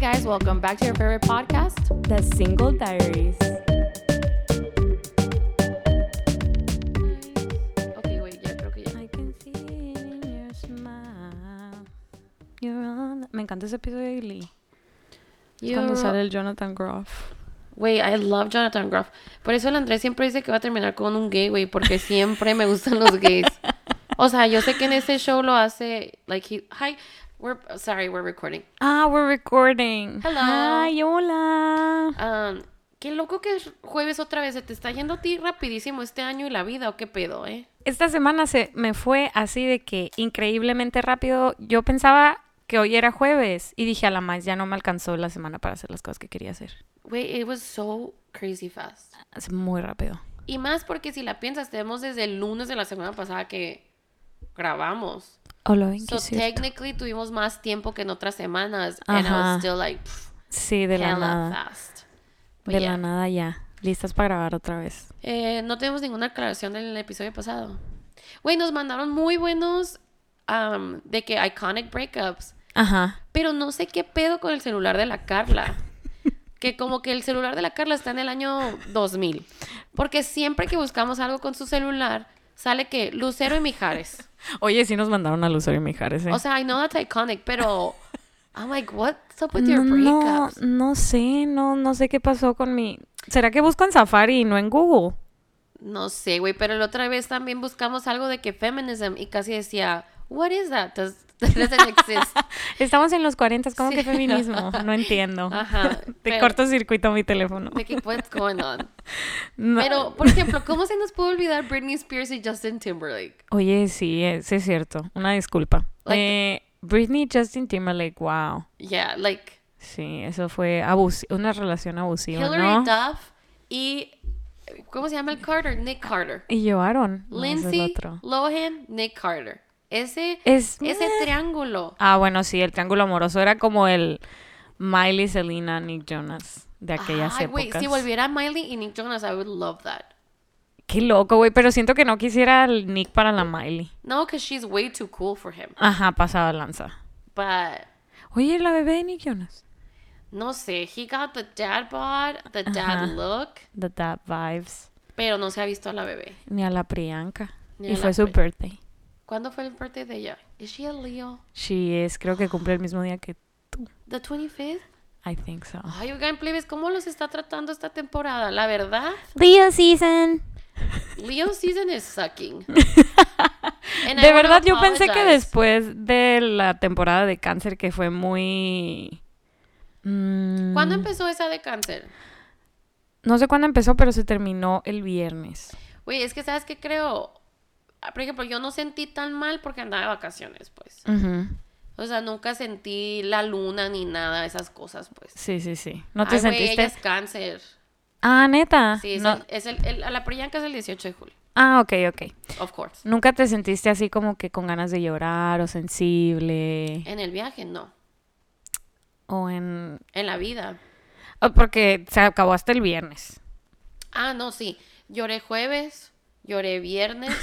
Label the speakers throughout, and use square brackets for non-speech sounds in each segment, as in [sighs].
Speaker 1: guys. Welcome back to your favorite podcast.
Speaker 2: The Single Diaries.
Speaker 1: Okay, wait, ya creo que ya.
Speaker 2: I can see it in your smile. You're on- Me encanta ese episodio de Glee. Es Cuando sale el Jonathan Groff.
Speaker 1: Wait, I love Jonathan Groff. Por eso el Andrés siempre dice que va a terminar con un gay, güey, porque siempre me gustan los
Speaker 2: [laughs]
Speaker 1: [laughs] gays. O sea, yo sé que en ese show lo hace, like, he, hi, we're, sorry, we're recording.
Speaker 2: Ah, we're recording.
Speaker 1: Hello.
Speaker 2: Ay, hola.
Speaker 1: Um, qué loco que es jueves otra vez, se te está yendo a ti rapidísimo este año y la vida, o qué pedo, ¿eh?
Speaker 2: Esta semana se me fue así de que increíblemente rápido. Yo pensaba que hoy era jueves y dije a la más ya no me alcanzó la semana para hacer las cosas que quería hacer.
Speaker 1: Güey, it was so crazy fast.
Speaker 2: Es muy rápido.
Speaker 1: Y más porque si la piensas, tenemos desde el lunes de la semana pasada que grabamos.
Speaker 2: Oh, lo ven que
Speaker 1: So
Speaker 2: es cierto.
Speaker 1: technically tuvimos más tiempo que en otras semanas. And I was
Speaker 2: Ajá.
Speaker 1: still like, pff,
Speaker 2: Sí, de la
Speaker 1: hella
Speaker 2: nada.
Speaker 1: fast. But
Speaker 2: De
Speaker 1: yeah.
Speaker 2: la nada Pues ya. Listas para grabar otra vez.
Speaker 1: Eh, no tenemos ninguna aclaración del episodio pasado. Güey, nos mandaron muy buenos um, de que iconic breakups.
Speaker 2: Ajá.
Speaker 1: Pero no sé qué pedo con el celular de la Carla. Que como que el celular de la Carla está en el año 2000. Porque siempre que buscamos algo con su celular, sale que Lucero y Mijares.
Speaker 2: Oye, sí nos mandaron a Lucero y Mijares, ¿eh?
Speaker 1: O sea, I know that's iconic, pero I'm like, what's up with your
Speaker 2: Mm, no,
Speaker 1: breakups?
Speaker 2: no sé, no, no sé qué pasó con mi... ¿Será que busco en Safari y no en Google?
Speaker 1: No sé, güey, pero la otra vez también buscamos algo de que feminism y casi decía, what is that? Does, that doesn't exist.
Speaker 2: Estamos en los 40, ¿cómo
Speaker 1: Sí.
Speaker 2: que feminismo?
Speaker 1: [laughs]
Speaker 2: [laughs] No entiendo.
Speaker 1: Ajá,
Speaker 2: [laughs] Te
Speaker 1: pero-
Speaker 2: cortocircuito mi teléfono.
Speaker 1: De que, what's going on?
Speaker 2: [laughs] No.
Speaker 1: Pero, por ejemplo, ¿cómo se nos pudo olvidar Britney Spears y Justin Timberlake?
Speaker 2: Oye, sí, eh, sí es cierto. Una disculpa.
Speaker 1: Like-
Speaker 2: Eh, Britney Justin Timberlake, wow.
Speaker 1: Yeah, like
Speaker 2: Sí, eso fue abus una relación abusiva,
Speaker 1: Hillary
Speaker 2: ¿no?
Speaker 1: Duff y ¿cómo se llama el Carter? Nick Carter.
Speaker 2: Y llevaron.
Speaker 1: Lindsay Lohan, Nick Carter. Ese
Speaker 2: Es-
Speaker 1: ese triángulo.
Speaker 2: Ah, bueno, sí, el triángulo amoroso era como el Miley, Selena, Nick Jonas de aquellas
Speaker 1: Ay, güey,
Speaker 2: épocas.
Speaker 1: si volviera Miley y Nick Jonas, I would love that.
Speaker 2: Qué loco, güey, pero siento que no quisiera al Nick para la Miley.
Speaker 1: No, because she's way too cool for him.
Speaker 2: Ajá, pasaba lanza.
Speaker 1: But
Speaker 2: Oye, la bebé de Nick Jonas.
Speaker 1: no sé, he got the dad bod, the dad
Speaker 2: Ajá.
Speaker 1: look,
Speaker 2: The Dad Vibes.
Speaker 1: pero no se ha visto a la bebé.
Speaker 2: Ni a la Priyanka.
Speaker 1: Ni a
Speaker 2: y
Speaker 1: la
Speaker 2: fue su
Speaker 1: Pri-
Speaker 2: birthday.
Speaker 1: ¿Cuándo fue el birthday de ella? Is she a Leo?
Speaker 2: She es, creo que cumple el mismo día que tú.
Speaker 1: The 25th?
Speaker 2: I think so.
Speaker 1: Ay, oigan, plebes, ¿cómo los está tratando esta temporada? La verdad,
Speaker 2: Leo season.
Speaker 1: Leo season is
Speaker 2: [laughs]
Speaker 1: sucking. And I
Speaker 2: de
Speaker 1: wanna
Speaker 2: verdad, yo pensé que
Speaker 1: apologize.
Speaker 2: después de la temporada de cáncer que fue muy... Mm,
Speaker 1: ¿Cuándo empezó esa de cáncer?
Speaker 2: No sé cuándo empezó, pero se terminó el viernes.
Speaker 1: Güey, es que sabes qué creo. Ah, Por ejemplo, yo no sentí tan mal porque andaba de vacaciones, pues.
Speaker 2: Ujú.
Speaker 1: O sea, nunca sentí la luna ni nada de esas cosas, pues.
Speaker 2: Sí, sí, sí. ¿No te
Speaker 1: Ay, güey,
Speaker 2: sentiste?
Speaker 1: ella es cáncer.
Speaker 2: Ah, neta.
Speaker 1: Sí, es
Speaker 2: No-
Speaker 1: el, es el- el- a la Priyanka es el 18 de julio.
Speaker 2: Ah, ok, ok.
Speaker 1: Of course.
Speaker 2: ¿Nunca te sentiste así como que con ganas de llorar o sensible?
Speaker 1: En el viaje, no.
Speaker 2: O en...
Speaker 1: En la vida.
Speaker 2: o porque se acabó hasta el viernes.
Speaker 1: Ah, no, sí. Lloré jueves, lloré
Speaker 2: [laughs]
Speaker 1: viernes.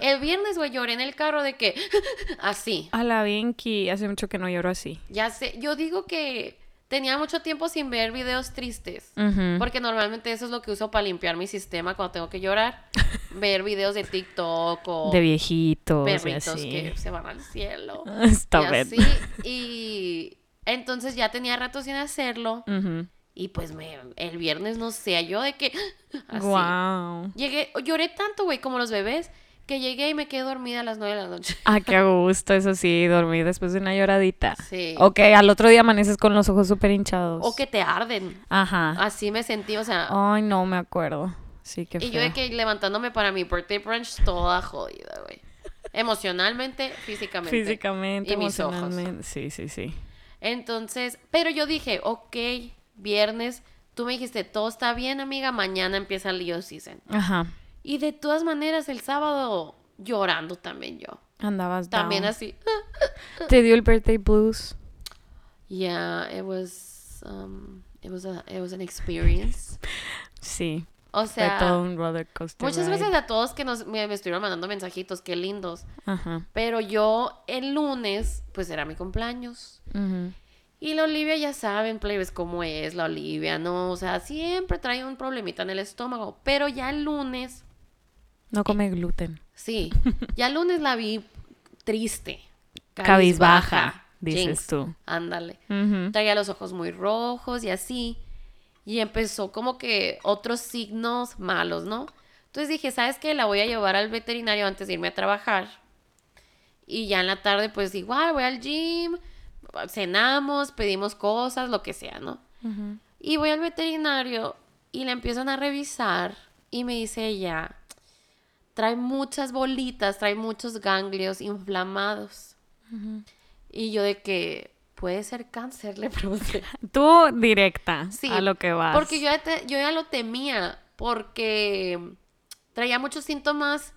Speaker 1: El viernes, güey, lloré en el carro de que [laughs] así.
Speaker 2: A la Vinky, hace mucho que no lloro así.
Speaker 1: Ya sé, yo digo que tenía mucho tiempo sin ver videos tristes,
Speaker 2: Ujú.
Speaker 1: porque normalmente eso es lo que uso para limpiar mi sistema cuando tengo que llorar,
Speaker 2: [laughs]
Speaker 1: ver videos de TikTok o
Speaker 2: De viejitos y
Speaker 1: perritos
Speaker 2: así. Ah.
Speaker 1: que se van al cielo.
Speaker 2: [laughs] Está
Speaker 1: y
Speaker 2: bien.
Speaker 1: así, y entonces ya tenía rato sin hacerlo
Speaker 2: Ujú.
Speaker 1: y pues me, el viernes no sé, yo de que [gasps] así.
Speaker 2: Guau.
Speaker 1: Llegué, lloré tanto, güey, como los bebés, que llegué y me quedé dormida a las 9 de la noche.
Speaker 2: Ah, qué gusto, eso sí, dormir después de una lloradita.
Speaker 1: Sí.
Speaker 2: Ok, al otro día amaneces con los ojos súper hinchados.
Speaker 1: O que te arden.
Speaker 2: Ajá.
Speaker 1: Así me sentí, o sea,
Speaker 2: Ay, no me acuerdo. Sí, Ah. Oh, qué
Speaker 1: Y yo de
Speaker 2: feo.
Speaker 1: que levantándome para mi birthday brunch toda jodida, güey. Emocionalmente, físicamente.
Speaker 2: Físicamente,
Speaker 1: Y mis ojos.
Speaker 2: emocionalmente. Sí, sí, sí.
Speaker 1: Entonces, pero yo dije, ok, viernes, tú me dijiste, todo está bien, amiga, mañana empieza el Leo Season.
Speaker 2: Ajá.
Speaker 1: Y de todas maneras, el sábado llorando también yo.
Speaker 2: Andabas
Speaker 1: También uh,
Speaker 2: down.
Speaker 1: así. "Ah".
Speaker 2: ¿Te dio el birthday blues?
Speaker 1: Yeah, it was, um, it was, a, it was an experience.
Speaker 2: Sí.
Speaker 1: O
Speaker 2: Fue
Speaker 1: sea,
Speaker 2: todo un roller coaster
Speaker 1: muchas
Speaker 2: ride.
Speaker 1: veces a todos que nos, me- me estuvieron mandando mensajitos, qué lindos.
Speaker 2: Ajá.
Speaker 1: Pero yo el lunes, pues era mi cumpleaños.
Speaker 2: Ujú.
Speaker 1: Y la Olivia, ya saben, plebes, cómo es la Olivia, ¿no? O sea, siempre trae un problemita en el estómago. Pero ya el lunes, Eh,
Speaker 2: No come gluten.
Speaker 1: sí, ya el lunes la vi triste.
Speaker 2: Cabizbaja, dices
Speaker 1: Jinx,
Speaker 2: tú.
Speaker 1: Ándale.
Speaker 2: Ujú.
Speaker 1: Traía los ojos muy rojos y así. Y empezó como que otros signos malos, ¿no? Entonces dije, ¿sabes qué? La voy a llevar al veterinario antes de irme a trabajar. Y ya en la tarde, pues igual, voy al gym, cenamos, pedimos cosas, lo que sea, ¿no?
Speaker 2: Ujú.
Speaker 1: Y voy al veterinario y la empiezan a revisar y me dice ella, trae muchas bolitas, trae muchos ganglios inflamados. Y yo de que, puede ser cáncer, le
Speaker 2: [laughs]
Speaker 1: pregunté.
Speaker 2: Tú directa
Speaker 1: Sí,
Speaker 2: a lo que vas.
Speaker 1: Porque yo ya, te- yo ya lo temía, porque traía muchos síntomas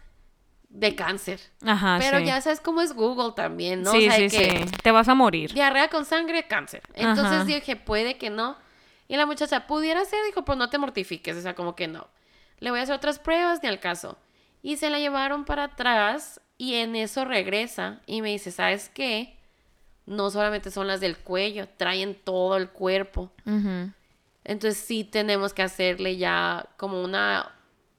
Speaker 1: de cáncer.
Speaker 2: Ajá,
Speaker 1: Pero
Speaker 2: Ah, sí.
Speaker 1: ya sabes cómo es Google también, ¿no? O
Speaker 2: sí,
Speaker 1: sea, de
Speaker 2: sí,
Speaker 1: que
Speaker 2: sí. Te vas a morir.
Speaker 1: Diarrea con sangre, cáncer. Entonces
Speaker 2: Ajá.
Speaker 1: dije, puede que no. Y la muchacha, pudiera ser, dijo, pues no te mortifiques, o sea, como que no. Le voy a hacer otras pruebas, ni al caso. Y se la llevaron para atrás y en eso regresa y me dice, ¿sabes qué? No solamente son las del cuello, traen todo el cuerpo.
Speaker 2: Ujú.
Speaker 1: Entonces sí tenemos que hacerle ya como una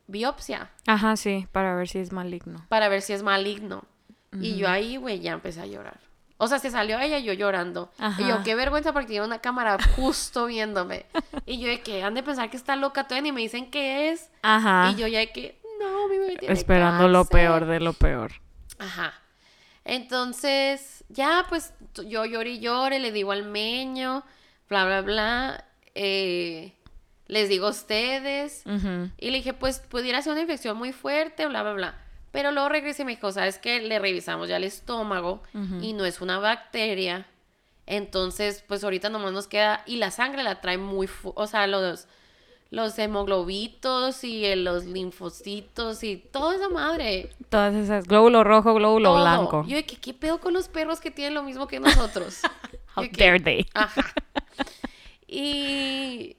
Speaker 1: biopsia
Speaker 2: Ajá, sí, para ver si es maligno.
Speaker 1: para ver si es maligno. Y yo ahí, güey, ya empecé a llorar. O sea, se salió ella y yo llorando. Y yo,
Speaker 2: Ajá.
Speaker 1: qué vergüenza porque tiene una cámara justo
Speaker 2: [laughs]
Speaker 1: viéndome. Y yo de que han de pensar que está loca todavía ni me dicen qué es.
Speaker 2: Ajá.
Speaker 1: Y yo ah, ya de que, no, mi bebé tiene
Speaker 2: Ah. Esperando lo
Speaker 1: cáncer".
Speaker 2: peor de lo peor.
Speaker 1: Ajá. Entonces, ya pues t- yo lloré y lloré, le digo al meño, bla, bla, bla. eh, les digo a ustedes.
Speaker 2: Ujú.
Speaker 1: Y le dije, pues pudiera ser una infección muy fuerte, bla, bla, bla. Pero luego regresé y me dijo, ¿sabes qué? Le revisamos ya el estómago y no es una bacteria. Entonces, pues ahorita nomás nos queda. Y la sangre la trae muy. fu- O sea, los, los hemoglobitos y eh, los linfocitos y toda esa madre.
Speaker 2: Todas esas. Glóbulo rojo, glóbulo
Speaker 1: todo.
Speaker 2: blanco.
Speaker 1: Yo, de que, ¿qué pedo con los perros que tienen lo mismo que
Speaker 2: [laughs]
Speaker 1: nosotros?
Speaker 2: How
Speaker 1: Yo de que,
Speaker 2: dare they.
Speaker 1: Ajá. Y,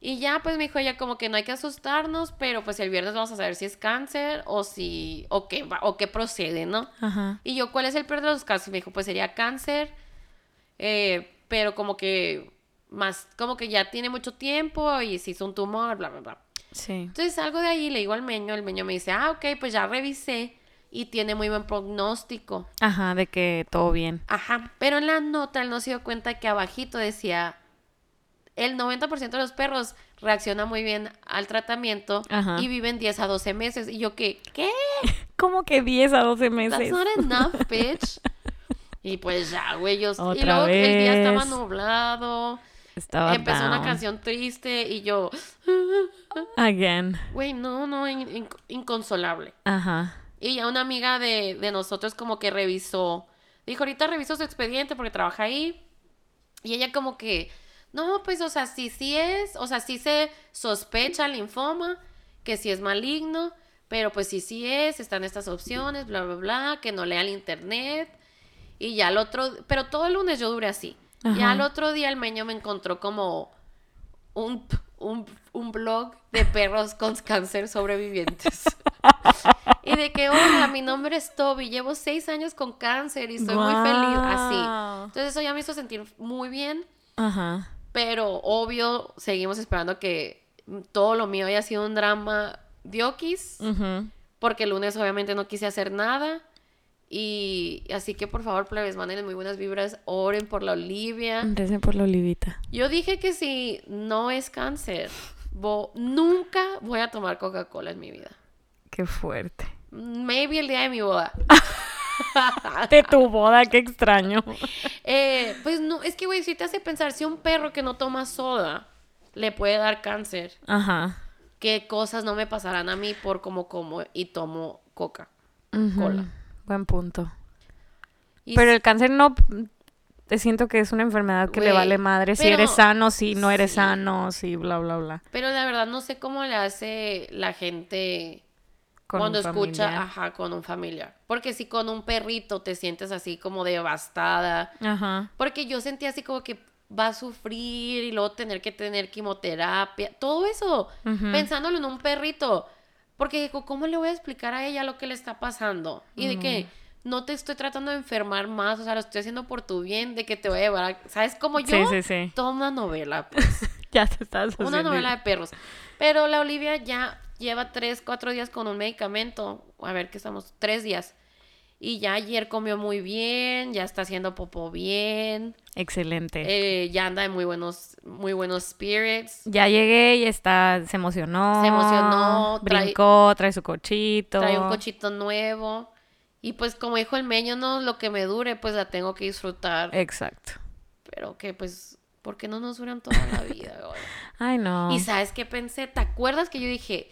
Speaker 1: y ya, pues me dijo ella como que no hay que asustarnos, pero pues el viernes vamos a saber si es cáncer o si, o qué, va- o qué procede, ¿no?
Speaker 2: Ajá.
Speaker 1: Y yo, ¿cuál es el peor de los casos? Y me dijo, pues sería cáncer, eh, pero como que más, como que ya tiene mucho tiempo y si es un tumor, bla, bla, bla.
Speaker 2: Sí.
Speaker 1: Entonces salgo de ahí y le digo al meño, el meño me dice, ah, ok, pues ya revisé y tiene muy buen pronóstico.
Speaker 2: Ajá, de que todo bien.
Speaker 1: Ajá, pero en la nota él no se dio cuenta que abajito decía, el 90% de los perros reacciona muy bien al tratamiento
Speaker 2: Ajá.
Speaker 1: y viven 10 a 12 meses. Y yo que, ¿qué?
Speaker 2: Como que 10 a 12
Speaker 1: That's
Speaker 2: meses.
Speaker 1: not enough,
Speaker 2: [laughs]
Speaker 1: bitch. y pues ya, güey, yo... y
Speaker 2: Otra
Speaker 1: luego que el día estaba
Speaker 2: vez.
Speaker 1: nublado,
Speaker 2: Estaba
Speaker 1: empezó una
Speaker 2: down.
Speaker 1: canción triste y yo,
Speaker 2: Again.
Speaker 1: güey, no, no, in- in- inconsolable.
Speaker 2: Ajá.
Speaker 1: Y ya una amiga de, de nosotros como que revisó, dijo, ahorita reviso su expediente porque trabaja ahí. Y ella como que, no, pues, o sea, sí, sí es, o sea, sí se sospecha el linfoma, que sí es maligno, pero pues sí, sí es, están estas opciones, bla, bla, bla, que no lea el internet. Y ya el otro, pero todo el lunes yo duré así. Ya
Speaker 2: Ajá.
Speaker 1: el otro día el meño me encontró como un, un, un blog de perros con cáncer sobrevivientes. y de que, hola, mi nombre es Toby, llevo seis años con cáncer y estoy muy feliz así.
Speaker 2: Guau.
Speaker 1: Entonces eso ya me hizo sentir muy bien,
Speaker 2: Ajá.
Speaker 1: pero obvio seguimos esperando que todo lo mío haya sido un drama diokis,
Speaker 2: Ujú.
Speaker 1: porque el lunes obviamente no quise hacer nada. Y así que por favor, plebes, manden muy buenas vibras, oren por la Olivia.
Speaker 2: Recen por la olivita.
Speaker 1: Yo dije que si no es cáncer, vo- nunca voy a tomar Coca-Cola en mi vida.
Speaker 2: Qué fuerte.
Speaker 1: Maybe el día de mi boda.
Speaker 2: De tu boda, qué extraño.
Speaker 1: Eh, pues no, es que güey, si te hace pensar, si un perro que no toma soda le puede dar cáncer,
Speaker 2: Ajá.
Speaker 1: ¿qué cosas no me pasarán a mí por como como y tomo coca?
Speaker 2: Ujú.
Speaker 1: Cola.
Speaker 2: Buen punto.
Speaker 1: Y
Speaker 2: Pero
Speaker 1: s-
Speaker 2: el cáncer no. Te siento que es una enfermedad que le
Speaker 1: Güey,
Speaker 2: vale madre si
Speaker 1: pero-
Speaker 2: eres sano, si no eres
Speaker 1: sí.
Speaker 2: sano, si bla, bla, bla.
Speaker 1: pero la verdad no sé cómo le hace la gente
Speaker 2: Con
Speaker 1: cuando
Speaker 2: un
Speaker 1: escucha,
Speaker 2: familiar.
Speaker 1: ajá, con un familiar. Porque si con un perrito te sientes así como devastada,
Speaker 2: Ajá.
Speaker 1: Porque yo sentía así como que va a sufrir y luego tener que tener quimioterapia, todo eso,
Speaker 2: Ujú.
Speaker 1: pensándolo en un perrito. Porque dijo, ¿cómo le voy a explicar a ella lo que le está pasando? Y de que, no te estoy tratando de enfermar más, o sea, lo estoy haciendo por tu bien, de que te voy a llevar, a- ¿sabes? Como yo,
Speaker 2: Sí, sí, sí.
Speaker 1: toda una
Speaker 2: [laughs]
Speaker 1: novela, pues,
Speaker 2: Ya te estás haciendo.
Speaker 1: una novela de perros. Pero la Olivia ya lleva tres, cuatro días con un medicamento, a ver, que estamos, tres días. Y ya ayer comió muy bien, ya está haciendo popó bien,
Speaker 2: Excelente.
Speaker 1: eh, ya anda de muy buenos, muy buenos spirits.
Speaker 2: Ya llegué y está, se emocionó.
Speaker 1: Se emocionó, trae-
Speaker 2: Brincó, trae su cochito.
Speaker 1: Trae un cochito nuevo. Y pues como dijo el meño, no, lo que me dure, pues la tengo que disfrutar.
Speaker 2: Eh. Exacto.
Speaker 1: Pero que pues, ¿por qué no nos duran toda
Speaker 2: [laughs]
Speaker 1: la vida? güey?
Speaker 2: Ay, no.
Speaker 1: Y sabes qué pensé, ¿te acuerdas que yo dije,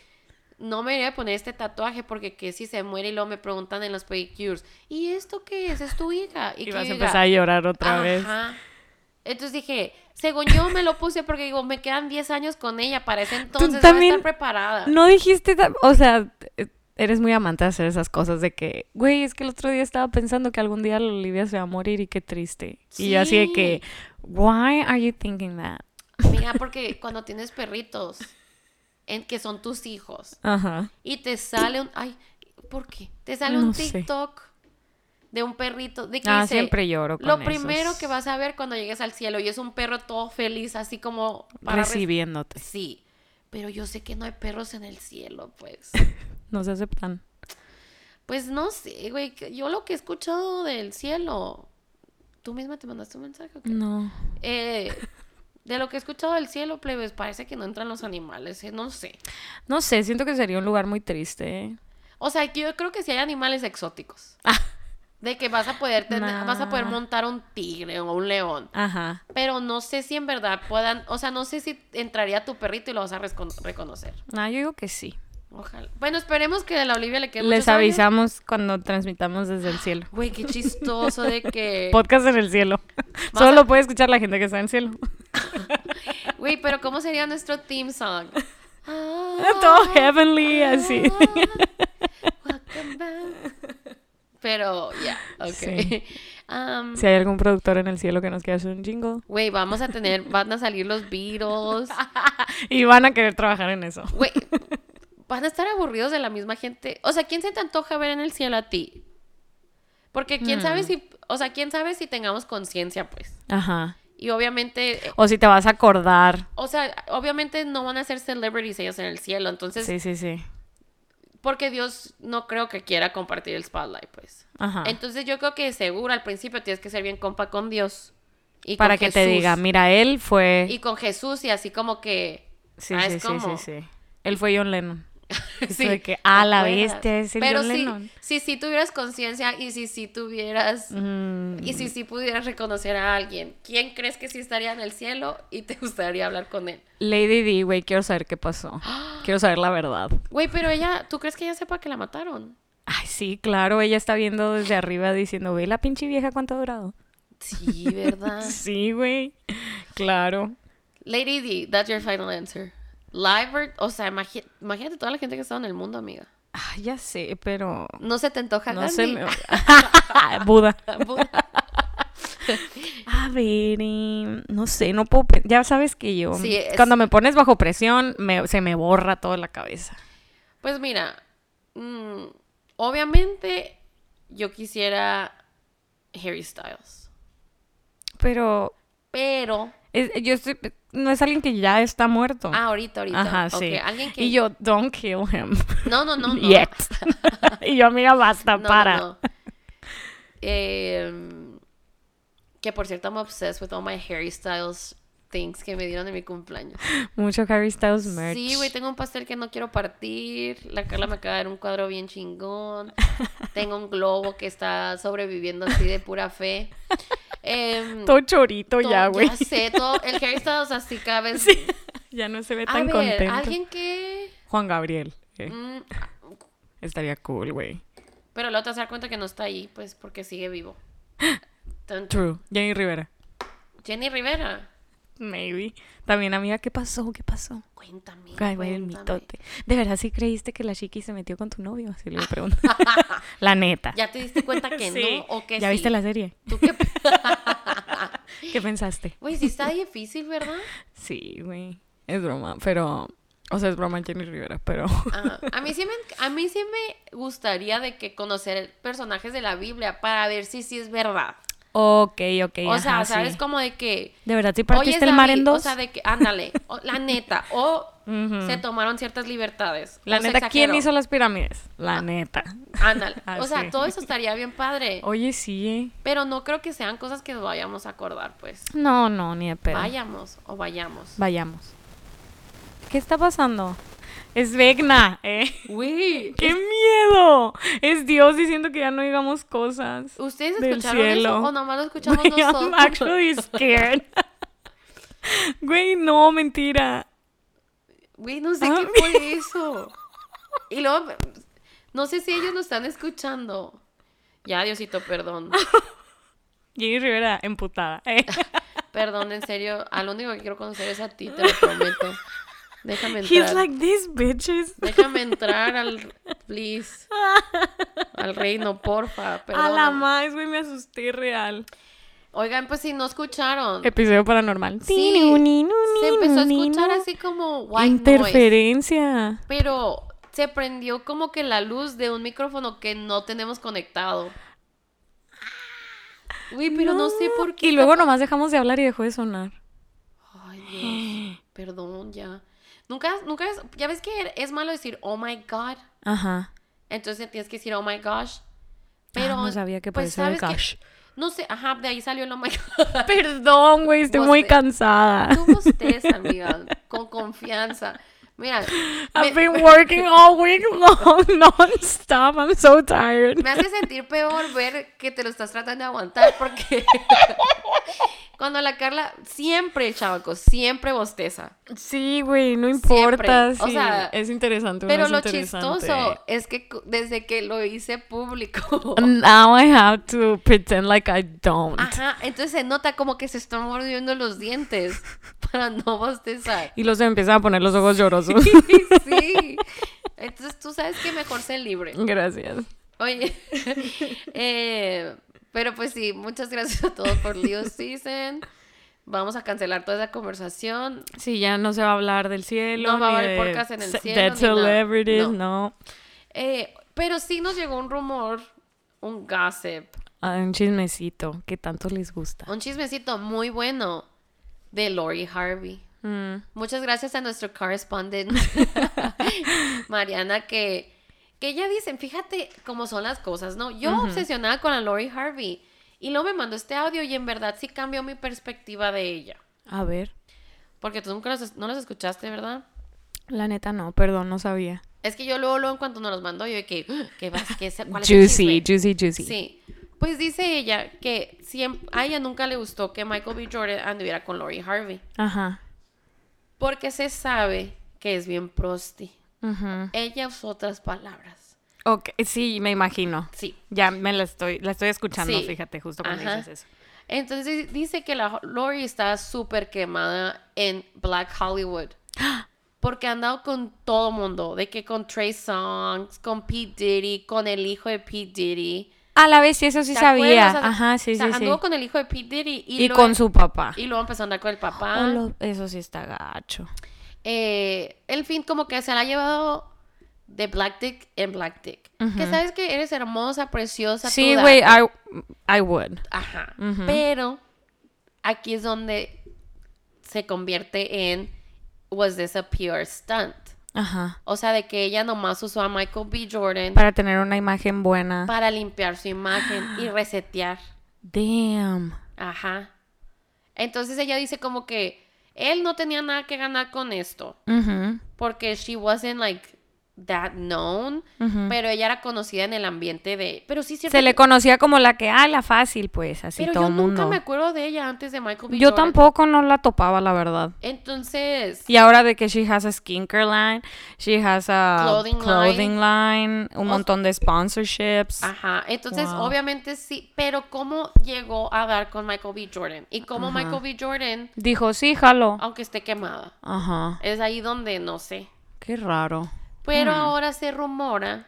Speaker 1: no me debería poner este tatuaje porque que si se muere y luego me preguntan en los pedicures, ¿y esto qué es? ¿Es tu hija?
Speaker 2: Y
Speaker 1: que
Speaker 2: vas a
Speaker 1: yo diga,
Speaker 2: empezar a llorar otra vez.
Speaker 1: "Ajá". Entonces dije, según yo me lo puse porque digo, me quedan 10 años con ella, para ese entonces voy a
Speaker 2: también-
Speaker 1: estar preparada.
Speaker 2: No dijiste, ta- o sea, eh, eres muy amante de hacer esas cosas de que, güey, es que el otro día estaba pensando que algún día la Olivia se va a morir y qué triste. Y yo así de que, why are you thinking that?
Speaker 1: Amiga, porque cuando tienes perritos, en que son tus hijos,
Speaker 2: Ajá.
Speaker 1: y te sale un ay ¿por qué? te sale
Speaker 2: No
Speaker 1: un
Speaker 2: sé.
Speaker 1: TikTok de un perrito de que
Speaker 2: Ah,
Speaker 1: dice,
Speaker 2: siempre lloro con
Speaker 1: lo primero
Speaker 2: esos.
Speaker 1: que vas a ver cuando llegues al cielo y es un perro todo feliz así como para recibir
Speaker 2: Recibiéndote.
Speaker 1: sí pero yo sé que no hay perros en el cielo pues
Speaker 2: No se aceptan.
Speaker 1: pues no sé güey que- yo lo que he escuchado del cielo tú misma te mandaste un mensaje o qué?
Speaker 2: No.
Speaker 1: Eh, de lo que he escuchado del cielo plebes parece que no entran los animales eh, no sé
Speaker 2: No sé, siento que sería un lugar muy triste. ¿eh?
Speaker 1: O sea, que yo creo que sí hay animales exóticos.
Speaker 2: Ah.
Speaker 1: De que vas a poder tener,
Speaker 2: Nah.
Speaker 1: vas a poder montar un tigre o un león.
Speaker 2: Ajá.
Speaker 1: Pero no sé si en verdad puedan, o sea, no sé si entraría tu perrito y lo vas a rescon- reconocer.
Speaker 2: Ah, yo digo que sí.
Speaker 1: Ojalá. Bueno, esperemos que a la Olivia le quede
Speaker 2: Les
Speaker 1: muchos años. Ah,
Speaker 2: avisamos cuando transmitamos desde el cielo.
Speaker 1: Güey, qué chistoso de
Speaker 2: [laughs]
Speaker 1: que.
Speaker 2: Podcast en
Speaker 1: [laughs]
Speaker 2: el cielo.
Speaker 1: Vas
Speaker 2: Solo
Speaker 1: a-
Speaker 2: lo puede escuchar la gente que está en el cielo.
Speaker 1: Güey, pero ¿cómo sería nuestro theme song? Ah,
Speaker 2: [laughs] Todo heavenly, así.
Speaker 1: welcome back. Pero, ya, ok.
Speaker 2: Sí.
Speaker 1: Um,
Speaker 2: Si hay algún productor en el cielo que nos quiera hacer un jingle.
Speaker 1: Güey, vamos a tener, van a salir los Beatles.
Speaker 2: Y van a querer trabajar en eso.
Speaker 1: Güey, van a estar aburridos de la misma gente. O sea, ¿quién se te antoja ver en el cielo a ti? Porque quién sabe
Speaker 2: Hmm.
Speaker 1: si, o sea, quién sabe si tengamos conciencia, pues.
Speaker 2: Ajá.
Speaker 1: Y obviamente, eh,
Speaker 2: O si te vas a acordar.
Speaker 1: o sea, obviamente no van a ser celebrities ellos en el cielo. Entonces,
Speaker 2: Sí, sí, sí.
Speaker 1: porque Dios no creo que quiera compartir el spotlight, pues.
Speaker 2: Ajá.
Speaker 1: Entonces yo creo que seguro al principio tienes que ser bien compa con Dios. Y
Speaker 2: Para
Speaker 1: con
Speaker 2: que te
Speaker 1: Jesús.
Speaker 2: diga, mira, él fue.
Speaker 1: Y con Jesús y así como que...
Speaker 2: Sí,
Speaker 1: ah,
Speaker 2: sí,
Speaker 1: es
Speaker 2: sí,
Speaker 1: [laughs]
Speaker 2: sí,
Speaker 1: como-
Speaker 2: sí. Él fue
Speaker 1: [laughs]
Speaker 2: John Lennon. Eso
Speaker 1: Sí,
Speaker 2: de que, ah,
Speaker 1: ¿te
Speaker 2: la
Speaker 1: acuerdas?
Speaker 2: bestia, es el
Speaker 1: Pero
Speaker 2: John
Speaker 1: sí,
Speaker 2: Lennon.
Speaker 1: si sí tuvieras conciencia y si sí tuvieras
Speaker 2: Mm,
Speaker 1: y si sí pudieras reconocer a alguien, ¿quién crees que sí estaría en el cielo y te [laughs] gustaría hablar con él?
Speaker 2: Lady D, güey, quiero saber
Speaker 1: [gasps]
Speaker 2: qué pasó. Quiero saber la verdad.
Speaker 1: Güey, pero ella, ¿tú crees que ella sepa que la
Speaker 2: [laughs]
Speaker 1: mataron?
Speaker 2: Ay, sí, claro, ella está viendo desde arriba diciendo, ve la pinche vieja cuánto ha durado.
Speaker 1: Sí, ¿verdad?
Speaker 2: Sí, güey. Claro.
Speaker 1: Lady D, that's your final answer. Live, or- o sea, imagi- imagínate toda la gente que estaba en el mundo, amiga.
Speaker 2: Ay, ya sé, pero
Speaker 1: No se te antoja
Speaker 2: no
Speaker 1: Gandhi? [laughs]
Speaker 2: sé. me- [laughs] Buda.
Speaker 1: Buda.
Speaker 2: A ver, eh, no sé, no puedo. pe- Ya sabes que yo.
Speaker 1: Sí, es-
Speaker 2: Cuando me pones bajo presión, me- se me borra toda la cabeza.
Speaker 1: Pues mira, mm, obviamente yo quisiera Harry Styles,
Speaker 2: Pero
Speaker 1: pero
Speaker 2: es- yo estoy. No es alguien que ya está muerto.
Speaker 1: Ah, ahorita, ahorita.
Speaker 2: Ajá,
Speaker 1: Ok,
Speaker 2: sí.
Speaker 1: Alguien que...
Speaker 2: Y yo, don't kill him.
Speaker 1: No, no,
Speaker 2: [laughs]
Speaker 1: no. no.
Speaker 2: Yet. y yo, amiga, basta,
Speaker 1: No, no,
Speaker 2: para.
Speaker 1: no. Eh, que por cierto, I'm obsessed with all my Harry Styles things que me dieron en mi cumpleaños.
Speaker 2: Mucho Harry Styles merch.
Speaker 1: Sí, güey, tengo un pastel que no quiero partir. La Carla me acaba de dar un cuadro bien
Speaker 2: [laughs]
Speaker 1: chingón. Tengo un globo que está sobreviviendo así de pura fe. Em,
Speaker 2: [laughs] Todo chorito
Speaker 1: to-
Speaker 2: ya, güey.
Speaker 1: Ya sé, todo, el Harry Styles así cada vez.
Speaker 2: [laughs] Ya no se ve
Speaker 1: A
Speaker 2: tan
Speaker 1: ver,
Speaker 2: contento.
Speaker 1: alguien que...
Speaker 2: Juan Gabriel. eh,
Speaker 1: mm,
Speaker 2: Estaría cool, güey.
Speaker 1: Pero luego te vas a dar cuenta que no está ahí, pues porque sigue
Speaker 2: [gasps]
Speaker 1: vivo. Tan-
Speaker 2: True. Jenny Rivera.
Speaker 1: Jenny Rivera,
Speaker 2: Maybe. También, amiga, ¿qué pasó? ¿Qué pasó?
Speaker 1: cuéntame.
Speaker 2: Ay, güey, el
Speaker 1: cuéntame.
Speaker 2: mitote. ¿De verdad sí creíste que la chiqui se metió con tu novio? Así le
Speaker 1: [laughs]
Speaker 2: pregunto. la neta.
Speaker 1: ¿Ya te diste cuenta que
Speaker 2: Sí.
Speaker 1: no? ¿O que
Speaker 2: ¿Ya
Speaker 1: sí?
Speaker 2: viste la serie?
Speaker 1: ¿Tú
Speaker 2: [laughs]
Speaker 1: [laughs] qué?
Speaker 2: ¿Qué pensaste?
Speaker 1: Güey, sí está difícil, ¿verdad?
Speaker 2: Sí, güey. Es broma, pero O sea, es broma Jenny Rivera, pero...
Speaker 1: Ajá. Ah, A mí, sí me, a mí sí me gustaría de que conocer personajes de la Biblia para ver si sí es verdad.
Speaker 2: [laughs] ok, ok.
Speaker 1: O sea,
Speaker 2: Eh, ajá,
Speaker 1: ¿sabes?
Speaker 2: sí.
Speaker 1: Como de que...
Speaker 2: De verdad, si
Speaker 1: Oye,
Speaker 2: partiste el mar en dos.
Speaker 1: O sea, de que, ándale, o- la neta, o
Speaker 2: Ujú.
Speaker 1: se tomaron ciertas libertades.
Speaker 2: La
Speaker 1: o se
Speaker 2: neta, ¿quién
Speaker 1: exageró. Ah,
Speaker 2: hizo las pirámides? La neta.
Speaker 1: Ándale.
Speaker 2: [laughs] Ah,
Speaker 1: o sea,
Speaker 2: sí.
Speaker 1: todo eso estaría bien padre.
Speaker 2: [laughs] Oye, sí, eh.
Speaker 1: Pero no creo que sean cosas que vayamos a acordar, pues.
Speaker 2: No, no, ni de pedo.
Speaker 1: Vayamos o vayamos.
Speaker 2: Vayamos. ¿Qué está pasando? Es Vegna, ¿eh? [laughs]
Speaker 1: Uy,
Speaker 2: ¡Qué miedo! Es Dios diciendo que ya no digamos cosas.
Speaker 1: ¿ustedes
Speaker 2: Del
Speaker 1: escucharon eso
Speaker 2: cielo.
Speaker 1: o nomás lo escuchamos
Speaker 2: Güey, I'm
Speaker 1: nosotros?
Speaker 2: actually scared. [laughs] Güey, no, mentira.
Speaker 1: Güey, no sé
Speaker 2: Ah, [laughs]
Speaker 1: qué fue eso. Y luego, no sé si ellos lo están escuchando. Ya, Diosito, perdón.
Speaker 2: Jenny Rivera, emputada. ¿eh?
Speaker 1: [laughs] Perdón, en serio. Al único que quiero conocer es a ti, te lo prometo. Déjame entrar.
Speaker 2: He's like, these bitches.
Speaker 1: Déjame entrar al. Please. Al reino, porfa.
Speaker 2: A la
Speaker 1: Perdón.
Speaker 2: más, güey, me asusté real.
Speaker 1: Oigan, pues si no escucharon.
Speaker 2: Episodio paranormal.
Speaker 1: Sí,
Speaker 2: Tinu, ninu,
Speaker 1: Se
Speaker 2: ninu,
Speaker 1: empezó a
Speaker 2: ninu.
Speaker 1: escuchar así como white noise.
Speaker 2: Interferencia.
Speaker 1: Pero se prendió como que la luz de un micrófono que no tenemos conectado. Uy, pero no, sé por qué.
Speaker 2: Y luego nomás dejamos de hablar y dejó de sonar.
Speaker 1: Ay, Dios. Perdón, ya. Nunca, nunca es. Ya ves que es malo decir, oh my god.
Speaker 2: Ajá.
Speaker 1: Entonces tienes que decir, oh my gosh. Pero.
Speaker 2: Pero Ah, no sabía que
Speaker 1: pues,
Speaker 2: parecía de
Speaker 1: ¿sabes qué?
Speaker 2: cash.
Speaker 1: No sé, ajá, de ahí salió el oh my god. [laughs]
Speaker 2: [laughs] Perdón, güey, estoy
Speaker 1: Vos
Speaker 2: muy
Speaker 1: te-
Speaker 2: cansada.
Speaker 1: Tú
Speaker 2: [laughs]
Speaker 1: ustedes, amiga, con confianza. Mira,
Speaker 2: I've
Speaker 1: me,
Speaker 2: been working all [laughs] week long, non-stop. I'm so tired.
Speaker 1: me hace sentir peor ver que te lo estás tratando de aguantar porque [laughs] cuando la Carla siempre, chavacos, siempre bosteza.
Speaker 2: Sí, güey, no importa.
Speaker 1: Siempre, o
Speaker 2: sí,
Speaker 1: sea,
Speaker 2: es interesante. o no
Speaker 1: Pero
Speaker 2: es
Speaker 1: lo
Speaker 2: interesante.
Speaker 1: chistoso es que cu- desde que lo hice público,
Speaker 2: Now I have to pretend like I
Speaker 1: [laughs]
Speaker 2: don't.
Speaker 1: ajá, entonces se nota como que se están mordiendo los dientes [laughs] para no
Speaker 2: [laughs]
Speaker 1: bostezar.
Speaker 2: Y los empiezan a poner los ojos [laughs] llorosos.
Speaker 1: Sí. Entonces tú sabes que mejor ser libre.
Speaker 2: Gracias.
Speaker 1: Oye, [laughs] eh, pero pues sí, muchas gracias a todos por Leo Season. Vamos a cancelar toda esa conversación.
Speaker 2: Sí, ya no se va a hablar del cielo.
Speaker 1: No va a
Speaker 2: ni
Speaker 1: haber
Speaker 2: de
Speaker 1: podcast en el
Speaker 2: ce-
Speaker 1: cielo,
Speaker 2: Dead
Speaker 1: ni nada.
Speaker 2: celebrities,
Speaker 1: No.
Speaker 2: no.
Speaker 1: Eh, pero sí nos llegó un rumor, un gossip,
Speaker 2: Ah, un chismecito que tanto les gusta.
Speaker 1: un chismecito muy bueno de Lori Harvey.
Speaker 2: Mm.
Speaker 1: Muchas gracias a nuestro correspondent, [laughs] Mariana, que, que ella dicen, fíjate cómo son las cosas, ¿no? Yo obsesionada con la Lori Harvey y luego me mandó este audio y en verdad sí cambió mi perspectiva de ella.
Speaker 2: A ver.
Speaker 1: Porque tú nunca los, es- no los escuchaste, ¿verdad?
Speaker 2: La neta no, perdón, no sabía. "Ah,
Speaker 1: Es que yo luego, luego en cuanto nos los mandó, yo de que, "Ah, ¿qué vas? ¿Qué es, ¿Cuál es el chisme?".
Speaker 2: Juicy, juicy, juicy.
Speaker 1: Sí. Pues dice ella que siempre, a ella nunca le gustó que Michael B. Jordan anduviera con Lori Harvey.
Speaker 2: Ajá.
Speaker 1: Porque se sabe que es bien prosti.
Speaker 2: Ujú.
Speaker 1: Ella usó otras palabras.
Speaker 2: Ok, sí, me imagino.
Speaker 1: Sí.
Speaker 2: Ya me la estoy, la estoy escuchando,
Speaker 1: Sí.
Speaker 2: fíjate, justo cuando
Speaker 1: Ajá.
Speaker 2: dices eso.
Speaker 1: Entonces dice que la Lori está súper quemada en Black
Speaker 2: [gasps]
Speaker 1: Hollywood. Porque ha andado con todo mundo. De que con Trey Songs, con P. Diddy, con el hijo de P. Diddy.
Speaker 2: A la vez, sí, eso sí
Speaker 1: ¿Te
Speaker 2: sabía.
Speaker 1: acuerdas? O sea,
Speaker 2: Ajá, sí,
Speaker 1: o sea,
Speaker 2: sí, sí.
Speaker 1: Anduvo con el hijo de P. Diddy y,
Speaker 2: Y
Speaker 1: luego-
Speaker 2: con su papá.
Speaker 1: y luego empezó a andar con el papá.
Speaker 2: Olo- Eso sí está gacho.
Speaker 1: Eh, el fin, como que se la ha llevado de Black Dick en Black Dick. Que sabes que eres hermosa, preciosa.
Speaker 2: Sí,
Speaker 1: tú
Speaker 2: güey,
Speaker 1: date.
Speaker 2: I, I would.
Speaker 1: Ajá. Pero aquí es donde se convierte en was this a pure stunt?
Speaker 2: Ajá.
Speaker 1: O sea, de que ella nomás usó a Michael B. Jordan para,
Speaker 2: Para tener una imagen buena.
Speaker 1: limpiar su imagen
Speaker 2: [gasps]
Speaker 1: y resetear.
Speaker 2: Damn.
Speaker 1: Ajá. Entonces ella dice como que él no tenía nada que ganar con esto.
Speaker 2: Ujú.
Speaker 1: Porque she wasn't like that known. Pero ella era conocida en el ambiente de. Pero sí, es cierto.
Speaker 2: Se le
Speaker 1: que-
Speaker 2: conocía como la que, ah, la fácil, pues, así
Speaker 1: Pero
Speaker 2: todo
Speaker 1: yo
Speaker 2: el
Speaker 1: nunca
Speaker 2: mundo.
Speaker 1: me acuerdo de ella antes de Michael B.
Speaker 2: Yo
Speaker 1: Jordan.
Speaker 2: tampoco no la topaba, la verdad.
Speaker 1: Entonces.
Speaker 2: Y ahora de que she has a skincare line, she has a
Speaker 1: Clothing Oh.
Speaker 2: clothing, line, un
Speaker 1: O-
Speaker 2: montón de sponsorships.
Speaker 1: Ajá, entonces
Speaker 2: Wow.
Speaker 1: obviamente sí, pero ¿cómo llegó a dar con Michael B. Jordan? Y cómo Michael B. Jordan,
Speaker 2: Dijo, sí, jalo.
Speaker 1: aunque esté quemada,
Speaker 2: Ajá.
Speaker 1: es ahí donde no sé.
Speaker 2: Qué raro.
Speaker 1: Pero
Speaker 2: Hmm.
Speaker 1: ahora se rumora,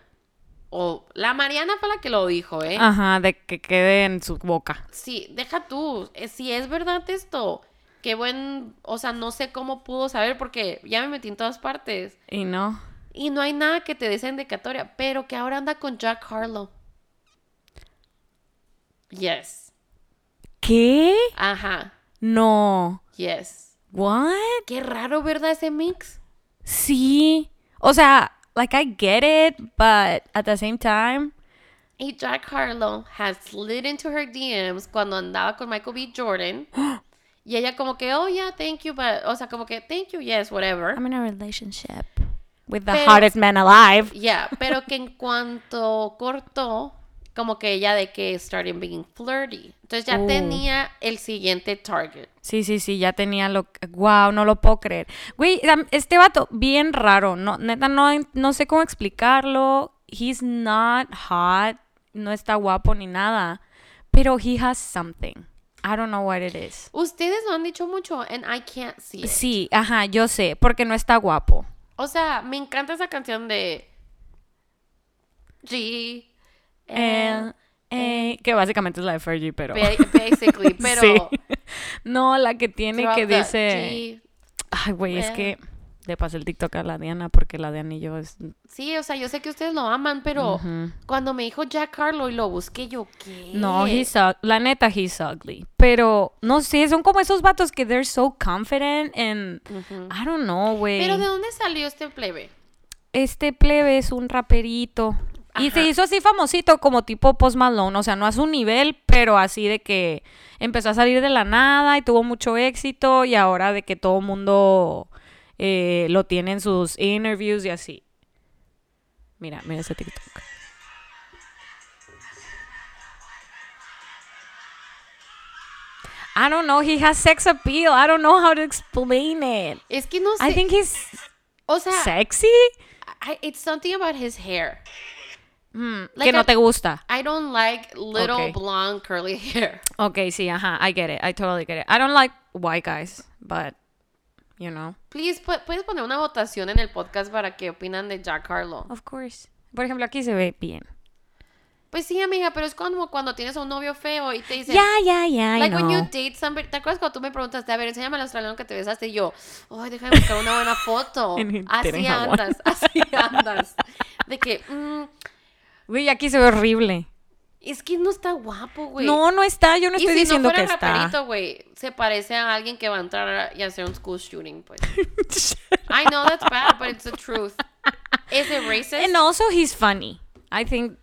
Speaker 1: o la Mariana fue la que lo dijo, ¿eh?
Speaker 2: Ajá, de que quede en su boca.
Speaker 1: Sí, deja tú, eh, si es verdad esto, Qué buen, o sea, no sé cómo pudo saber porque ya me metí en todas partes.
Speaker 2: Y no.
Speaker 1: Y no hay nada que te dé esa indicatoria, pero que ahora anda con Jack Harlow. Yes.
Speaker 2: ¿Qué?
Speaker 1: Ajá.
Speaker 2: No.
Speaker 1: Yes.
Speaker 2: What?
Speaker 1: Qué raro, ¿verdad? Ese mix.
Speaker 2: Sí. O sea, like I get it, but at the same time,
Speaker 1: Y Jack Harlow has slid into her DMs cuando andaba con Michael B. Jordan. Y ella como que, oh, yeah, thank you, but... O sea, como que, thank you, yes, whatever.
Speaker 2: I'm in a relationship with the
Speaker 1: Pero-
Speaker 2: hottest man alive.
Speaker 1: Yeah, pero que
Speaker 2: [laughs]
Speaker 1: en cuanto cortó, como que ella de que started being flirty. Entonces ya
Speaker 2: Uh.
Speaker 1: tenía el siguiente target.
Speaker 2: Sí, sí, sí, ya tenía lo... Wow, no lo puedo creer. Güey, am- este vato, bien raro. No, neta, no, no sé cómo explicarlo. He's not hot. No está guapo ni nada. Pero he has something. I don't know what it is.
Speaker 1: Ustedes lo han dicho mucho, and I can't see it.
Speaker 2: Sí, ajá, yo sé. Porque no está guapo.
Speaker 1: O sea, me encanta esa canción de... G... L,
Speaker 2: Eh, eh, que básicamente es la de Fergie, pero... [laughs]
Speaker 1: ba- Basically, pero...
Speaker 2: Sí. [laughs] No, la que tiene
Speaker 1: throughout
Speaker 2: que
Speaker 1: the
Speaker 2: dice...
Speaker 1: G, Eh.
Speaker 2: Ay, güey, es
Speaker 1: Well.
Speaker 2: que le pasé el TikTok a la Diana porque la Diana y yo es...
Speaker 1: Sí, o sea, yo sé que ustedes lo aman, pero cuando me dijo Jack Harlow y lo busqué, yo, ¿qué?
Speaker 2: No, he's u- la neta, he's ugly. Pero, no sé, son como esos vatos que they're so confident and... I don't know, güey.
Speaker 1: ¿Pero de dónde salió este plebe?
Speaker 2: Este plebe es un raperito. Y se
Speaker 1: Ajá.
Speaker 2: hizo así famosito como tipo Post Malone, o sea, no a su nivel, pero así de que empezó a salir de la nada y tuvo mucho éxito y ahora de que todo mundo eh, lo tiene en sus interviews y así. Mira, mira ese TikTok. I don't know, he has sex appeal. I don't know how to explain it.
Speaker 1: Es que no sé.
Speaker 2: I think he's
Speaker 1: o sea,
Speaker 2: sexy.
Speaker 1: I- it's something about his hair. Hmm,
Speaker 2: que
Speaker 1: Like
Speaker 2: no
Speaker 1: I-
Speaker 2: te gusta.
Speaker 1: I don't like little
Speaker 2: Okay.
Speaker 1: blonde curly [laughs] hair.
Speaker 2: Ok, sí, ajá, I get it, I totally get it. I don't like white guys, but, you know.
Speaker 1: Please, pu- puedes poner una votación en el podcast para que opinan de Jack Harlow.
Speaker 2: Of course. Por ejemplo, aquí se ve bien.
Speaker 1: Pues sí, amiga, pero es como cuando tienes a un novio feo y te dicen.
Speaker 2: Ya, ya, ya, I
Speaker 1: Like when you
Speaker 2: know.
Speaker 1: date somebody, ¿te acuerdas cuando tú me preguntaste, a ver, enséñame el australiano que te besaste? Y yo, ay, déjame buscar una buena foto.
Speaker 2: [laughs] And he
Speaker 1: así
Speaker 2: didn't have one.
Speaker 1: andas, así andas. De que, mm,
Speaker 2: Güey, aquí se ve horrible.
Speaker 1: es que no está guapo, güey.
Speaker 2: No, no está, yo no
Speaker 1: y
Speaker 2: estoy
Speaker 1: si
Speaker 2: diciendo
Speaker 1: no
Speaker 2: que
Speaker 1: fuera
Speaker 2: está.
Speaker 1: raperito, güey, se parece a alguien que va a entrar a- y hacer un school shooting, pues. I know that's bad, but it's the truth. Is it racist?
Speaker 2: [laughs] And also he's funny. I think,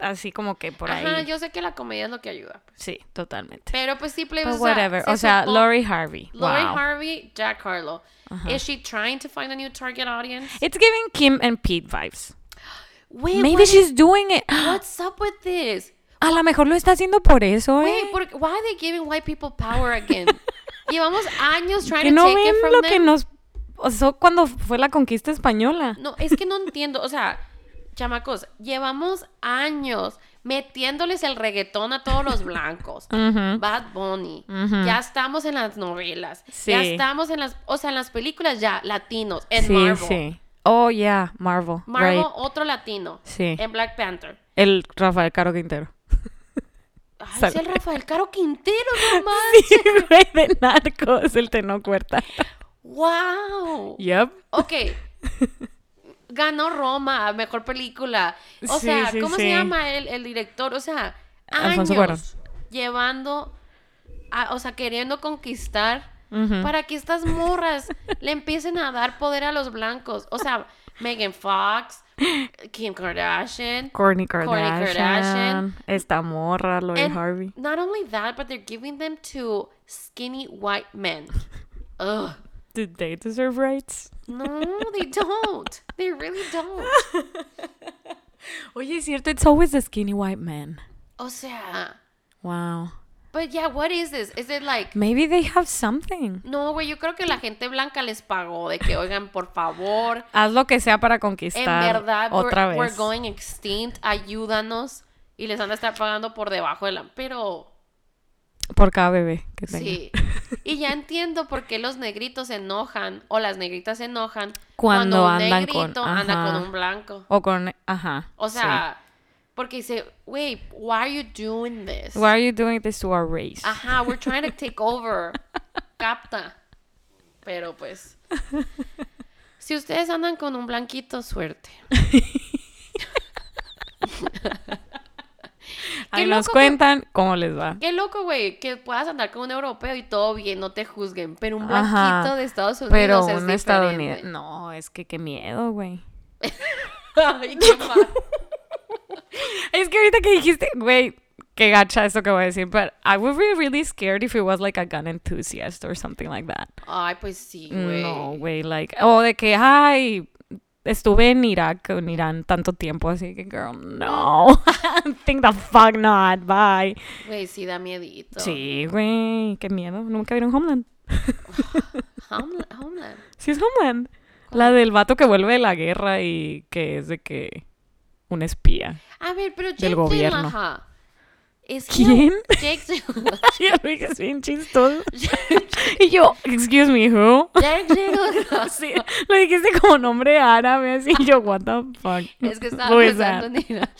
Speaker 2: así como que por
Speaker 1: Ajá,
Speaker 2: ahí.
Speaker 1: yo sé que la comedia es lo que ayuda. pues.
Speaker 2: Sí, totalmente.
Speaker 1: Pero pues sí, plebes,
Speaker 2: But
Speaker 1: o sea,
Speaker 2: whatever,
Speaker 1: se
Speaker 2: o sea,
Speaker 1: supo-
Speaker 2: Lori Harvey.
Speaker 1: Lori
Speaker 2: wow.
Speaker 1: Harvey, Jack Harlow. Is she trying to find a new target audience?
Speaker 2: It's giving Kim and Pete vibes.
Speaker 1: Wait, what
Speaker 2: Maybe
Speaker 1: is-
Speaker 2: she's doing it. [gasps]
Speaker 1: What's up with this?
Speaker 2: A lo mejor lo está haciendo por eso, eh.
Speaker 1: Wait, por, why are they giving white people power
Speaker 2: [laughs]
Speaker 1: again? Llevamos años trying
Speaker 2: que
Speaker 1: to
Speaker 2: no
Speaker 1: take
Speaker 2: ven
Speaker 1: it from
Speaker 2: lo
Speaker 1: them.
Speaker 2: que nos pasó cuando fue la conquista española.
Speaker 1: No, es que no entiendo. O sea, chamacos, llevamos años metiéndoles el reggaetón a todos los
Speaker 2: [laughs]
Speaker 1: blancos. Bad Bunny. Ya estamos en las novelas. Ya
Speaker 2: Sí.
Speaker 1: estamos en las, o sea, en las películas ya latinos. En
Speaker 2: sí,
Speaker 1: Marvel.
Speaker 2: sí. Oh, yeah, Marvel.
Speaker 1: Marvel,
Speaker 2: right.
Speaker 1: otro latino.
Speaker 2: Sí.
Speaker 1: En Black Panther.
Speaker 2: El Rafael Caro Quintero. [laughs]
Speaker 1: Ay, es
Speaker 2: Sale.
Speaker 1: el Rafael Caro Quintero, no más.
Speaker 2: [laughs] Sí, güey, de narcos, el Teno Cuerta.
Speaker 1: Wow.
Speaker 2: Yep.
Speaker 1: Ok. Ganó Roma, mejor película. O
Speaker 2: Sí,
Speaker 1: sea,
Speaker 2: sí,
Speaker 1: ¿cómo se
Speaker 2: sí.
Speaker 1: llama el, el director? O sea, años
Speaker 2: Alfonso Cuarón.
Speaker 1: llevando, a- o sea, queriendo conquistar para que estas morras le empiecen a dar poder a los blancos. O sea, Megan Fox, Kim Kardashian.
Speaker 2: Kourtney
Speaker 1: Kourtney
Speaker 2: Kardashian,
Speaker 1: Kardashian.
Speaker 2: Esta morra, Lori
Speaker 1: And
Speaker 2: Harvey. [laughs]
Speaker 1: not only that, but they're giving them to skinny white men. Ugh.
Speaker 2: Did they deserve rights?
Speaker 1: No, they don't. They really don't.
Speaker 2: [laughs] Oye, es cierto, it's always the skinny white man.
Speaker 1: O sea,
Speaker 2: Wow.
Speaker 1: but yeah, what is this? Is it like
Speaker 2: Maybe they have something.
Speaker 1: no, güey, yo creo que la gente blanca les pagó de que oigan, por favor,
Speaker 2: Haz lo que sea para
Speaker 1: en
Speaker 2: conquistar
Speaker 1: verdad we're-
Speaker 2: otra
Speaker 1: we're,
Speaker 2: vez.
Speaker 1: going extinct, ayúdanos y les han de estar pagando por debajo de la, pero
Speaker 2: Por cada bebé que tenga. [laughs]
Speaker 1: sí. Y ya entiendo por qué los negritos se enojan o las negritas se enojan
Speaker 2: Cuando
Speaker 1: un
Speaker 2: andan con-
Speaker 1: negrito anda
Speaker 2: ajá.
Speaker 1: con un blanco.
Speaker 2: O con, ajá.
Speaker 1: O
Speaker 2: sí.
Speaker 1: sea, porque dice, "Wait, why are you doing this?" Ah,
Speaker 2: Why are you doing this to our race?
Speaker 1: Ajá, we're trying to take over. capta. Pero pues. Si ustedes andan con un blanquito, suerte.
Speaker 2: Ahí
Speaker 1: Qué
Speaker 2: nos
Speaker 1: loco que-
Speaker 2: cuentan cómo les va.
Speaker 1: Qué loco, güey, que puedas andar con un europeo y todo bien, no te juzguen. Pero un blanquito
Speaker 2: Ajá.
Speaker 1: de Estados Unidos.
Speaker 2: Pero
Speaker 1: es
Speaker 2: un
Speaker 1: diferente.
Speaker 2: estadounidense. No, es que qué miedo, güey.
Speaker 1: Ay, qué mal.
Speaker 2: Es que ahorita que dijiste, güey, qué gacha esto que voy a decir, but I would be really scared if it was like a gun enthusiast or something like that.
Speaker 1: Ay, pues sí, güey.
Speaker 2: No, güey, like, o de que, ay, estuve en Irak o en Irán tanto tiempo, así que, girl, no. [laughs] Think the fuck not, bye.
Speaker 1: Güey, sí da miedito.
Speaker 2: Sí, güey, qué miedo. Nunca vieron Homeland.
Speaker 1: Homeland. Homeland.
Speaker 2: Sí, es Homeland. La del vato que vuelve de la guerra y que es de que un espía. [laughs]
Speaker 1: A ver, pero Jake
Speaker 2: gobierno.
Speaker 1: Gyllenhaal. Es que-
Speaker 2: ¿Quién?
Speaker 1: Jake Gyllenhaal.
Speaker 2: Ya lo dije, es
Speaker 1: [laughs]
Speaker 2: bien chistoso. y yo, excuse me, who?
Speaker 1: Jake Gyllenhaal.
Speaker 2: Sí, lo dijiste como nombre árabe, así yo, what the fuck.
Speaker 1: Es que estaba
Speaker 2: Who is
Speaker 1: pensando en él.
Speaker 2: [laughs] that?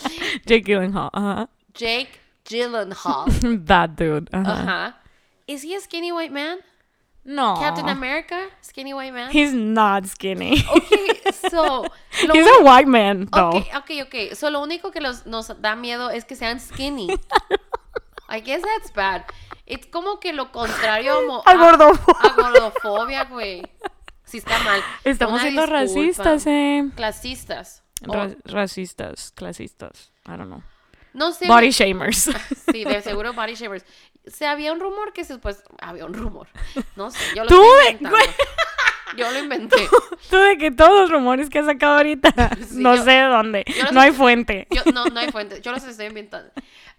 Speaker 2: Jake Gyllenhaal, ajá.
Speaker 1: Jake
Speaker 2: [laughs]
Speaker 1: Gyllenhaal.
Speaker 2: That dude, ajá.
Speaker 1: Ajá. Is he a skinny white man?
Speaker 2: No.
Speaker 1: Captain America? Skinny white man?
Speaker 2: He's not skinny.
Speaker 1: [laughs] Okay,
Speaker 2: [laughs]
Speaker 1: so. lo
Speaker 2: He's
Speaker 1: uni-
Speaker 2: a white man, though.
Speaker 1: Ok,
Speaker 2: [laughs]
Speaker 1: ok, ok. So lo único que los- nos da miedo es que sean skinny. I guess that's bad. Es como que lo contrario a, mo-
Speaker 2: A
Speaker 1: a-
Speaker 2: gordofo-
Speaker 1: a gordofobia, güey. Sí está mal.
Speaker 2: Estamos
Speaker 1: Una
Speaker 2: siendo
Speaker 1: disculpa. Oh.
Speaker 2: racistas, eh.
Speaker 1: Clasistas. O-
Speaker 2: Ra- racistas, clasistas. I don't know.
Speaker 1: no sé.
Speaker 2: Body shamers.
Speaker 1: [laughs] Sí, de seguro body shavers. Se había un rumor que se pues había un rumor. No sé, yo lo
Speaker 2: Tú
Speaker 1: estoy
Speaker 2: de-
Speaker 1: inventando. Yo lo inventé.
Speaker 2: [laughs] Tú de que todos los rumores que has sacado ahorita,
Speaker 1: [laughs] Sí,
Speaker 2: no
Speaker 1: yo-
Speaker 2: sé de dónde,
Speaker 1: yo los-
Speaker 2: no hay fuente.
Speaker 1: Yo, no, no hay fuentes. Yo los estoy inventando.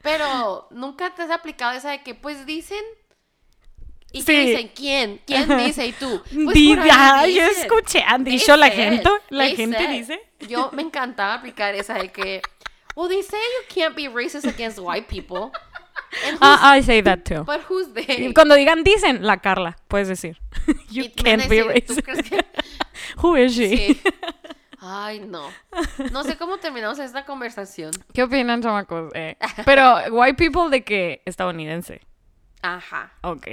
Speaker 1: Pero nunca te has aplicado esa de que pues dicen y que
Speaker 2: Sí.
Speaker 1: dicen quién,
Speaker 2: [laughs]
Speaker 1: quién dice y tú. Pues,
Speaker 2: Di-
Speaker 1: por ahí
Speaker 2: ah, yo
Speaker 1: dicen.
Speaker 2: escuché, han
Speaker 1: They
Speaker 2: dicho la
Speaker 1: said,
Speaker 2: gente, la
Speaker 1: they
Speaker 2: gente
Speaker 1: said.
Speaker 2: dice.
Speaker 1: Yo me encantaba aplicar esa de que well they say you can't be racist against white people. And who's-
Speaker 2: Ah, I say that too.
Speaker 1: but who's they?
Speaker 2: Cuando digan dicen, la Carla, puedes decir. You
Speaker 1: eh, Y me
Speaker 2: can't be
Speaker 1: decir, ¿tú
Speaker 2: racist.
Speaker 1: crees que-
Speaker 2: [laughs] Who is she?
Speaker 1: Sí. Ay, no. No sé cómo terminamos esta conversación.
Speaker 2: [laughs] ¿Qué opinan, chamacos?
Speaker 1: [laughs]
Speaker 2: Eh, pero white people de que estadounidense.
Speaker 1: Ajá.
Speaker 2: Ok.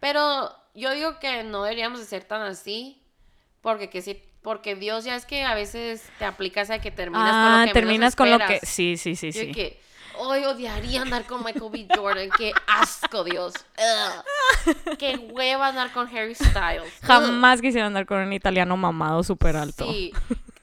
Speaker 1: Pero yo digo que no deberíamos de ser tan así. Porque que sí, porque Dios ya es que a veces te aplicas a que terminas con
Speaker 2: Ah,
Speaker 1: lo que
Speaker 2: terminas
Speaker 1: menos
Speaker 2: con lo que...
Speaker 1: esperas.
Speaker 2: Sí, sí, sí,
Speaker 1: Yo de
Speaker 2: sí.
Speaker 1: que hoy odiaría andar con Michael B. Jordan. Qué asco, Dios. Ugh. Qué hueva andar con Harry Styles. Ugh.
Speaker 2: Jamás quisiera andar con un italiano mamado súper alto.
Speaker 1: uh. Sí.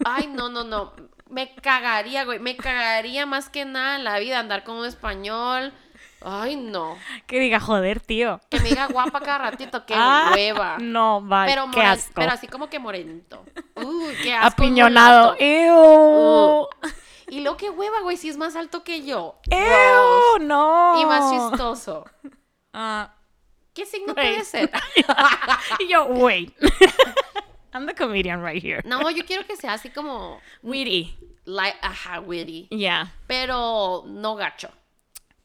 Speaker 1: Ay, no, no, no. Me cagaría, güey. Me cagaría más que nada en la vida andar con un español. Ay, no.
Speaker 2: Que diga, joder, tío.
Speaker 1: Que me diga guapa cada ratito. Qué
Speaker 2: Ah,
Speaker 1: hueva.
Speaker 2: No, vale,
Speaker 1: pero,
Speaker 2: qué
Speaker 1: moren-
Speaker 2: asco.
Speaker 1: pero así como que morento. Uy, qué asco. un Uh,
Speaker 2: Apiñonado.
Speaker 1: mulato.
Speaker 2: ¡Ew!
Speaker 1: Y lo que hueva, güey, si es más alto que yo.
Speaker 2: ¡Ew! ¡No!
Speaker 1: Gross. Y más chistoso.
Speaker 2: Ah,
Speaker 1: ¿Qué signo
Speaker 2: Güey.
Speaker 1: puede
Speaker 2: [laughs]
Speaker 1: ser?
Speaker 2: y yo, wait. [laughs] I'm the comedian right here.
Speaker 1: No, yo quiero que sea así como
Speaker 2: Witty.
Speaker 1: like, ajá, witty.
Speaker 2: Yeah.
Speaker 1: Pero no gacho.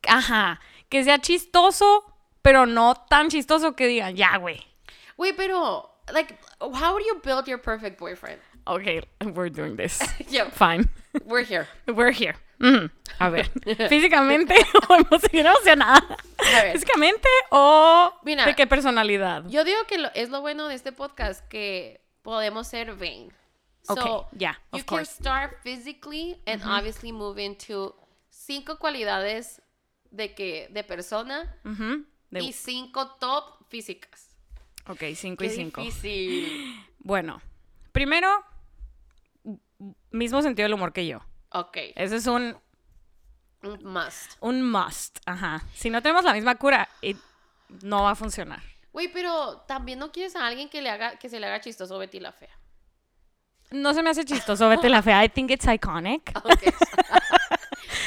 Speaker 2: Ajá. Que sea chistoso, pero no tan chistoso que digan, ya, güey.
Speaker 1: Wait, pero, like, how do you build your perfect boyfriend?
Speaker 2: Okay, we're doing [laughs] this.
Speaker 1: Yo,
Speaker 2: Fine.
Speaker 1: we're here.
Speaker 2: We're here. Mm. A ver, [laughs] físicamente [laughs] o emocional, bien emocionada.
Speaker 1: A ver.
Speaker 2: Físicamente o
Speaker 1: Mira.
Speaker 2: de qué personalidad.
Speaker 1: Yo digo que lo- es lo bueno de este podcast que podemos ser vain. So,
Speaker 2: Okay, yeah,
Speaker 1: you
Speaker 2: of
Speaker 1: can
Speaker 2: course.
Speaker 1: start physically and obviously move into cinco cualidades de que de persona
Speaker 2: Ujú, Mm, de-
Speaker 1: y cinco top físicas.
Speaker 2: ok, cinco
Speaker 1: Qué
Speaker 2: y cinco. [laughs]
Speaker 1: difícil.
Speaker 2: Bueno, primero, mismo sentido del humor que yo.
Speaker 1: Ok,
Speaker 2: Ese es un,
Speaker 1: un must.
Speaker 2: un must. Ajá. Si no tenemos la misma cura, it- no va a funcionar.
Speaker 1: Güey, pero también no quieres a alguien que le haga que se le haga chistoso Betty la fea. [laughs]
Speaker 2: No se me hace chistoso, vete la fea. I think it's iconic.
Speaker 1: [laughs] Ok.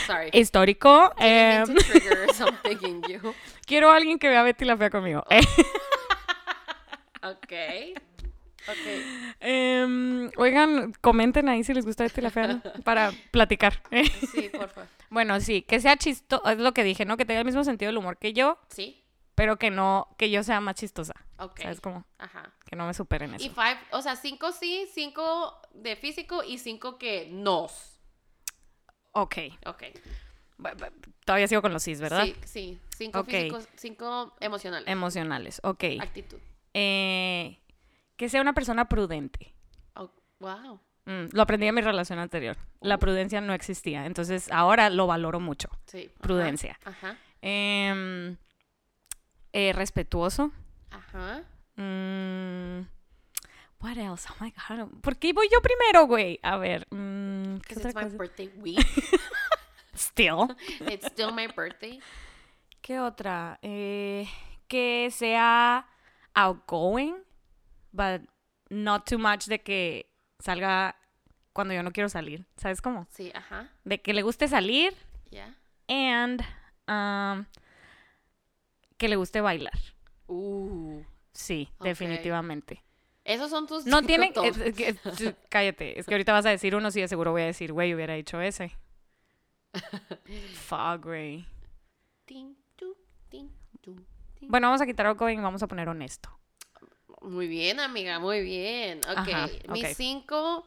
Speaker 1: Sorry.
Speaker 2: Histórico.
Speaker 1: Didn't mean
Speaker 2: em,
Speaker 1: to trigger something in you.
Speaker 2: [laughs] Quiero a alguien que vea a Betty la Fea conmigo.
Speaker 1: Okay. Okay.
Speaker 2: [laughs] Em, oigan, comenten ahí si les gusta Betty la
Speaker 1: [laughs]
Speaker 2: Fea ¿no? para platicar. [laughs]
Speaker 1: Sí, por favor.
Speaker 2: bueno, sí, que sea chistoso, es lo que dije, ¿no? Que tenga el mismo sentido del humor que yo,
Speaker 1: Sí.
Speaker 2: pero que no, que yo sea más chistosa.
Speaker 1: Okay.
Speaker 2: ¿Sabes cómo?
Speaker 1: Ajá.
Speaker 2: Que no me superen
Speaker 1: Y
Speaker 2: eso.
Speaker 1: five, o sea, cinco sí, cinco de físico y cinco que nos.
Speaker 2: Ok.
Speaker 1: Ok.
Speaker 2: Bu- bu- Todavía sigo con los cis, ¿verdad?
Speaker 1: Sí, sí. Cinco
Speaker 2: Ok. Em,
Speaker 1: físicos, cinco emocionales.
Speaker 2: Emocionales, ok.
Speaker 1: Actitud.
Speaker 2: eh, que sea una persona prudente.
Speaker 1: Oh, wow.
Speaker 2: Mm, lo aprendí en mi relación anterior. La prudencia no existía. Entonces ahora lo valoro mucho.
Speaker 1: Sí. ajá,
Speaker 2: Prudencia.
Speaker 1: Ajá.
Speaker 2: Em, eh, respetuoso.
Speaker 1: Ajá.
Speaker 2: Mm, what else? Oh my God. ¿Por qué voy yo primero, güey? A ver. mm, ¿qué
Speaker 1: Because
Speaker 2: otra
Speaker 1: it's my
Speaker 2: cosa?
Speaker 1: birthday week.
Speaker 2: [laughs] Still.
Speaker 1: It's still my birthday.
Speaker 2: [laughs] ¿Qué otra? Eh, que sea outgoing, but not too much de que salga cuando yo no quiero salir. ¿Sabes cómo?
Speaker 1: Sí, ajá.
Speaker 2: De que le guste salir
Speaker 1: Yeah.
Speaker 2: and um, que le guste bailar.
Speaker 1: Uh.
Speaker 2: Sí,
Speaker 1: Ok.
Speaker 2: definitivamente.
Speaker 1: Esos son tus
Speaker 2: No tiene.
Speaker 1: top.
Speaker 2: es- es que- es- cállate. Es que ahorita vas a decir uno, sí, de seguro voy a decir, güey, hubiera dicho ese.
Speaker 1: [laughs]
Speaker 2: Fuck, güey.
Speaker 1: Tin, tu, tin, tu, tin.
Speaker 2: Bueno, vamos a quitar outgoing y vamos a poner honesto.
Speaker 1: Muy bien, amiga, muy bien. Ok,
Speaker 2: Ajá,
Speaker 1: mis
Speaker 2: ok.
Speaker 1: cinco.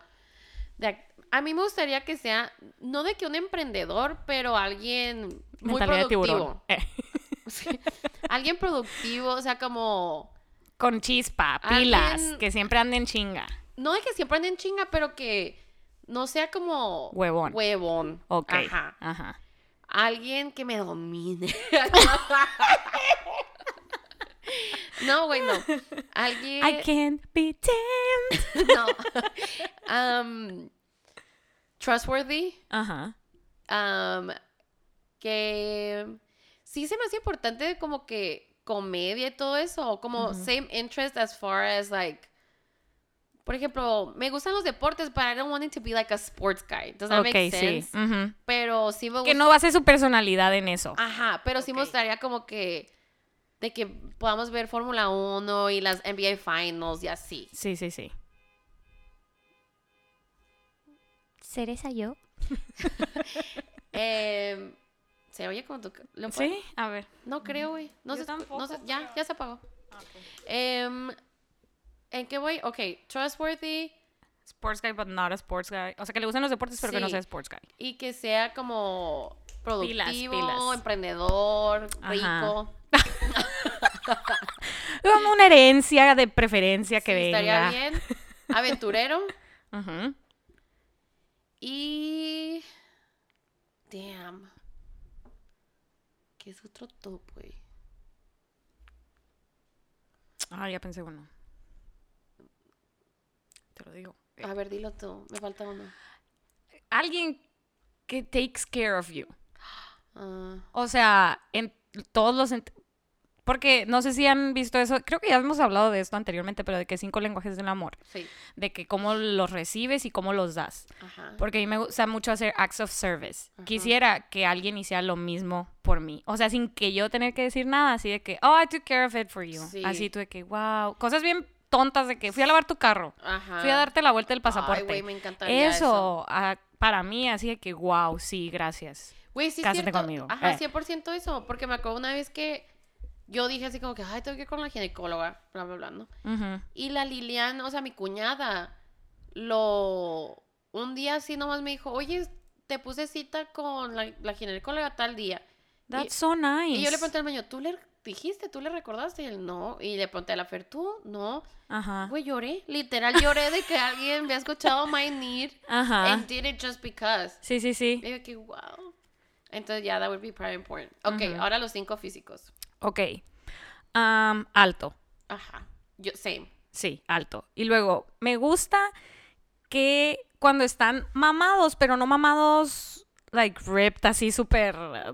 Speaker 1: de ac- a mí me gustaría que sea, no de que un emprendedor, pero alguien muy
Speaker 2: Mentalidad de tiburón.
Speaker 1: productivo. [laughs]
Speaker 2: Eh,
Speaker 1: Sí, Alguien productivo, o sea, como.
Speaker 2: Con chispa, pilas,
Speaker 1: Alguien-
Speaker 2: que siempre anden chinga.
Speaker 1: No de que siempre anden chinga, pero que no sea como.
Speaker 2: Huevón.
Speaker 1: Huevón.
Speaker 2: Ok. Ajá.
Speaker 1: Ajá. Alguien que me
Speaker 2: [laughs]
Speaker 1: domine. [laughs] no, güey, no. Alguien.
Speaker 2: I can't be tamed.
Speaker 1: [laughs] No. Um, trustworthy.
Speaker 2: Ajá.
Speaker 1: um, que sí se me hace importante como que comedia y todo eso. Como same interest as far as like. Por ejemplo, me gustan los deportes, but I don't want it to be like a sports guy. Does that
Speaker 2: Ok,
Speaker 1: make
Speaker 2: sí.
Speaker 1: sense?
Speaker 2: ujú.
Speaker 1: Pero sí me gusta.
Speaker 2: Que no base su personalidad en eso.
Speaker 1: Ajá, pero sí me
Speaker 2: Ok.
Speaker 1: gustaría como que. De que podamos ver Fórmula 1 y las NBA Finals y así.
Speaker 2: Sí, sí, sí.
Speaker 3: ¿Cereza yo?
Speaker 1: Em, se oye como tu. ¿lo puedo-
Speaker 2: Sí, a ver.
Speaker 1: No creo, güey. No,
Speaker 2: Yo
Speaker 1: se escu-
Speaker 2: tampoco
Speaker 1: no
Speaker 2: Ah,
Speaker 1: se- ya, ya se apagó. Em, ¿En qué voy? Ok, trustworthy
Speaker 2: Sports guy, but not a sports guy. O sea, que le gustan los deportes, pero que no
Speaker 1: Sí.
Speaker 2: sea sports guy.
Speaker 1: y que sea como productivo,
Speaker 2: Pilas, pilas.
Speaker 1: emprendedor,
Speaker 2: Ajá.
Speaker 1: rico.
Speaker 2: Como una herencia de preferencia que
Speaker 1: Sí,
Speaker 2: venga.
Speaker 1: estaría
Speaker 2: [laughs]
Speaker 1: bien. Aventurero
Speaker 2: Ujú.
Speaker 1: y. Damn. ¿Qué es otro top, güey?
Speaker 2: Ah, ya pensé uno. Te lo digo.
Speaker 1: A ver, dilo tú. Me falta uno.
Speaker 2: Alguien que takes care of you.
Speaker 1: Ah,
Speaker 2: O sea, en todos los... ent- Porque no sé si han visto eso, creo que ya hemos hablado de esto anteriormente, pero de que cinco lenguajes del amor,
Speaker 1: sí.
Speaker 2: de que cómo los recibes y cómo los das.
Speaker 1: Ajá.
Speaker 2: Porque a mí me gusta mucho hacer acts of service. Quisiera que alguien hiciera lo mismo por mí. O sea, sin que yo tener que decir nada, así de que, oh, I took care of it for you.
Speaker 1: Sí.
Speaker 2: Así tú de que, wow. Cosas bien tontas de que fui a lavar tu carro,
Speaker 1: Ajá.
Speaker 2: fui a darte la vuelta del pasaporte.
Speaker 1: Ay, güey, me encantaría
Speaker 2: eso,
Speaker 1: eso.
Speaker 2: ah, para mí, así de que, wow, sí, gracias.
Speaker 1: Güey, sí es
Speaker 2: Cásate
Speaker 1: cierto.
Speaker 2: conmigo.
Speaker 1: Ajá,
Speaker 2: Eh.
Speaker 1: 100% eso, porque me acuerdo una vez que yo dije así como que, ay, tengo que ir con la ginecóloga, bla, bla, bla, ¿no?
Speaker 2: Ujú.
Speaker 1: Y la Lilian, o sea, mi cuñada, lo... Un día así nomás me dijo, oye, te puse cita con la, la ginecóloga tal día. Y-
Speaker 2: That's so nice.
Speaker 1: Y yo le pregunté al meño, ¿tú le dijiste? ¿Tú le recordaste? Y él, no. Y le pregunté a la Fer, ¿tú? No.
Speaker 2: Ajá.
Speaker 1: Güey, lloré. Literal lloré de que alguien me ha escuchado My Need
Speaker 2: Ajá.
Speaker 1: and did it just because.
Speaker 2: Sí, sí, sí.
Speaker 1: Digo que wow. Entonces, ya, that would be probably important. Ok, ahora los cinco físicos.
Speaker 2: Ok. Am, alto.
Speaker 1: Ajá. Yo, same.
Speaker 2: Sí, alto. Y luego, me gusta que cuando están mamados, pero no mamados, like ripped, así súper eh,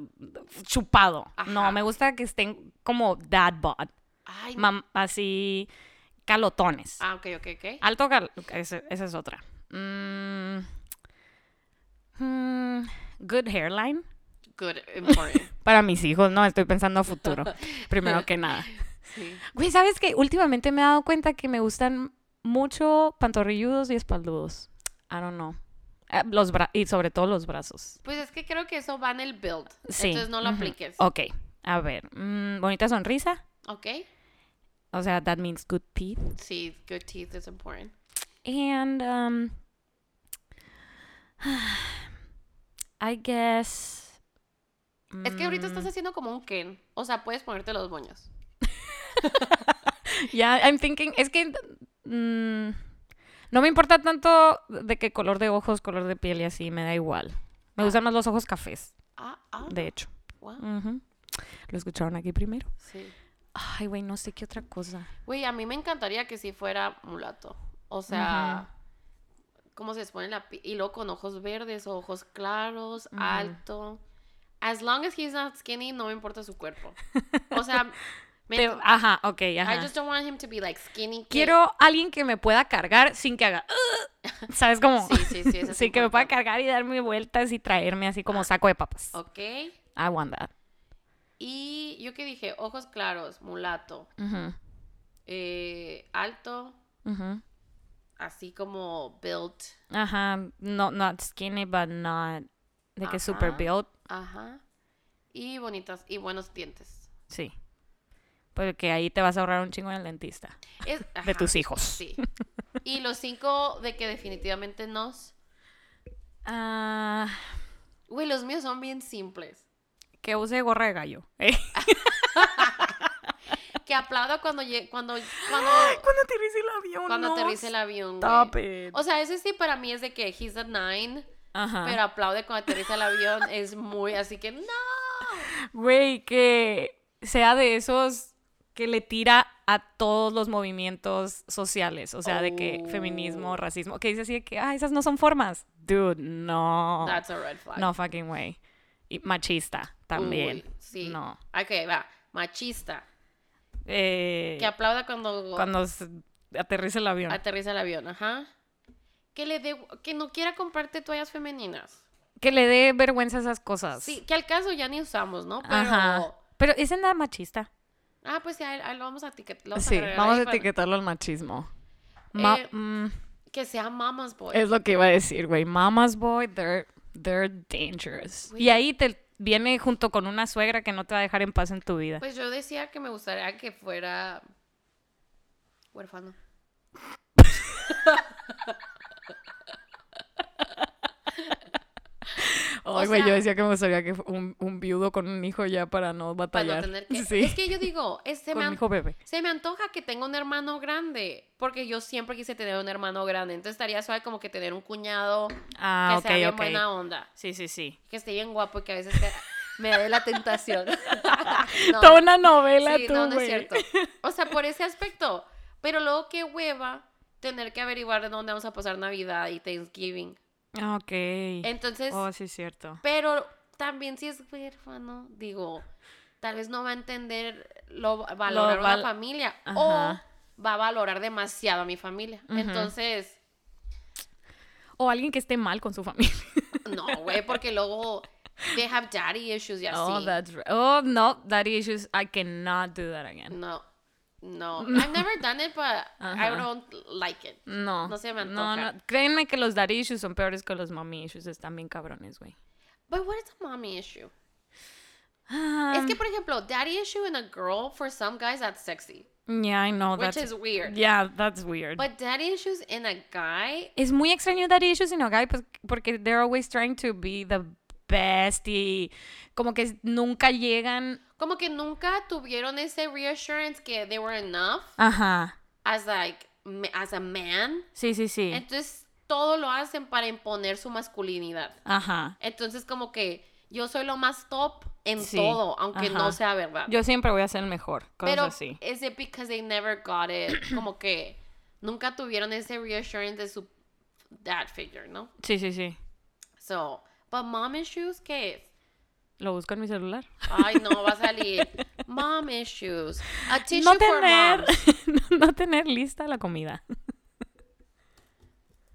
Speaker 2: chupado.
Speaker 1: Ajá.
Speaker 2: No, me gusta que estén como dad bod,
Speaker 1: Ay, no.
Speaker 2: mam- así calotones.
Speaker 1: Ah, ok, ok, ok.
Speaker 2: Alto cal... ese- Esa es otra. Mm. Mm, good hairline.
Speaker 1: Good, important.
Speaker 2: Para mis hijos, no, estoy pensando a futuro, primero que nada.
Speaker 1: Sí.
Speaker 2: Güey, ¿sabes qué? Últimamente me he dado cuenta que me gustan mucho pantorrilludos y espaldudos. I don't know. Eh, Los bra- y sobre todo los brazos.
Speaker 1: [laughs] Pues es que creo que eso va en el build.
Speaker 2: Sí.
Speaker 1: Entonces no lo
Speaker 2: ujú.
Speaker 1: apliques.
Speaker 2: Ok, a ver. mm, bonita sonrisa.
Speaker 1: Ok.
Speaker 2: O sea, that means good teeth.
Speaker 1: Sí, good teeth is important.
Speaker 2: And, um, [sighs] I guess...
Speaker 1: Mm. Es que ahorita estás haciendo como un Ken. O sea, puedes ponerte los moños.
Speaker 2: Ya, I'm thinking, es que mm, no me importa tanto de qué color de ojos, color de piel y así, me da igual. Me gustan más los ojos cafés,
Speaker 1: Ah, ah,
Speaker 2: de hecho.
Speaker 1: wow,
Speaker 2: Ujú. Lo escucharon aquí primero.
Speaker 1: sí.
Speaker 2: Ay, güey, no sé qué otra cosa.
Speaker 1: Güey, a mí me encantaría que si fuera mulato. O sea, cómo se expone la piel. Y luego con ojos verdes o ojos claros, alto. As long as he's not skinny, no me importa su
Speaker 2: [laughs]
Speaker 1: cuerpo. O sea, me-
Speaker 2: Te- ajá, ok,
Speaker 1: I
Speaker 2: ajá.
Speaker 1: just don't want him to be like skinny. kid.
Speaker 2: Quiero alguien que me pueda cargar sin que haga... [laughs] "Ugh", ¿Sabes cómo?
Speaker 1: Sí, sí,
Speaker 2: [laughs]
Speaker 1: sí, eso es
Speaker 2: que me pueda
Speaker 1: importante.
Speaker 2: cargar y darme vueltas y traerme así como saco de papas.
Speaker 1: Ok.
Speaker 2: I want that.
Speaker 1: Y yo que dije, ojos claros, mulato,
Speaker 2: Ujú,
Speaker 1: eh, alto,
Speaker 2: ujú.
Speaker 1: así como built.
Speaker 2: Ajá, no, not skinny, but not... De que super
Speaker 1: Ajá.
Speaker 2: built.
Speaker 1: Ajá. Y bonitas y buenos dientes.
Speaker 2: Sí. Porque ahí te vas a ahorrar un chingo en el dentista.
Speaker 1: Es-
Speaker 2: De
Speaker 1: ajá,
Speaker 2: tus hijos.
Speaker 1: Sí. Y los cinco de que definitivamente nos.
Speaker 2: Ah,
Speaker 1: Güey, los míos son bien simples.
Speaker 2: que use gorra de gallo. [laughs] ¿eh?
Speaker 1: Que aplaudo cuando lle- cuando cuando
Speaker 2: [gasps] Cuando aterrice el avión.
Speaker 1: cuando
Speaker 2: no,
Speaker 1: aterrice el avión. güey.
Speaker 2: Stop it.
Speaker 1: O sea, ese sí para mí es de que he's a nine,
Speaker 2: Ajá.
Speaker 1: pero aplaude cuando aterriza el avión es muy así que no.
Speaker 2: Güey, que sea de esos que le tira a todos los movimientos sociales. O sea, de que
Speaker 1: Oh.
Speaker 2: feminismo, racismo. Que dice así de que, ah, esas no son formas. Dude, no.
Speaker 1: That's a red flag.
Speaker 2: No fucking way. Y machista también.
Speaker 1: Uy, sí.
Speaker 2: No.
Speaker 1: Ok, va. Machista.
Speaker 2: Eh,
Speaker 1: Que aplauda cuando,
Speaker 2: cuando se- aterriza el avión.
Speaker 1: aterriza el avión, ajá. Que le dé, que no quiera comprarte toallas femeninas.
Speaker 2: Que le dé vergüenza esas cosas.
Speaker 1: Sí, que al caso ya ni usamos, ¿no? Pero,
Speaker 2: Ajá. Pero es nada machista.
Speaker 1: ah, pues sí, ahí- ahí lo vamos a etiquetar.
Speaker 2: Sí, vamos a etiquetarlo al machismo. Ma-
Speaker 1: Eh,
Speaker 2: mm,
Speaker 1: Que sea mamas boy.
Speaker 2: es lo que iba a decir, güey. Mamas boy, they're, they're dangerous. Y ahí te viene junto con una suegra que no te va a dejar en paz en tu vida.
Speaker 1: Pues yo decía que me gustaría que fuera huérfano. o
Speaker 2: Ay, güey, yo
Speaker 1: sea-
Speaker 2: decía que me gustaría que fu- un, un viudo con un hijo ya para no
Speaker 1: Para no
Speaker 2: batallar.
Speaker 1: tener que...
Speaker 2: [laughs] Sí,
Speaker 1: Es que yo digo, este
Speaker 2: con
Speaker 1: man...
Speaker 2: un hijo bebé.
Speaker 1: Se me antoja que tenga un hermano grande, porque yo siempre quise tener un hermano grande. Entonces estaría suave como que tener un cuñado
Speaker 2: Ah,
Speaker 1: que sea
Speaker 2: ok,
Speaker 1: bien
Speaker 2: ok.
Speaker 1: buena onda,
Speaker 2: Sí, sí, sí.
Speaker 1: que esté bien guapo y que a veces te- me dé la tentación. [laughs] no,
Speaker 2: Toda una novela
Speaker 1: sí,
Speaker 2: tú,
Speaker 1: no, no es
Speaker 2: güey.
Speaker 1: cierto. O sea, por ese aspecto. Pero luego qué hueva tener que averiguar de dónde vamos a pasar Navidad y Thanksgiving.
Speaker 2: Ah, Ok.
Speaker 1: Entonces,
Speaker 2: Oh, sí, es cierto.
Speaker 1: pero también si es huérfano, digo, tal vez no va a entender lo valorar
Speaker 2: Lo
Speaker 1: una
Speaker 2: val-
Speaker 1: familia
Speaker 2: Ajá.
Speaker 1: o va a valorar demasiado a mi familia. Entonces,
Speaker 2: O alguien que esté mal con su familia.
Speaker 1: [laughs] no, güey, porque luego they have daddy issues y
Speaker 2: Oh,
Speaker 1: así.
Speaker 2: that's right. Oh, no, daddy issues. I cannot do that again.
Speaker 1: No.
Speaker 2: [laughs]
Speaker 1: No, I've never done it, but I
Speaker 2: Ajá. Mm.
Speaker 1: don't like it.
Speaker 2: No.
Speaker 1: No se me
Speaker 2: No,
Speaker 1: antoja.
Speaker 2: no. Créeme que los daddy issues son peores que los mommy issues. Están bien cabrones, güey.
Speaker 1: But what is a mommy issue?
Speaker 2: Ah,
Speaker 1: es que, por ejemplo, daddy issue in a girl, for some guys, that's sexy,
Speaker 2: [sighs] Yeah, I know.
Speaker 1: which
Speaker 2: that's,
Speaker 1: is weird. Pues
Speaker 2: Yeah, that's weird.
Speaker 1: But daddy issues in a guy,
Speaker 2: es muy extraño daddy issues y no guy pues, porque they're always trying to be the best y como que nunca llegan.
Speaker 1: como que nunca tuvieron ese reassurance que they were enough
Speaker 2: Ajá.
Speaker 1: as like ma- as a man.
Speaker 2: Sí, sí, sí.
Speaker 1: Entonces todo lo hacen para imponer su masculinidad.
Speaker 2: Ajá.
Speaker 1: Entonces como que yo soy lo más top en
Speaker 2: Sí,
Speaker 1: todo, aunque no
Speaker 2: ajá.
Speaker 1: sea verdad.
Speaker 2: Yo siempre voy a ser el mejor. Cosas
Speaker 1: Pero
Speaker 2: así.
Speaker 1: es it because they never got it,
Speaker 2: [clears throat]
Speaker 1: como que nunca tuvieron ese reassurance de su dad figure, ¿no?
Speaker 2: Sí, sí, sí.
Speaker 1: So, but mom issues qué es?
Speaker 2: Lo busco en mi celular.
Speaker 1: Ay, no, va a salir. Mom issues. A tissue
Speaker 2: no
Speaker 1: for
Speaker 2: tener,
Speaker 1: moms.
Speaker 2: [laughs] no, no tener lista la comida.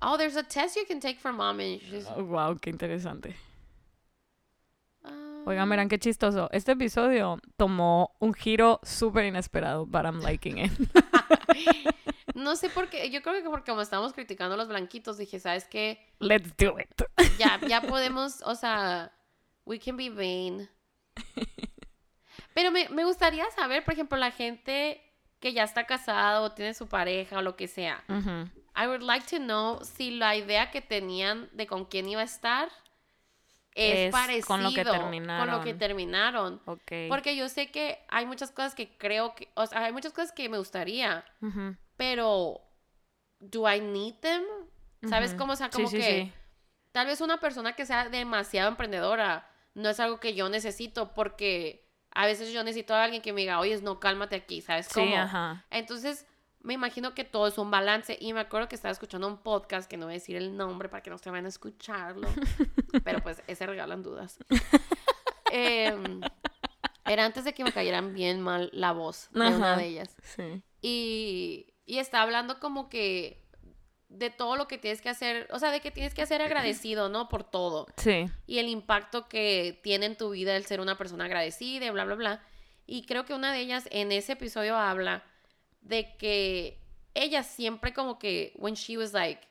Speaker 1: Oh, there's a test you can take for mom issues.
Speaker 2: wow, qué interesante.
Speaker 1: Ah,
Speaker 2: Oigan, verán qué chistoso. Este episodio tomó un giro súper inesperado, but I'm
Speaker 1: [laughs]
Speaker 2: liking it.
Speaker 1: no sé por qué. Yo creo que porque como estábamos criticando a los blanquitos, dije, ¿sabes qué?
Speaker 2: Let's do it.
Speaker 1: Ya,
Speaker 2: [laughs]
Speaker 1: ya podemos, o sea, we can be vain. Pero me, me gustaría saber, por ejemplo, la gente que ya está casada o tiene su pareja o lo que sea.
Speaker 2: Ujú.
Speaker 1: I would like to know si la idea que tenían de con quién iba a estar es,
Speaker 2: Es
Speaker 1: parecido
Speaker 2: con lo que
Speaker 1: Con lo que
Speaker 2: terminaron.
Speaker 1: terminaron.
Speaker 2: Ok.
Speaker 1: Porque yo sé que hay muchas cosas que creo que, o sea, hay muchas cosas que me gustaría,
Speaker 2: Ujú.
Speaker 1: pero ¿do I need them? ¿Sabes
Speaker 2: Ujú.
Speaker 1: cómo? O sea,
Speaker 2: Sí,
Speaker 1: como
Speaker 2: sí,
Speaker 1: que
Speaker 2: sí.
Speaker 1: tal vez una persona que sea demasiado emprendedora no es algo que yo necesito porque a veces yo necesito a alguien que me diga, oye, no, cálmate aquí, ¿sabes
Speaker 2: Sí,
Speaker 1: cómo?
Speaker 2: ajá.
Speaker 1: Entonces, me imagino que todo es un balance. Y me acuerdo que estaba escuchando un podcast, que no voy a decir el nombre para que no se vayan a escucharlo, pero pues ese regalan dudas. Em, era antes de que me cayeran bien mal la voz de una
Speaker 2: Ajá.
Speaker 1: de ellas.
Speaker 2: Sí.
Speaker 1: Y, y está hablando como que de todo lo que tienes que hacer, o sea, de que tienes que ser agradecido, ¿no? Por todo
Speaker 2: Sí.
Speaker 1: y el impacto que tiene en tu vida el ser una persona agradecida, y bla, bla, bla. Y creo que una de ellas en ese episodio habla de que ella siempre como que, when she was like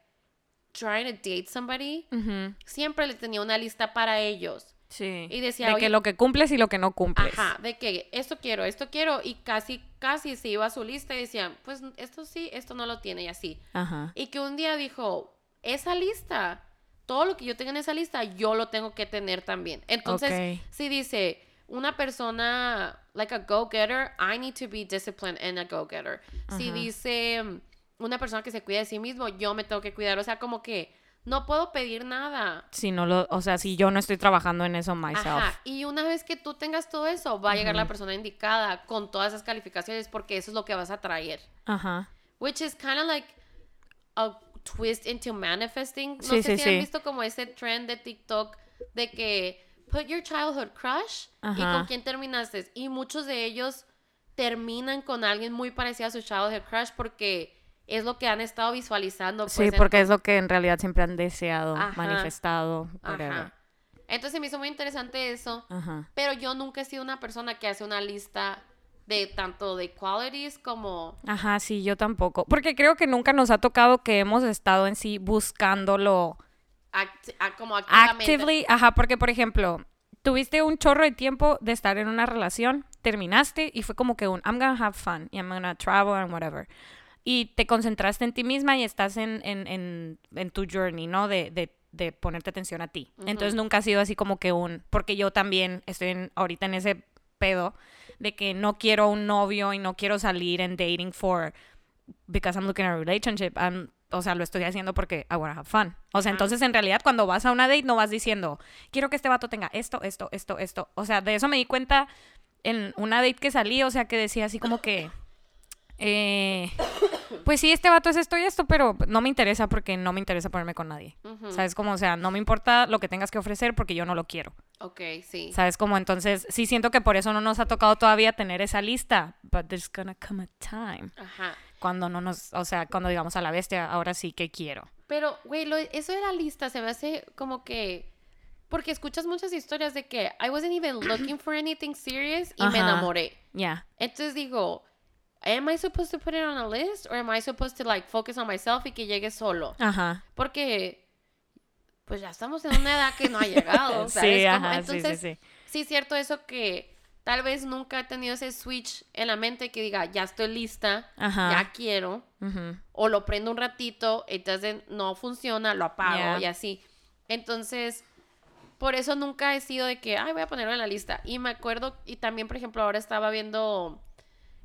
Speaker 1: trying to date somebody,
Speaker 2: Ujú.
Speaker 1: siempre le tenía una lista para ellos.
Speaker 2: Sí.
Speaker 1: Y decía,
Speaker 2: de
Speaker 1: oye-
Speaker 2: que lo que cumples y lo que no cumples.
Speaker 1: Ajá, de que esto quiero, esto quiero, y casi, casi se iba a su lista y decía, pues esto sí, esto no lo tiene, y así.
Speaker 2: Ajá.
Speaker 1: Y que un día dijo, esa lista, todo lo que yo tenga en esa lista, yo lo tengo que tener también. Entonces,
Speaker 2: Ok.
Speaker 1: si dice, una persona, like a go-getter, I need to be disciplined and a go-getter. Si
Speaker 2: Ajá.
Speaker 1: dice, mm, una persona que se cuida de sí mismo, yo me tengo que cuidar. O sea, como que no puedo pedir nada.
Speaker 2: Si no lo, o sea, si yo no estoy trabajando en eso myself.
Speaker 1: Ajá. Y una vez que tú tengas todo eso, va a llegar la persona indicada con todas esas calificaciones porque eso es lo que vas a traer.
Speaker 2: Ajá.
Speaker 1: Which is kind of like a twist into manifesting. No
Speaker 2: Sí,
Speaker 1: sé si
Speaker 2: sí, sí.
Speaker 1: han visto como ese trend de TikTok de que put your childhood crush y
Speaker 2: Ajá.
Speaker 1: con quién terminaste. Y muchos de ellos terminan con alguien muy parecido a su childhood crush porque es lo que han estado visualizando. Pues,
Speaker 2: Sí, porque es lo que en realidad siempre han deseado,
Speaker 1: Ajá.
Speaker 2: manifestado,
Speaker 1: entonces-
Speaker 2: whatever. Ah.
Speaker 1: Ajá. Entonces me hizo muy interesante eso.
Speaker 2: Ajá.
Speaker 1: Pero yo nunca he sido una persona que hace una lista de tanto de qualities como...
Speaker 2: Ajá, sí, yo tampoco. Porque creo que nunca nos ha tocado que hemos estado en sí buscándolo
Speaker 1: act- a- como activamente.
Speaker 2: actively. Ajá, porque por ejemplo, tuviste un chorro de tiempo de estar en una relación, terminaste y fue como que un I'm gonna have fun y I'm gonna travel and whatever. Y te concentraste en ti misma y estás en, en, en, en tu journey, ¿no? De, de, de ponerte atención a ti. Entonces nunca ha sido así como que un. Porque yo también estoy en- ahorita en ese pedo de que no quiero un novio y no quiero salir en dating for because I'm looking at a relationship, I'm- o sea, lo estoy haciendo porque I wanna have fun. O sea, entonces en realidad cuando vas a una date no vas diciendo, quiero que este vato tenga esto, esto, esto, esto. O sea, de eso me di cuenta en una date que salí, o sea, que decía así como que, eh, pues sí, este vato es esto y esto, pero no me interesa porque no me interesa ponerme con nadie.
Speaker 1: Ujú.
Speaker 2: ¿Sabes? Como, o sea, no me importa lo que tengas que ofrecer porque yo no lo quiero.
Speaker 1: Ok, sí.
Speaker 2: ¿Sabes? Como entonces, sí siento que por eso no nos ha tocado todavía tener esa lista. But there's gonna come a time
Speaker 1: Ajá.
Speaker 2: cuando no nos, o sea, cuando digamos a la bestia, ahora sí que quiero.
Speaker 1: Pero, güey, lo- eso de la lista se me hace como que... Porque escuchas muchas historias de que I wasn't even looking for anything serious y me
Speaker 2: Ajá.
Speaker 1: enamoré.
Speaker 2: Ya.
Speaker 1: Entonces digo, am I supposed to put it on a list or am I supposed to like focus on myself y que llegue solo?
Speaker 2: Ajá.
Speaker 1: Porque pues ya estamos en una edad que no ha llegado,
Speaker 2: Eh, [laughs] Sí,
Speaker 1: ¿sabes? Como-
Speaker 2: ajá, sí, sí,
Speaker 1: entonces,
Speaker 2: sí.
Speaker 1: es cierto eso que tal vez nunca he tenido ese switch en la mente que diga, ya estoy lista,
Speaker 2: Ajá.
Speaker 1: ya quiero.
Speaker 2: Ujú.
Speaker 1: o lo prendo un ratito, entonces no funciona, lo apago
Speaker 2: Ya.
Speaker 1: y así. Entonces, por eso nunca he sido de que, ay, voy a ponerlo en la lista. Y me acuerdo, y también, por ejemplo, ahora estaba viendo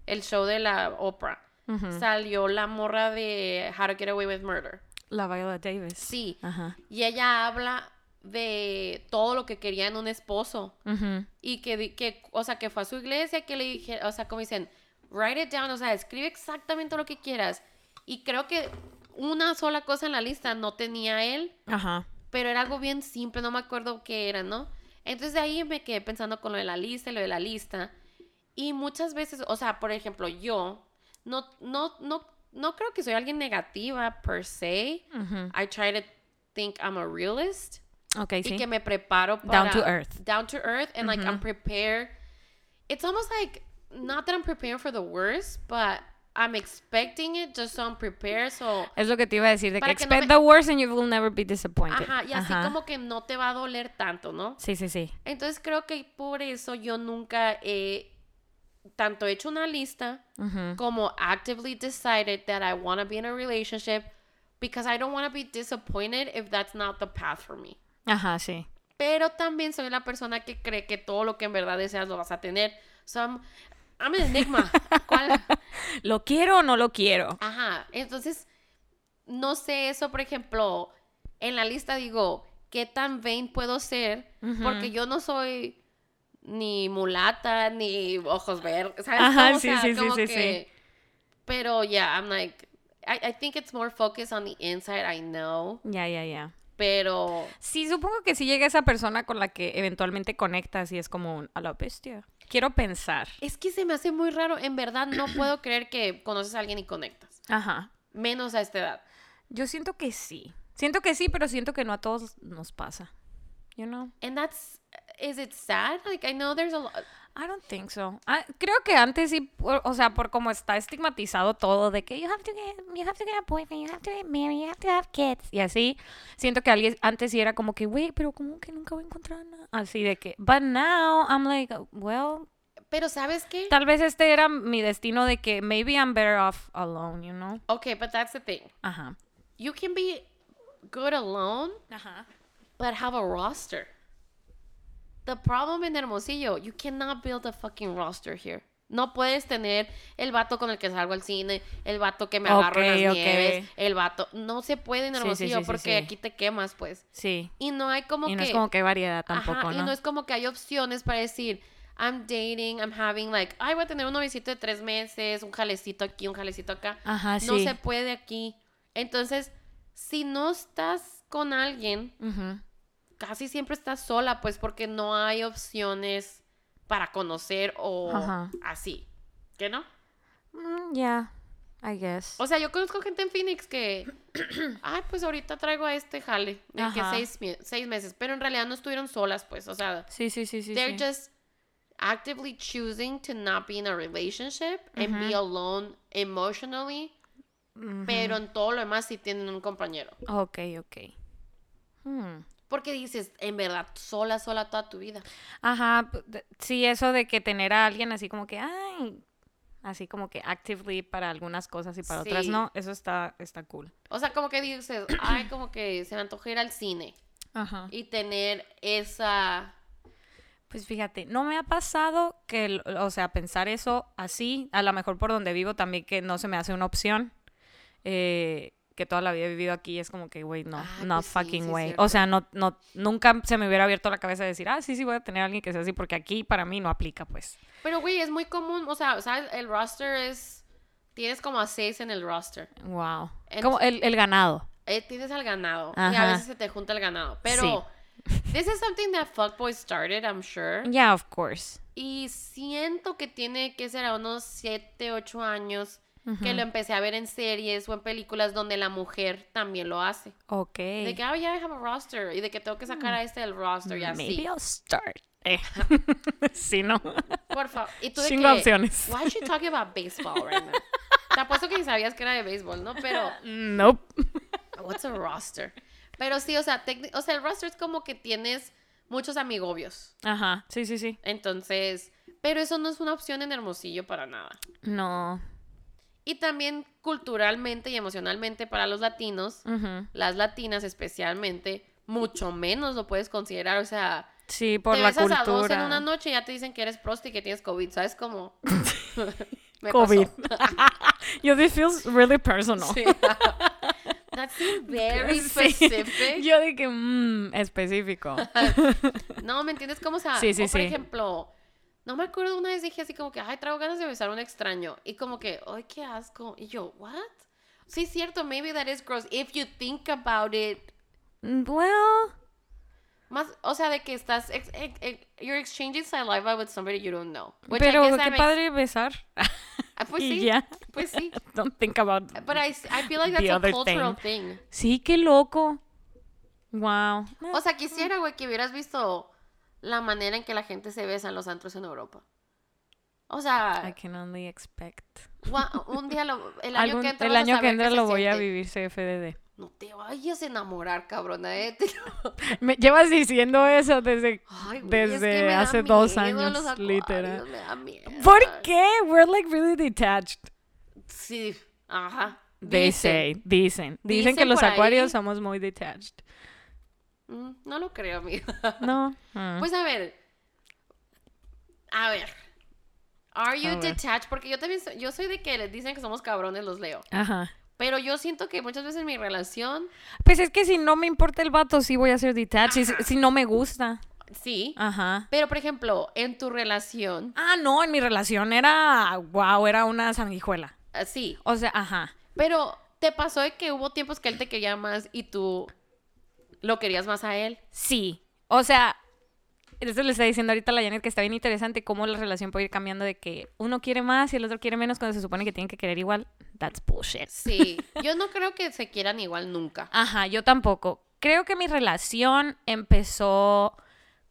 Speaker 1: el show de la Oprah.
Speaker 2: Ujú.
Speaker 1: Salió la morra de How to Get Away with Murder.
Speaker 2: La Viola Davis.
Speaker 1: Sí.
Speaker 2: Ajá.
Speaker 1: Y ella habla de todo lo que quería en un esposo.
Speaker 2: Ujú.
Speaker 1: Y que, di- que, o sea, que fue a su iglesia, que le dije, o sea, como dicen, write it down, o sea, escribe exactamente lo que quieras. Y creo que una sola cosa en la lista no tenía él,
Speaker 2: Ajá.
Speaker 1: pero era algo bien simple, no me acuerdo qué era, ¿no? Entonces de ahí me quedé pensando con lo de la lista y lo de la lista. Y muchas veces, o sea, por ejemplo, yo no, no, no, no creo que soy alguien negativa per se.
Speaker 2: Ujú.
Speaker 1: I try to think I'm a realist
Speaker 2: Ok,
Speaker 1: y
Speaker 2: sí.
Speaker 1: que me preparo para
Speaker 2: Down to earth.
Speaker 1: down to earth and like I'm prepared it's almost like not that I'm preparing for the worst but I'm expecting it just so I'm prepared so
Speaker 2: Es lo que te iba a decir, de que
Speaker 1: Para que no
Speaker 2: expect
Speaker 1: me-
Speaker 2: the worst and you will never be disappointed.
Speaker 1: ajá y así como que no te va a doler tanto ¿no?
Speaker 2: Sí, sí, sí.
Speaker 1: entonces creo que por eso yo nunca he tanto hecho una lista
Speaker 2: Ujú.
Speaker 1: como actively decided that I want to be in a relationship because I don't want to be disappointed if that's not the path for me
Speaker 2: Ajá, sí.
Speaker 1: Pero también soy la persona que cree que todo lo que en verdad deseas lo vas a tener. So, I'm, I'm an
Speaker 2: [laughs]
Speaker 1: enigma. ¿Cuál?
Speaker 2: ¿Lo quiero o no lo quiero?
Speaker 1: Ajá. Entonces, no sé eso, por ejemplo, en la lista digo, ¿qué tan vain puedo ser?
Speaker 2: Ujú.
Speaker 1: Porque yo no soy ni mulata, ni ojos verdes, ¿sabes?
Speaker 2: Ajá,
Speaker 1: Como, o
Speaker 2: sí,
Speaker 1: sea,
Speaker 2: sí, sí,
Speaker 1: como
Speaker 2: sí,
Speaker 1: que- Pero yeah, I'm like, I, I think it's more focused on the inside, I know,
Speaker 2: Ya, ya, ya.
Speaker 1: pero...
Speaker 2: Sí, supongo que sí llega esa persona con la que eventualmente conectas y es como un, a la bestia. Quiero pensar.
Speaker 1: Es que se me hace muy raro, en verdad
Speaker 2: [clears throat]
Speaker 1: no puedo creer que conoces a alguien y conectas,
Speaker 2: Ajá.
Speaker 1: menos a esta edad.
Speaker 2: Yo siento que sí. Siento que sí, pero siento que no a todos nos pasa. You know?
Speaker 1: And that's, is it sad? Like, I know there's a lot...
Speaker 2: I don't think so. Ah, creo que antes sí, por- o sea, por cómo está estigmatizado todo de que you have to get, you have to get a boyfriend, you have to get married, you have to have kids y así. Siento que alguien antes sí era como que, güey, pero como que nunca voy a encontrar nada. Así de que, but now I'm like, well,
Speaker 1: Pero ¿sabes qué?
Speaker 2: tal vez este era mi destino de que maybe I'm better off alone, you know.
Speaker 1: Okay, but that's the thing.
Speaker 2: Ajá.
Speaker 1: You can be good alone,
Speaker 2: Ajá.
Speaker 1: but have a roster. The problem in Hermosillo, you cannot build a fucking roster here. No puedes tener el vato con el que salgo al cine, el vato que me agarro en las
Speaker 2: Ok, ok.
Speaker 1: nieves, el vato. No se puede en
Speaker 2: Sí, sí,
Speaker 1: Hermosillo
Speaker 2: sí, sí,
Speaker 1: porque
Speaker 2: sí.
Speaker 1: aquí te quemas, pues.
Speaker 2: Sí.
Speaker 1: Y no hay como
Speaker 2: y
Speaker 1: que.
Speaker 2: no es como que hay variedad tampoco,
Speaker 1: Ajá,
Speaker 2: ¿no?
Speaker 1: Y no es como que hay opciones para decir, I'm dating, I'm having, like, ay, voy a tener un novicito de tres meses, un jalecito aquí, un jalecito acá.
Speaker 2: Ajá,
Speaker 1: No
Speaker 2: Ah, sí.
Speaker 1: se puede aquí. Entonces, si no estás con alguien,
Speaker 2: Ujú.
Speaker 1: casi siempre estás sola, pues, porque no hay opciones para conocer o
Speaker 2: Ajá.
Speaker 1: así. ¿Qué no?
Speaker 2: Mm, yeah, I guess.
Speaker 1: O sea, yo conozco gente en Phoenix que, [clears throat] ay, pues ahorita traigo a este jale, de que
Speaker 2: Ajá.
Speaker 1: seis, mie- seis meses, pero en realidad no estuvieron solas, pues, o sea,
Speaker 2: sí, sí, sí, sí.
Speaker 1: they're
Speaker 2: sí.
Speaker 1: just actively choosing to not be in a relationship and be alone emotionally,
Speaker 2: Ujú.
Speaker 1: pero en todo lo demás sí tienen un compañero.
Speaker 2: Ok, ok. Hmm.
Speaker 1: Porque dices, en verdad, sola, sola toda tu vida.
Speaker 2: Ajá, p- de- sí, eso de que tener a alguien así como que, ay, así como que actively para algunas cosas y para otras
Speaker 1: Sí.
Speaker 2: no, eso está, está cool.
Speaker 1: O sea, como que
Speaker 2: [clears throat]
Speaker 1: dices, ay, como que se me antoja ir al cine
Speaker 2: Ajá.
Speaker 1: y tener esa...
Speaker 2: Pues fíjate, no me ha pasado que, el- o sea, pensar eso así, a lo mejor por donde vivo también que no se me hace una opción, eh, que toda la vida he vivido aquí, es como que, güey, no,
Speaker 1: Ah,
Speaker 2: no
Speaker 1: pues sí,
Speaker 2: fucking
Speaker 1: sí es
Speaker 2: way.
Speaker 1: cierto.
Speaker 2: O sea, no, no, nunca se me hubiera abierto la cabeza de decir, ah, sí, sí, voy a tener a alguien que sea así, porque aquí para mí no aplica, pues.
Speaker 1: Pero, güey, es muy común, o sea, ¿sabes? El roster es... Tienes como a seis en el roster.
Speaker 2: Wow.
Speaker 1: Ent-
Speaker 2: Como el, el ganado.
Speaker 1: Eh, tienes al ganado. Y a
Speaker 2: Ajá.
Speaker 1: veces se te junta el ganado. Pero... This is something that fuckboy started, I'm sure.
Speaker 2: Yeah, of course.
Speaker 1: Y siento que tiene que ser a unos 7, 8 años que lo empecé a ver en series o en películas donde la mujer también lo hace.
Speaker 2: Ok.
Speaker 1: De que, oh, yeah, I have a roster. Y de que tengo que sacar a este del roster y así.
Speaker 2: Mm. Maybe I'll start. Eh. [laughs]
Speaker 1: [laughs]
Speaker 2: sí, no.
Speaker 1: Por favor. Y tú de
Speaker 2: Chingo
Speaker 1: que,
Speaker 2: opciones.
Speaker 1: Why is she talking about baseball right
Speaker 2: [laughs]
Speaker 1: now? Te apuesto que ni sabías que era de béisbol, ¿no? Pero,
Speaker 2: Nope.
Speaker 1: what's a roster? Pero sí, o sea, tecni- o sea, el roster es como que tienes muchos amigobios.
Speaker 2: Ajá. Sí, sí, sí.
Speaker 1: Entonces, pero eso no es una opción en Hermosillo para nada.
Speaker 2: No.
Speaker 1: Y también culturalmente y emocionalmente para los latinos,
Speaker 2: Ujú.
Speaker 1: las latinas especialmente, mucho menos lo puedes considerar. O sea,
Speaker 2: Sí, por
Speaker 1: te
Speaker 2: la
Speaker 1: besas a dos en
Speaker 2: cultura.
Speaker 1: una noche y ya te dicen que eres prosti y que tienes COVID. ¿Sabes
Speaker 2: [laughs]
Speaker 1: cómo? Me
Speaker 2: COVID.
Speaker 1: pasó. [laughs]
Speaker 2: [laughs] Yo, this feels really personal.
Speaker 1: Sí.
Speaker 2: [laughs]
Speaker 1: That seems very
Speaker 2: Sí.
Speaker 1: specific.
Speaker 2: Yo de que,
Speaker 1: [laughs]
Speaker 2: mm, específico.
Speaker 1: No, ¿me entiendes cómo? O sea,
Speaker 2: Sí, sí,
Speaker 1: o por
Speaker 2: sí.
Speaker 1: ejemplo, no me acuerdo una vez dije así como que, ay, traigo ganas de besar a un extraño. Y como que, ay, qué asco. Y yo, what? Sí, es cierto, maybe that is gross. If you think about it.
Speaker 2: well,
Speaker 1: Más, o sea, de que estás, ex- ex- ex- you're exchanging saliva with somebody you don't know. Which I
Speaker 2: pero
Speaker 1: guess
Speaker 2: qué
Speaker 1: that makes-
Speaker 2: padre besar. [laughs]
Speaker 1: Ah, pues
Speaker 2: y
Speaker 1: sí,
Speaker 2: ya.
Speaker 1: pues sí.
Speaker 2: Don't think about.
Speaker 1: But I, s- I feel like
Speaker 2: The
Speaker 1: that's a
Speaker 2: other
Speaker 1: cultural thing.
Speaker 2: Sí, qué loco. Wow.
Speaker 1: O sea, quisiera, güey, que hubieras visto la manera en que la gente se besa en los antros en Europa. O
Speaker 2: I
Speaker 1: sea,
Speaker 2: can only expect.
Speaker 1: gua- un día,
Speaker 2: [laughs]
Speaker 1: lo- el año
Speaker 2: Algún-
Speaker 1: que entra,
Speaker 2: el
Speaker 1: vas a
Speaker 2: año que
Speaker 1: saber qué
Speaker 2: entra
Speaker 1: se
Speaker 2: lo voy a
Speaker 1: siente.
Speaker 2: vivir CFDD.
Speaker 1: No te vayas a enamorar, cabrona, eh. Te-
Speaker 2: Me llevas diciendo eso desde,
Speaker 1: [laughs] Ay, güey, es que
Speaker 2: desde
Speaker 1: me da
Speaker 2: hace dos
Speaker 1: miedo los
Speaker 2: años,
Speaker 1: acuarios,
Speaker 2: literal.
Speaker 1: me da miedo.
Speaker 2: ¿Por qué? We're like really detached.
Speaker 1: Sí, ajá.
Speaker 2: They
Speaker 1: Dicen.
Speaker 2: say, dicen. Dicen,
Speaker 1: Dicen
Speaker 2: que los
Speaker 1: por ahí.
Speaker 2: acuarios somos muy detached.
Speaker 1: Mm, no lo creo, amigo. [laughs]
Speaker 2: No. Mm.
Speaker 1: Pues a ver. A ver. Are you
Speaker 2: A ver.
Speaker 1: detached? Porque yo también so- yo soy de que les dicen que somos cabrones, los leo.
Speaker 2: Ajá.
Speaker 1: Pero yo siento que muchas veces mi relación,
Speaker 2: Pues es que si no me importa el vato, sí voy a ser detached. Si, si no me gusta.
Speaker 1: sí.
Speaker 2: Ajá.
Speaker 1: Pero por ejemplo, en tu relación,
Speaker 2: Ah, no, en mi relación era, wow, era una sanguijuela.
Speaker 1: ah, sí.
Speaker 2: O sea, ajá.
Speaker 1: Pero te pasó de que hubo tiempos que él te quería más y tú lo querías más a él.
Speaker 2: Sí. O sea, eso le está diciendo ahorita a la Janet que está bien interesante cómo la relación puede ir cambiando de que uno quiere más y el otro quiere menos cuando se supone que tienen que querer igual. That's bullshit. [laughs]
Speaker 1: Sí. Yo no creo que se quieran igual nunca.
Speaker 2: Ajá, yo tampoco. Creo que mi relación empezó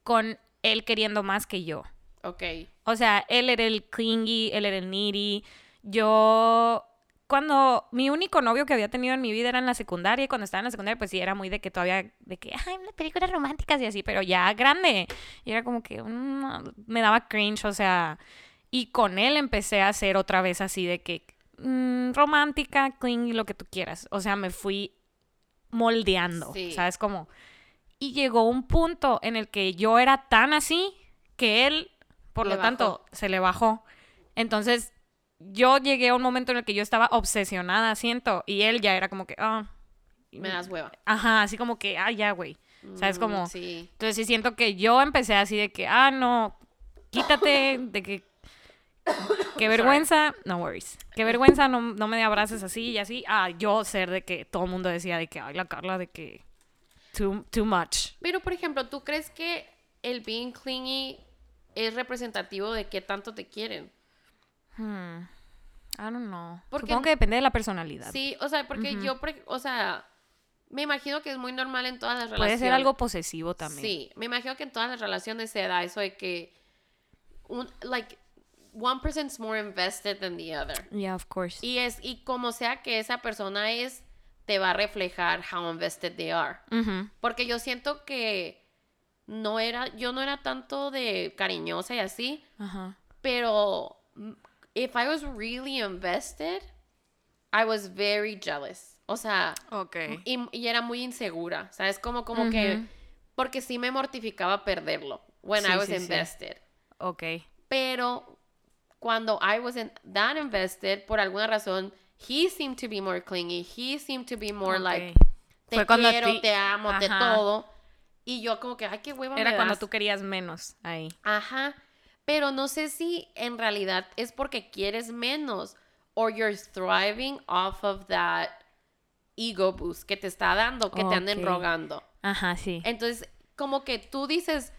Speaker 2: con él queriendo más que yo.
Speaker 1: Ok.
Speaker 2: O sea, él era el clingy, él era el needy. Yo, cuando mi único novio que había tenido en mi vida era en la secundaria, y cuando estaba en la secundaria, pues sí, era muy de que todavía, de que, ay, las películas románticas y así, pero ya grande. Y era como que mm, me daba cringe, o sea. Y con él empecé a ser otra vez así de que mm, romántica, clingy, lo que tú quieras. O sea, me fui moldeando,
Speaker 1: Sí.
Speaker 2: ¿sabes? Como. Y llegó un punto en el que yo era tan así que él, por
Speaker 1: Le
Speaker 2: lo tanto, se le bajó. Entonces, yo llegué a un momento en el que yo estaba obsesionada, siento, y él ya era como que, ah.
Speaker 1: Me das hueva.
Speaker 2: Ajá, así como que, ah, ya, güey. ¿Sabes
Speaker 1: Mm,
Speaker 2: cómo?
Speaker 1: Sí.
Speaker 2: Entonces, sí siento que yo empecé así de que, ah, no, quítate, de que. Qué vergüenza, no worries. Qué vergüenza, no, no me abraces así y así. Ah, yo ser de que todo el mundo decía de que, ay, la Carla, de que. Too, too much.
Speaker 1: Pero por ejemplo, ¿tú crees que el being clingy es representativo de qué tanto te quieren?
Speaker 2: Hmm. I don't know.
Speaker 1: Porque-
Speaker 2: Supongo que depende de la personalidad.
Speaker 1: Sí, o sea, porque yo, pre- o sea, me imagino que es muy normal en todas las
Speaker 2: Puede
Speaker 1: relaciones.
Speaker 2: ser algo posesivo también.
Speaker 1: Sí, me imagino que en todas las relaciones se da eso de que un like one person's more invested than the other.
Speaker 2: Yeah, of course.
Speaker 1: Y es y como sea que esa persona es te va a reflejar how invested they are.
Speaker 2: Ujú.
Speaker 1: Porque yo siento que no era yo no era tanto de cariñosa y así,
Speaker 2: Ajá.
Speaker 1: pero mm, if I was really invested, I was very jealous. O sea,
Speaker 2: Ok.
Speaker 1: y, y era muy insegura, ¿sabes? Como, como que...
Speaker 2: Ujú.
Speaker 1: Porque sí me mortificaba perderlo when
Speaker 2: Sí,
Speaker 1: I was
Speaker 2: sí, sí.
Speaker 1: invested.
Speaker 2: Ok.
Speaker 1: Pero cuando I wasn't that invested, por alguna razón, he seemed to be more clingy. He seemed to be more
Speaker 2: Ok.
Speaker 1: like, te
Speaker 2: Fue cuando a
Speaker 1: quiero,
Speaker 2: ti-
Speaker 1: te amo, te
Speaker 2: Ajá.
Speaker 1: todo. Y yo como que, ay, qué hueva
Speaker 2: Era
Speaker 1: me
Speaker 2: cuando
Speaker 1: das".
Speaker 2: tú querías menos ahí.
Speaker 1: Ajá. Pero no sé si en realidad es porque quieres menos or you're thriving off of that ego boost que te está dando, que te anden
Speaker 2: Ok.
Speaker 1: rogando.
Speaker 2: Ajá, sí.
Speaker 1: Entonces, como que tú dices,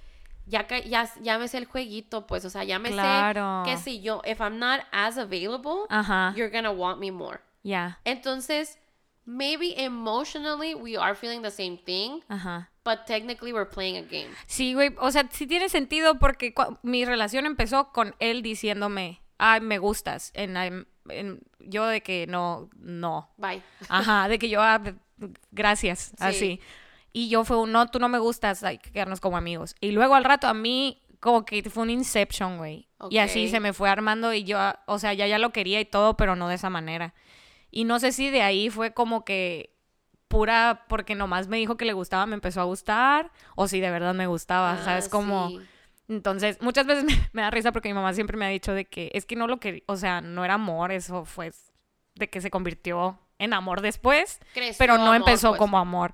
Speaker 1: ya, ca- ya, ya me sé el jueguito, pues, o sea, ya me
Speaker 2: Claro.
Speaker 1: sé que si yo, if I'm not as available,
Speaker 2: Ajá. Ya.
Speaker 1: you're gonna want me more. Entonces, maybe emotionally we are feeling the same thing,
Speaker 2: Ajá.
Speaker 1: but technically we're playing a game.
Speaker 2: Sí, güey. O sea, sí tiene sentido porque cua- mi relación empezó con él diciéndome, ay, me gustas. En, en- en- yo de que no, no.
Speaker 1: Bye.
Speaker 2: Ajá, de que yo, ah, de- gracias, así. Y yo fue un, no, tú no me gustas, hay que quedarnos como amigos. Y luego al rato a mí, como que fue un inception, güey. Y así
Speaker 1: Ok.
Speaker 2: se me fue armando y yo, ah, o sea, ya ya lo quería y todo, pero no de esa manera. Y no sé si de ahí fue como que pura, porque nomás me dijo que le gustaba, me empezó a gustar, o si de verdad me gustaba,
Speaker 1: Ah,
Speaker 2: ¿sabes? Como...
Speaker 1: sí.
Speaker 2: Entonces, muchas veces [laughs] me, me da risa porque mi mamá siempre me ha dicho de que es que no lo que, o sea, no era amor, eso fue de que se convirtió en amor después,
Speaker 1: Creció
Speaker 2: pero no
Speaker 1: amor,
Speaker 2: empezó
Speaker 1: pues.
Speaker 2: como amor.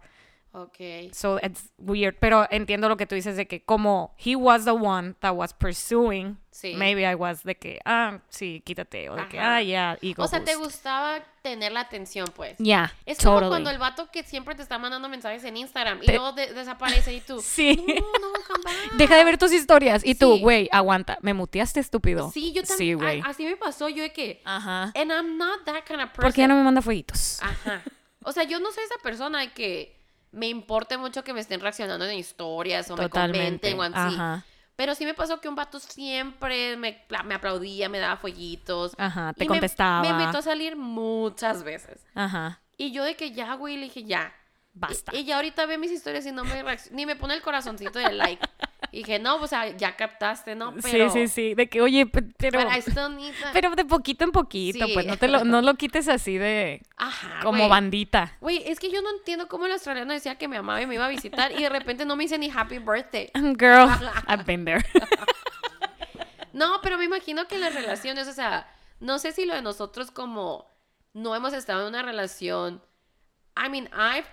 Speaker 1: Ok.
Speaker 2: So it's weird, pero entiendo lo que tú dices de que como he was the one that was pursuing,
Speaker 1: Sí.
Speaker 2: maybe I was de que ah, sí, quítate o de que
Speaker 1: Ajá.
Speaker 2: ah, ya, yeah, ego
Speaker 1: O sea, te
Speaker 2: boost.
Speaker 1: gustaba tener la atención, pues.
Speaker 2: Yeah,
Speaker 1: Es
Speaker 2: totally.
Speaker 1: como cuando el vato que siempre te está mandando mensajes en Instagram y
Speaker 2: Te-
Speaker 1: luego de- desaparece y tú.
Speaker 2: [laughs] [laughs] Sí.
Speaker 1: No, no, come back".
Speaker 2: Deja de ver tus historias y tú,
Speaker 1: Sí.
Speaker 2: güey, aguanta, me muteaste estúpido.
Speaker 1: Sí, yo
Speaker 2: Sí,
Speaker 1: también. a-
Speaker 2: güey.
Speaker 1: así me pasó yo de que.
Speaker 2: Ajá.
Speaker 1: And I'm not that kind of person.
Speaker 2: ¿Por qué ya no me manda fueguitos?
Speaker 1: Ajá. O sea, yo no soy esa persona de que me importe mucho que me estén reaccionando en historias o
Speaker 2: Totalmente.
Speaker 1: me comenten o así.
Speaker 2: Ajá.
Speaker 1: Pero sí me pasó que un vato siempre me, pla- me aplaudía, me daba follitos.
Speaker 2: Ajá, te
Speaker 1: y me-
Speaker 2: contestaba.
Speaker 1: Me, invitó a salir muchas veces.
Speaker 2: Ajá.
Speaker 1: Y yo de que ya, güey, le dije ya.
Speaker 2: Basta.
Speaker 1: Y, y ya ahorita ve mis historias y no me reacc- ni me pone el corazoncito de like. [laughs] Y dije, no, o sea, ya captaste, ¿no?
Speaker 2: Sí,
Speaker 1: Pero,
Speaker 2: sí, sí. De que, oye, pe- pero.
Speaker 1: Pero I still need that.
Speaker 2: Pero de poquito en poquito,
Speaker 1: Sí.
Speaker 2: pues no, te lo, no lo quites así de.
Speaker 1: Ajá,
Speaker 2: Como
Speaker 1: güey.
Speaker 2: bandita. [laughs]
Speaker 1: Güey, es que yo no entiendo cómo el australiano decía que me amaba y me iba a visitar y de repente no me dice ni happy birthday.
Speaker 2: Girl, I've been
Speaker 1: [laughs]
Speaker 2: there.
Speaker 1: No, pero me imagino que en las relaciones, o sea, no sé si lo de nosotros como no hemos estado en una relación. I mean, I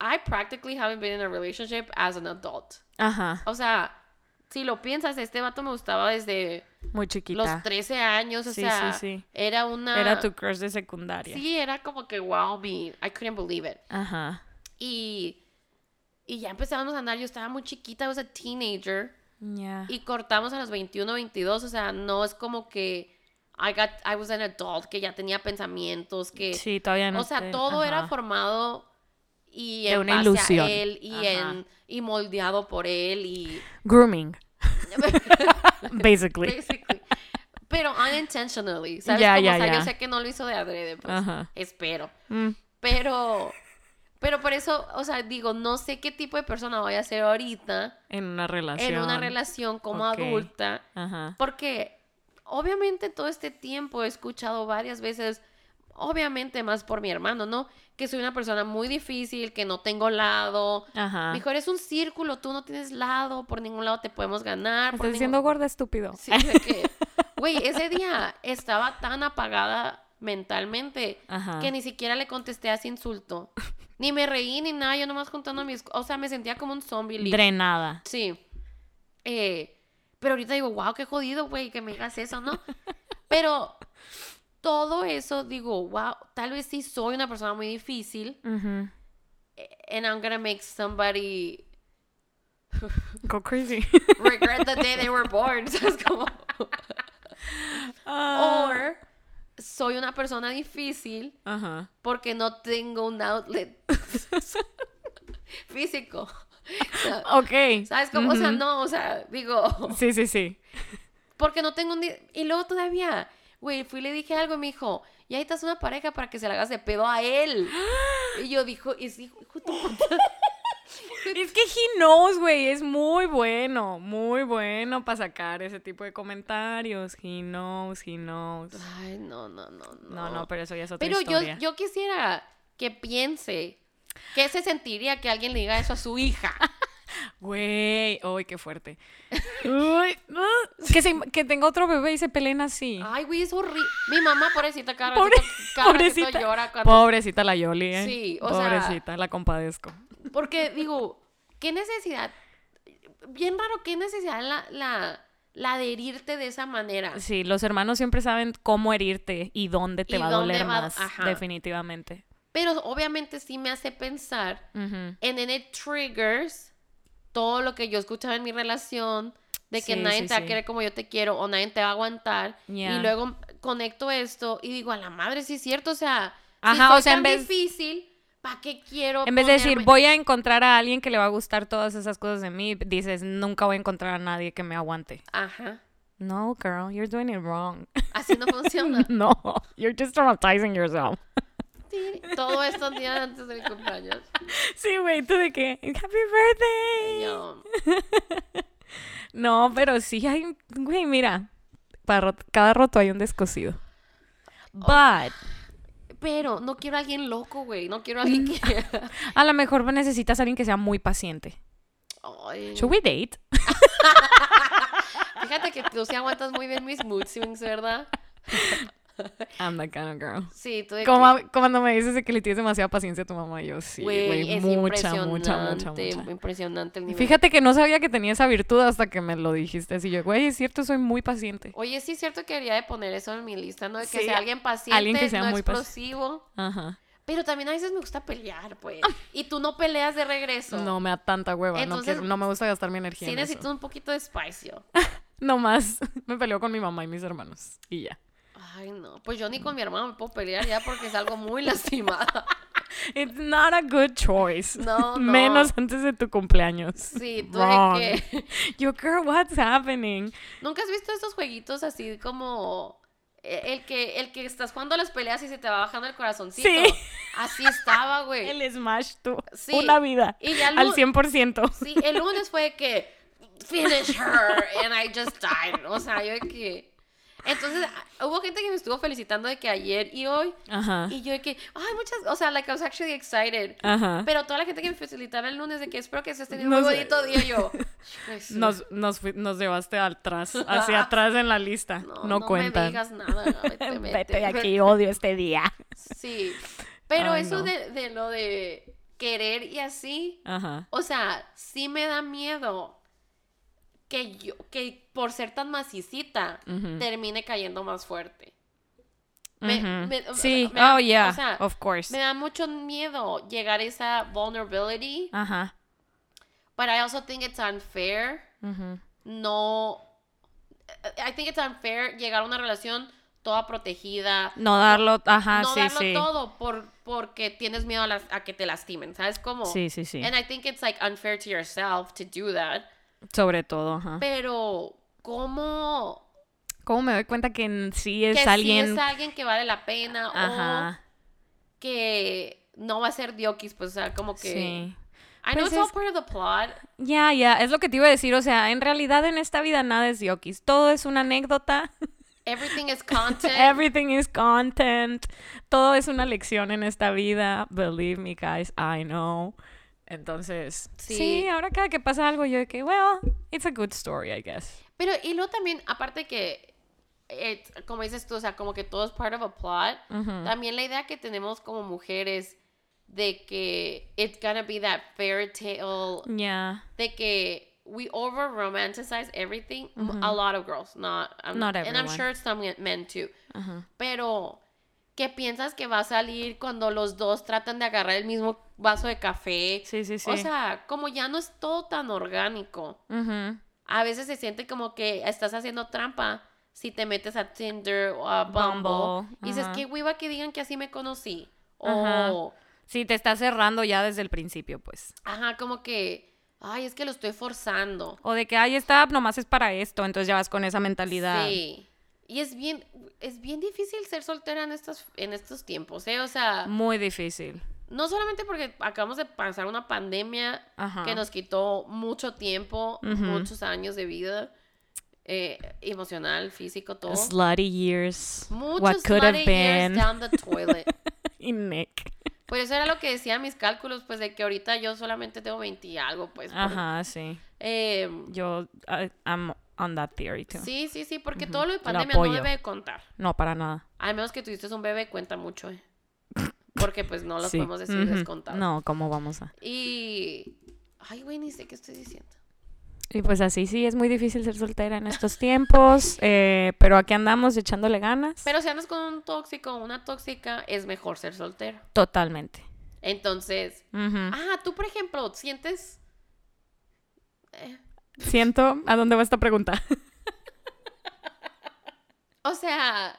Speaker 1: I practically haven't been in a relationship as an adult.
Speaker 2: Ajá.
Speaker 1: O sea, si lo piensas, este vato me gustaba desde
Speaker 2: Muy chiquita.
Speaker 1: los 13 años, o
Speaker 2: Sí,
Speaker 1: sea,
Speaker 2: sí, sí.
Speaker 1: era una
Speaker 2: Era tu crush de secundaria.
Speaker 1: Sí, era como que wow, me, I couldn't believe it.
Speaker 2: Ajá.
Speaker 1: Y y ya empezábamos a andar, yo estaba muy chiquita, I was a teenager.
Speaker 2: Ya.
Speaker 1: y cortamos a los 21, 22, o sea, no es como que I got I was an adult que ya tenía pensamientos que
Speaker 2: Sí, todavía no.
Speaker 1: o sea,
Speaker 2: te-
Speaker 1: todo era
Speaker 2: ajá.
Speaker 1: formado y
Speaker 2: De
Speaker 1: en
Speaker 2: una
Speaker 1: base
Speaker 2: ilusión.
Speaker 1: a él y
Speaker 2: Ajá.
Speaker 1: en y moldeado por él
Speaker 2: [laughs]
Speaker 1: y [laughs]
Speaker 2: Grooming, basically.
Speaker 1: basically. Pero unintentionally, ¿sabes?
Speaker 2: Ya,
Speaker 1: Como,
Speaker 2: ya,
Speaker 1: o sea,
Speaker 2: ya.
Speaker 1: yo sé que no lo hizo de adrede, pues,
Speaker 2: Ajá.
Speaker 1: espero.
Speaker 2: Mm.
Speaker 1: Pero pero por eso, o sea, digo, no sé qué tipo de persona voy a ser ahorita
Speaker 2: En una relación.
Speaker 1: en una relación como
Speaker 2: Ok.
Speaker 1: adulta.
Speaker 2: Ajá.
Speaker 1: Porque obviamente todo este tiempo he escuchado varias veces, obviamente más por mi hermano, ¿no? Que soy una persona muy difícil, que no tengo lado.
Speaker 2: Ajá.
Speaker 1: Mejor es un círculo, tú no tienes lado, por ningún lado te podemos ganar. por
Speaker 2: Estás
Speaker 1: ningún-
Speaker 2: diciendo gorda estúpido.
Speaker 1: "Ah, Sí,
Speaker 2: [laughs]
Speaker 1: de que, güey, ese día estaba tan apagada mentalmente
Speaker 2: Ajá.
Speaker 1: que ni siquiera le contesté a ese insulto. Ni me reí ni nada, yo nomás contando mis... O sea, me sentía como un zombie. Lee.
Speaker 2: Drenada.
Speaker 1: Sí. Eh, pero ahorita digo, wow, qué jodido, güey, que me digas eso, ¿no? Pero todo eso, digo, wow, tal vez sí soy una persona muy difícil.
Speaker 2: Ujú.
Speaker 1: eh, And I'm gonna make somebody
Speaker 2: Go
Speaker 1: [laughs]
Speaker 2: crazy.
Speaker 1: regret the day they were born. [laughs] ¿sabes cómo?
Speaker 2: Ah.
Speaker 1: Or soy una persona difícil
Speaker 2: Ajá.
Speaker 1: porque no tengo un
Speaker 2: [laughs]
Speaker 1: outlet físico.
Speaker 2: Ok.
Speaker 1: ¿Sabes cómo? O sea,
Speaker 2: Ujú.
Speaker 1: no, o sea, digo.
Speaker 2: Sí, sí, sí.
Speaker 1: Porque no tengo un... di- Y luego todavía, güey, fui y le dije algo y me dijo, ya estás una pareja para que se la hagas de pedo a
Speaker 2: [gasps]
Speaker 1: él. Y yo dijo, y sí, hijo de tu puta.
Speaker 2: Es que he knows, güey. Es muy bueno. Muy bueno para sacar ese tipo de comentarios. He knows, he knows.
Speaker 1: Ay, no, no, no, no.
Speaker 2: No, no, pero eso ya es otra
Speaker 1: Pero yo,
Speaker 2: historia.
Speaker 1: yo quisiera que piense qué se sentiría que alguien le diga eso a su hija.
Speaker 2: Güey, uy,
Speaker 1: [laughs]
Speaker 2: qué fuerte. Uy, ah, que, se- que tenga otro bebé y se peleen así. [laughs]
Speaker 1: Ay, güey, es horrible. Mi mamá, pobrecita, Ah, cada
Speaker 2: Pobre-
Speaker 1: ratito, cada ratito
Speaker 2: pobrecita.
Speaker 1: llora cuando...
Speaker 2: Pobrecita la Yoli, ¿eh?
Speaker 1: Sí, o sea-
Speaker 2: Pobrecita, la compadezco.
Speaker 1: Porque digo, ¿qué necesidad? Bien raro, ¿qué necesidad la, la, la de herirte de esa manera?
Speaker 2: Sí, los hermanos siempre saben cómo herirte y dónde te
Speaker 1: Y
Speaker 2: va a
Speaker 1: dónde
Speaker 2: doler
Speaker 1: va-
Speaker 2: más,
Speaker 1: ajá.
Speaker 2: definitivamente.
Speaker 1: Pero obviamente sí me hace pensar
Speaker 2: Ujú.
Speaker 1: en it triggers todo lo que yo escuchaba en mi relación de que
Speaker 2: Sí,
Speaker 1: nadie
Speaker 2: sí,
Speaker 1: te va
Speaker 2: sí.
Speaker 1: a querer como yo te quiero o nadie te va a aguantar
Speaker 2: Ya.
Speaker 1: y luego conecto esto y digo a la madre sí es cierto o sea
Speaker 2: Ajá,
Speaker 1: si soy
Speaker 2: o sea,
Speaker 1: tan
Speaker 2: en vez-
Speaker 1: difícil para qué quiero
Speaker 2: En vez de decir,
Speaker 1: ponerme-
Speaker 2: voy a encontrar a alguien que le va a gustar todas esas cosas de mí, dices, nunca voy a encontrar a nadie que me aguante.
Speaker 1: ajá
Speaker 2: No, girl, you're doing it wrong. [laughs]
Speaker 1: así no funciona
Speaker 2: no, you're just traumatizing yourself.
Speaker 1: Sí, todo esto un día antes de mi cumpleaños
Speaker 2: Sí, güey, tú de qué? Happy birthday.
Speaker 1: Yo,
Speaker 2: No, pero sí hay, güey, mira, para rot- cada roto hay un descosido. But
Speaker 1: pero no quiero a alguien loco güey no quiero a alguien
Speaker 2: [laughs]
Speaker 1: que
Speaker 2: a lo mejor necesitas a alguien que sea muy paciente.
Speaker 1: Ay.
Speaker 2: Should we date?
Speaker 1: fíjate que tú sí aguantas muy bien mis mood swings verdad
Speaker 2: I'm that kind of girl.
Speaker 1: sí tú de
Speaker 2: [laughs] Como, como cuando me dices de que le tienes demasiada paciencia a tu mamá, yo sí,
Speaker 1: Güey,
Speaker 2: güey,
Speaker 1: es
Speaker 2: mucha, mucha, mucha,
Speaker 1: impresionante,
Speaker 2: mucha.
Speaker 1: impresionante el nivel.
Speaker 2: Fíjate que no sabía que tenía esa virtud hasta que me lo dijiste. Así yo, güey, es cierto, soy muy paciente.
Speaker 1: Oye, sí es cierto que debería de poner eso en mi lista, ¿no? De que
Speaker 2: Sí,
Speaker 1: sea alguien paciente,
Speaker 2: alguien que sea
Speaker 1: no
Speaker 2: muy paci-
Speaker 1: explosivo.
Speaker 2: Ajá.
Speaker 1: Pero también a veces me gusta pelear, pues. Y tú no peleas de regreso.
Speaker 2: Ah. No me da tanta hueva, no,
Speaker 1: Entonces,
Speaker 2: quiero- no me gusta gastar mi energía.
Speaker 1: Sí
Speaker 2: en eso.
Speaker 1: necesito un poquito de espacio.
Speaker 2: No más. [laughs] Me peleó con mi mamá y mis hermanos. Y ya.
Speaker 1: Ay, no. Pues yo ni con mi hermano me puedo pelear ya porque es algo muy [laughs] lastimada.
Speaker 2: It's not a good choice. [laughs]
Speaker 1: No, no.
Speaker 2: Menos antes de tu cumpleaños.
Speaker 1: Sí, tú
Speaker 2: [laughs] Wrong.
Speaker 1: de que...
Speaker 2: Yo, girl, what's happening?
Speaker 1: ¿Nunca has visto estos jueguitos así como... eh, El que, el que estás jugando a las peleas y se te va bajando el corazoncito?
Speaker 2: Sí.
Speaker 1: Así estaba, güey.
Speaker 2: El smash, tú.
Speaker 1: Sí.
Speaker 2: Una vida.
Speaker 1: Y ya
Speaker 2: Al
Speaker 1: lu-
Speaker 2: 100%.
Speaker 1: Sí, el lunes fue que finish her. And I just died. O sea, yo de que. Entonces, ah, hubo gente que me estuvo felicitando de que ayer y hoy.
Speaker 2: Ajá.
Speaker 1: Y yo de que, ay, muchas. O sea, like, I was actually excited.
Speaker 2: Ajá.
Speaker 1: Pero toda la gente que me felicitaba el lunes de que espero que estés teniendo
Speaker 2: Ah. No
Speaker 1: un muy
Speaker 2: sé.
Speaker 1: bonito día
Speaker 2: [laughs]
Speaker 1: yo. Jesús.
Speaker 2: Nos, nos, fui- nos llevaste atrás, hacia atrás en la lista. No,
Speaker 1: me
Speaker 2: cuentan.
Speaker 1: digas
Speaker 2: [laughs]
Speaker 1: nada. Vete, vete,
Speaker 2: Vete de aquí, odio este día.
Speaker 1: [laughs] Sí. Pero
Speaker 2: Ay,
Speaker 1: eso
Speaker 2: no.
Speaker 1: de, de lo de querer y así,
Speaker 2: Ajá.
Speaker 1: o sea, sí me da miedo que yo, que por ser tan macicita,
Speaker 2: Ujú.
Speaker 1: termine cayendo más fuerte. Me-
Speaker 2: Ujú.
Speaker 1: me- o-
Speaker 2: sí,
Speaker 1: me da-
Speaker 2: oh yeah,
Speaker 1: o sea,
Speaker 2: of course.
Speaker 1: Me da mucho miedo llegar a esa vulnerability,
Speaker 2: Ajá.
Speaker 1: but I also think it's unfair.
Speaker 2: ujú.
Speaker 1: No, eh, I think it's unfair llegar a una relación toda protegida,
Speaker 2: No darlo, ajá,
Speaker 1: no
Speaker 2: Ah, sí,
Speaker 1: darlo
Speaker 2: sí.
Speaker 1: todo por, porque tienes miedo a, las- a que te lastimen, ¿sabes cómo?
Speaker 2: Sí, sí, sí.
Speaker 1: And I think it's like unfair to yourself to do that.
Speaker 2: Sobre todo, ajá.
Speaker 1: Pero, ¿cómo?
Speaker 2: ¿Cómo me doy cuenta que en sí
Speaker 1: Que
Speaker 2: es
Speaker 1: sí
Speaker 2: alguien?
Speaker 1: es alguien que vale la pena o
Speaker 2: Ajá.
Speaker 1: que no va a ser Diokis, pues, o sea, como que.
Speaker 2: Sí.
Speaker 1: I know
Speaker 2: Pues
Speaker 1: it's all
Speaker 2: es-
Speaker 1: part of the plot.
Speaker 2: Ya, ya, es lo que te iba a decir. O sea, en realidad en esta vida nada es yokis. Todo es una anécdota.
Speaker 1: Everything is content.
Speaker 2: [laughs] Everything is content. Todo es una lección en esta vida. Believe me, guys, I know. Entonces,
Speaker 1: Sí.
Speaker 2: sí, ahora cada que pasa algo, yo de que, well, it's a good story, I guess.
Speaker 1: Pero, y luego también, aparte que. it's- como dices tú, o sea, como que todo es part of a plot.
Speaker 2: Ujú.
Speaker 1: También la idea que tenemos como mujeres de que it's gonna be that fairy tale
Speaker 2: Yeah.
Speaker 1: de que we over romanticize everything. M- A lot of girls, not I'm,
Speaker 2: Not
Speaker 1: and I'm
Speaker 2: everyone.
Speaker 1: sure some men too.
Speaker 2: Ajá.
Speaker 1: Pero ¿qué piensas que va a salir cuando los dos tratan de agarrar el mismo vaso de café?
Speaker 2: Sí, sí, sí.
Speaker 1: O sea, como ya no es todo tan orgánico.
Speaker 2: Ujú.
Speaker 1: A veces se siente como que estás haciendo trampa si te metes a Tinder o a Bumble,
Speaker 2: Bumble,
Speaker 1: y dices
Speaker 2: ajá.
Speaker 1: que hueva que digan que así me conocí.
Speaker 2: Ajá.
Speaker 1: O
Speaker 2: Sí, te está cerrando ya desde el principio, pues.
Speaker 1: ajá, como que ay, es que lo estoy forzando.
Speaker 2: O de que, ay, esta app nomás es para esto, entonces ya vas con esa mentalidad.
Speaker 1: Sí. Y es bien, es bien difícil ser soltera en estos, en estos tiempos, ¿eh? O sea,
Speaker 2: Muy difícil.
Speaker 1: no solamente porque acabamos de pasar una pandemia
Speaker 2: Ajá.
Speaker 1: que nos quitó mucho tiempo,
Speaker 2: Ujú.
Speaker 1: muchos años de vida, eh, emocional, físico, todo.
Speaker 2: Slutty years.
Speaker 1: Muchos
Speaker 2: What could have
Speaker 1: slutty years
Speaker 2: been.
Speaker 1: down the toilet.
Speaker 2: [laughs] y Nick.
Speaker 1: Por eso era lo que decían mis cálculos, pues de que ahorita yo solamente tengo 20 y algo, pues. por-
Speaker 2: Ajá, sí.
Speaker 1: Eh,
Speaker 2: Yo, I- I'm on that theory too.
Speaker 1: sí, sí, sí, porque todo lo de
Speaker 2: Lo
Speaker 1: pandemia no
Speaker 2: apoyo.
Speaker 1: debe de contar.
Speaker 2: No, para nada.
Speaker 1: Al menos que tuviste un bebé, cuenta mucho, ¿eh? Porque pues no los
Speaker 2: Sí.
Speaker 1: podemos decir
Speaker 2: Ujú.
Speaker 1: descontados.
Speaker 2: No, ¿cómo vamos a...?
Speaker 1: Y... Ay, güey, ni sé qué estoy diciendo.
Speaker 2: Y pues así sí, es muy difícil ser soltera en estos tiempos, eh, pero aquí andamos echándole ganas.
Speaker 1: Pero si andas con un tóxico o una tóxica, es mejor ser soltero.
Speaker 2: Totalmente.
Speaker 1: Entonces...
Speaker 2: Ujú.
Speaker 1: Ah, tú, por ejemplo, sientes... Eh,
Speaker 2: Siento a dónde va esta pregunta. [laughs]
Speaker 1: o sea,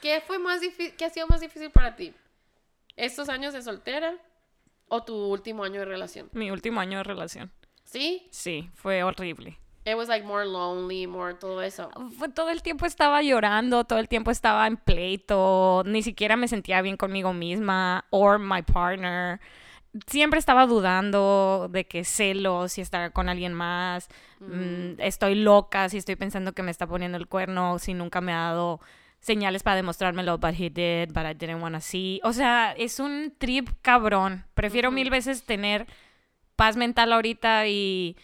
Speaker 1: ¿qué fue más difícil? ¿Qué ha sido más difícil para ti? ¿Estos años de soltera o tu último año de relación?
Speaker 2: Mi último año de relación.
Speaker 1: ¿Sí?
Speaker 2: Sí, fue horrible.
Speaker 1: It was like more lonely, more todo eso.
Speaker 2: Fue- todo el tiempo estaba llorando, todo el tiempo estaba en pleito, ni siquiera me sentía bien conmigo misma or my partner. Siempre estaba dudando de que celos si estará con alguien más, mm, estoy loca si estoy pensando que me está poniendo el cuerno, si nunca me ha dado señales para demostrármelo, but he did, but I didn't wanna see. O sea, es un trip cabrón. Prefiero mil veces tener paz mental ahorita y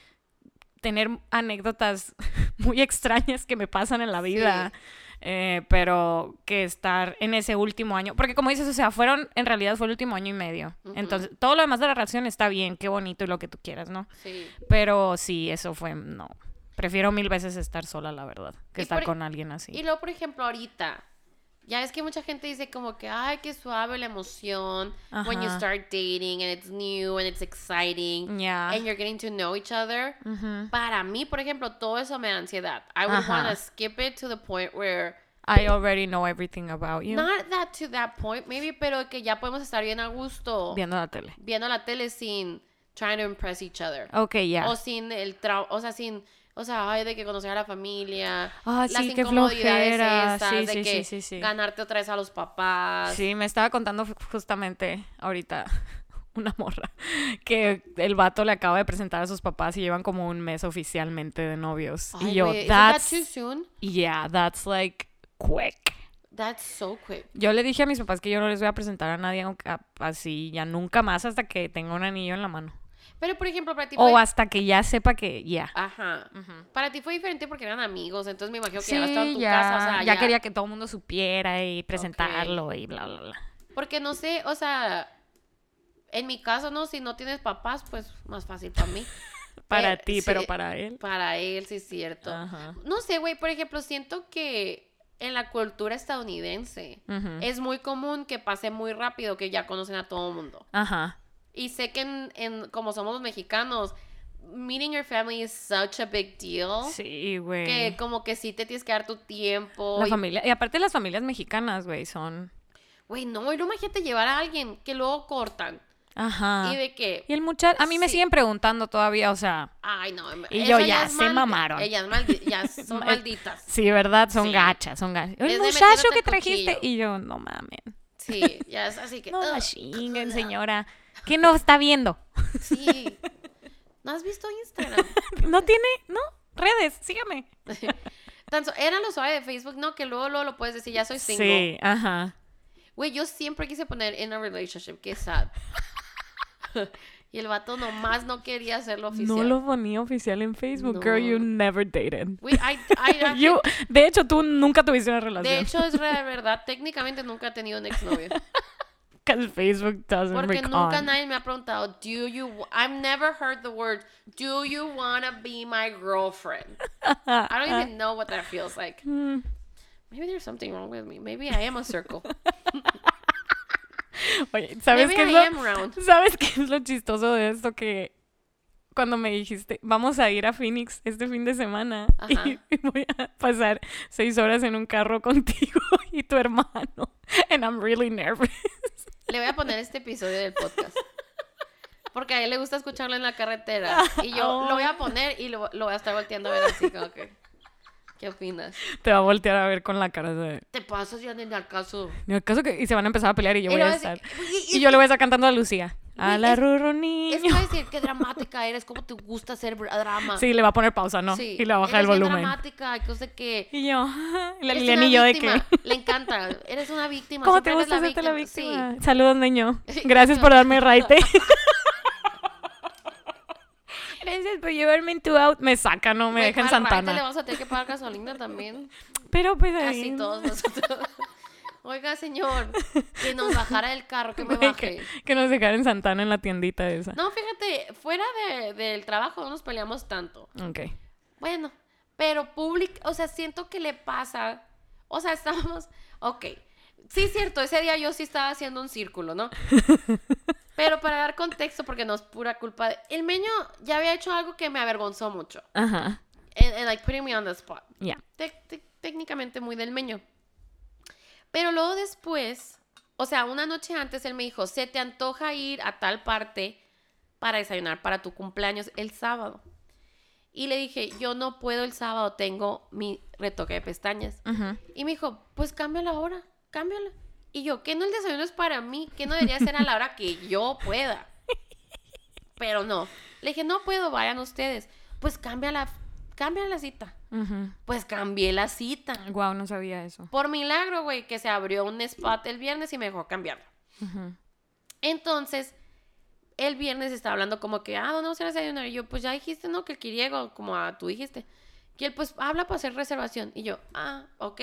Speaker 2: tener anécdotas [laughs] muy extrañas que me pasan en la vida, eh, pero que estar en ese último año, porque como dices, o sea, fueron, en realidad fue el último año y medio, entonces todo lo demás de la relación está bien, qué bonito y lo que tú quieras, ¿no?
Speaker 1: Sí.
Speaker 2: Pero sí, eso fue, no, prefiero mil veces estar sola, la verdad, que
Speaker 1: Y
Speaker 2: estar
Speaker 1: por-
Speaker 2: con alguien así.
Speaker 1: Y luego, por ejemplo, ahorita, ya es que mucha gente dice como que, ay, qué suave la emoción when you
Speaker 2: Ajá.
Speaker 1: start dating and it's new and it's exciting
Speaker 2: Ya.
Speaker 1: and you're getting to know each other.
Speaker 2: Ujú.
Speaker 1: Para mí, por ejemplo, todo eso me da ansiedad. I would
Speaker 2: Ajá.
Speaker 1: want to skip it to the point where,
Speaker 2: I already know everything about you.
Speaker 1: not that to that point, maybe, pero que ya podemos estar bien a gusto
Speaker 2: Viendo la tele.
Speaker 1: viendo la tele sin trying to impress each other.
Speaker 2: Ok, ya.
Speaker 1: O sin el trau o sea, sin, o sea, ay, de que conocer a la familia.
Speaker 2: Ah,
Speaker 1: las
Speaker 2: sí, qué
Speaker 1: incomodidades
Speaker 2: flojera.
Speaker 1: esas,
Speaker 2: Sí,
Speaker 1: de
Speaker 2: sí,
Speaker 1: que
Speaker 2: sí, sí, sí.
Speaker 1: ganarte otra vez a los papás.
Speaker 2: Sí, me estaba contando ju- justamente ahorita [laughs] una morra, que el vato le acaba de presentar a sus papás y llevan como un mes oficialmente de novios.
Speaker 1: Ay,
Speaker 2: y yo,
Speaker 1: güey, isn't that
Speaker 2: that's,
Speaker 1: too soon?
Speaker 2: yeah, that's like quick.
Speaker 1: That's so quick.
Speaker 2: Yo le dije a mis papás que yo no les voy a presentar a nadie aunque- a- así, ya nunca más hasta que tenga un anillo en la mano.
Speaker 1: Pero, por ejemplo, para ti
Speaker 2: O
Speaker 1: fue...
Speaker 2: hasta que ya sepa que ya.
Speaker 1: Ajá. Para ti fue diferente porque eran amigos, entonces me imagino que
Speaker 2: Sí,
Speaker 1: ya habías estado en tu
Speaker 2: ya,
Speaker 1: casa, o sea,
Speaker 2: ya quería que todo el mundo supiera y presentarlo y bla, bla, bla.
Speaker 1: Porque no sé, o sea, en mi caso, no, si no tienes papás, pues más fácil para mí.
Speaker 2: Para
Speaker 1: Eh,
Speaker 2: ti,
Speaker 1: sí,
Speaker 2: pero para él.
Speaker 1: Para él, sí es cierto.
Speaker 2: Ajá.
Speaker 1: No sé, güey, por ejemplo, siento que en la cultura estadounidense
Speaker 2: Ujú.
Speaker 1: es muy común que pase muy rápido que ya conocen a todo mundo.
Speaker 2: Ajá.
Speaker 1: Y sé que en, en- como somos los mexicanos, meeting your family is such a big deal.
Speaker 2: Sí, güey.
Speaker 1: Que como que sí te tienes que dar tu tiempo.
Speaker 2: La
Speaker 1: y-
Speaker 2: familia, y aparte las familias mexicanas, güey, son...
Speaker 1: Güey, no, y no imagínate llevar a alguien que luego cortan.
Speaker 2: Ajá.
Speaker 1: Y de que,
Speaker 2: Y el muchacho, a mí me
Speaker 1: Sí.
Speaker 2: siguen preguntando todavía, o sea,
Speaker 1: ay, no. em,
Speaker 2: Y
Speaker 1: eso
Speaker 2: yo, ya
Speaker 1: es
Speaker 2: se mamaron.
Speaker 1: Ellas maldi-
Speaker 2: [laughs]
Speaker 1: ya son
Speaker 2: Ma-
Speaker 1: malditas.
Speaker 2: sí, ¿verdad? Son
Speaker 1: Sí.
Speaker 2: gachas, son gachas. El
Speaker 1: Es de
Speaker 2: muchacho
Speaker 1: meterte
Speaker 2: que
Speaker 1: el
Speaker 2: trajiste
Speaker 1: cuchillo.
Speaker 2: y yo, no mamen.
Speaker 1: Sí, ya es así que.
Speaker 2: No la
Speaker 1: ugh,
Speaker 2: chinguen, señora. ¿Qué no está viendo? [laughs]
Speaker 1: sí. ¿No has visto Instagram? [laughs]
Speaker 2: No tiene, no, redes, sígame.
Speaker 1: Tan so- era lo suave de Facebook, no, que luego, luego lo puedes decir, ya soy single.
Speaker 2: Sí, ajá.
Speaker 1: Güey, yo siempre quise poner in a relationship, qué sad. [laughs] y el vato nomás no quería hacerlo oficial.
Speaker 2: No lo ponía oficial en Facebook, girl,
Speaker 1: No.
Speaker 2: you never dated.
Speaker 1: Güey, I,
Speaker 2: [laughs]
Speaker 1: I actually-
Speaker 2: You- de hecho, tú nunca tuviste una
Speaker 1: De
Speaker 2: relación. [laughs]
Speaker 1: hecho, es re verdad, técnicamente nunca he tenido un exnovio.
Speaker 2: Because Facebook doesn't
Speaker 1: Porque
Speaker 2: work
Speaker 1: nunca
Speaker 2: on.
Speaker 1: nadie me ha preguntado, do you, wa- I've never heard the word, do you wanna be my girlfriend? I don't even know what that feels
Speaker 2: [laughs]
Speaker 1: like.
Speaker 2: Mm.
Speaker 1: Maybe there's something wrong with me. Maybe I am a circle.
Speaker 2: Oye, [laughs] ¿sabes
Speaker 1: Maybe
Speaker 2: qué, es
Speaker 1: I
Speaker 2: lo,
Speaker 1: am round.
Speaker 2: ¿sabes qué es lo chistoso de esto? Que cuando me dijiste, vamos a ir a Phoenix este fin de semana [laughs] y,
Speaker 1: Ajá.
Speaker 2: y voy a pasar seis horas en un carro contigo [laughs] y tu hermano. And I'm really nervous. [laughs]
Speaker 1: Le voy a poner este episodio del podcast. Porque a él le gusta escucharlo en la
Speaker 2: [laughs]
Speaker 1: carretera. Y yo lo voy
Speaker 2: Oh.
Speaker 1: a poner y lo, lo voy a estar volteando a ver así como que... ¿Qué opinas?
Speaker 2: Te va a voltear a ver con la cara de...
Speaker 1: Te pasas ya ni al caso.
Speaker 2: "Ni al caso que... Y se van a empezar a pelear y yo
Speaker 1: Y
Speaker 2: voy
Speaker 1: lo
Speaker 2: a
Speaker 1: vas-
Speaker 2: estar...
Speaker 1: Oye,
Speaker 2: Y yo le voy a estar cantando a Lucía. A
Speaker 1: es-
Speaker 2: la
Speaker 1: es-
Speaker 2: Ruru
Speaker 1: Es
Speaker 2: niño.
Speaker 1: que va a decir qué dramática eres, cómo te gusta hacer br- drama.
Speaker 2: Sí, le va a poner pausa, ¿no?
Speaker 1: Sí,
Speaker 2: Y le va a bajar el
Speaker 1: eres bien
Speaker 2: volumen.
Speaker 1: dramática, que no sé qué.
Speaker 2: Y yo... [laughs] Y la
Speaker 1: Eres
Speaker 2: Liliana
Speaker 1: una
Speaker 2: y yo de que...
Speaker 1: víctima, Le encanta. Eres una víctima.
Speaker 2: ¿Cómo te
Speaker 1: siempre eres
Speaker 2: gusta hacerte la víctima?
Speaker 1: Sí.
Speaker 2: Saludos, [laughs] niño. Gracias por darme raite. [laughs] Gracias por llevarme en tu out. Me saca, no me
Speaker 1: Güey,
Speaker 2: deja en
Speaker 1: al raite le
Speaker 2: Santana.
Speaker 1: vamos a tener que pagar gasolina
Speaker 2: [laughs]
Speaker 1: también.
Speaker 2: Pero pues ahí-
Speaker 1: Así
Speaker 2: [laughs]
Speaker 1: todos nosotros. [laughs] Oiga, señor, que nos bajara del carro, que me
Speaker 2: güey, que,
Speaker 1: baje.
Speaker 2: que nos dejaran en Santana en la tiendita esa.
Speaker 1: No, fíjate, fuera de- del trabajo no nos peleamos tanto.
Speaker 2: Ok.
Speaker 1: Bueno, pero público, o sea, siento que le pasa. O sea, [laughs] estábamos. Ok. Sí, es cierto, ese día yo sí estaba haciendo un círculo, ¿no? Pero para dar contexto, porque no es pura culpa. de- El meño ya había hecho algo que me avergonzó mucho.
Speaker 2: Ajá.
Speaker 1: And, and, like putting me on the spot.
Speaker 2: Ya.
Speaker 1: Tec- tec- técnicamente muy del meño. Pero luego después, o sea, una noche antes él me dijo: Se te antoja ir a tal parte para desayunar para tu cumpleaños el sábado. Y le dije: Yo no puedo el sábado, tengo mi retoque de pestañas.
Speaker 2: Ujú.
Speaker 1: Y me dijo: Pues cámbiala ahora, cámbiala. Y yo: ¿Qué no el desayuno es para mí? ¿Qué no debería ser a la hora que yo pueda? Pero no. Le dije: No puedo, vayan ustedes. Pues cámbiala, cámbiala la cita
Speaker 2: Ujú.
Speaker 1: pues cambié la cita.
Speaker 2: Guau, no sabía eso.
Speaker 1: Por milagro, güey, que se abrió un spot el viernes y me dejó cambiarlo.
Speaker 2: Ujú.
Speaker 1: Entonces, el viernes estaba hablando como que, ah, ¿dónde vamos a ir a desayunar? Y yo, pues ya dijiste, ¿no? Que el quiriego, como ah, tú dijiste. Y él, pues, habla para hacer reservación. Y yo, ah, ok,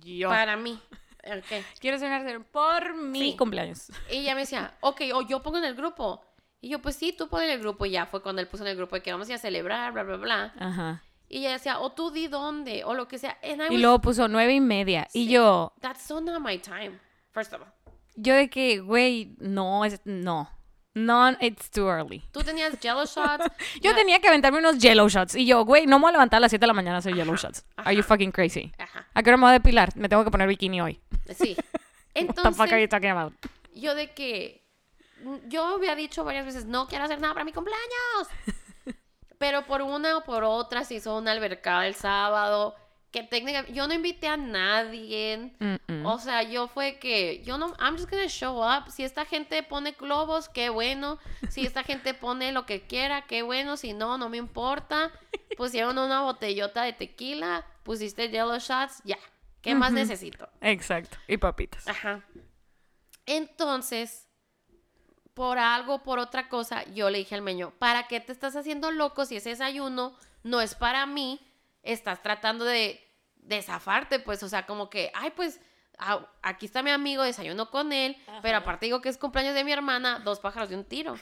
Speaker 2: Yo.
Speaker 1: para mí. Ok.
Speaker 2: Quiero cenar por mi
Speaker 1: Sí.
Speaker 2: cumpleaños.
Speaker 1: Y ella me decía, ok, o yo pongo en el grupo. Y yo, pues sí, tú pon en el grupo. Y ya fue cuando él puso en el grupo de que vamos a ir a celebrar, bla, bla, bla.
Speaker 2: Ajá.
Speaker 1: Y ella decía, o tú di dónde, o lo que sea. And I
Speaker 2: Y
Speaker 1: was-
Speaker 2: luego puso nueve y media. Y
Speaker 1: Sí.
Speaker 2: yo,
Speaker 1: That's so not my time, first of all.
Speaker 2: Yo de que, güey, no, es, no. No, it's too early.
Speaker 1: Tú tenías jello shots.
Speaker 2: [laughs] Yo
Speaker 1: ya-
Speaker 2: tenía que aventarme unos yellow shots. Y yo, güey, no me voy a levantar a las 7 de la mañana a hacer yellow shots. Are you fucking crazy?
Speaker 1: Ajá,
Speaker 2: ¿A qué hora me voy a depilar? Me tengo que poner bikini hoy. [laughs]
Speaker 1: sí.
Speaker 2: What the fuck are
Speaker 1: Entonces,
Speaker 2: you talking about?
Speaker 1: yo de que... Yo había dicho varias veces, no quiero hacer nada para mi
Speaker 2: [laughs]
Speaker 1: cumpleaños. Pero por una o por otra se hizo una albercada el sábado. que técnicamente yo no invité a nadie.
Speaker 2: Mm-mm.
Speaker 1: O sea, yo fue que yo no I'm just gonna show up. Si esta gente pone globos, qué bueno. Si esta gente pone lo que quiera, qué bueno. Si no, no me importa. Pusieron una botellota de tequila, pusiste yellow shots, ya. ¿Qué más necesito?
Speaker 2: Exacto. Y papitas.
Speaker 1: Ajá. Entonces, por algo, por otra cosa, yo le dije al meño, ¿para qué te estás haciendo loco si ese desayuno no es para mí? Estás tratando de, de zafarte, pues, o sea, como que, ay, pues, ah, aquí está mi amigo, desayuno con él, pero aparte digo que es cumpleaños de mi hermana, dos pájaros de un tiro.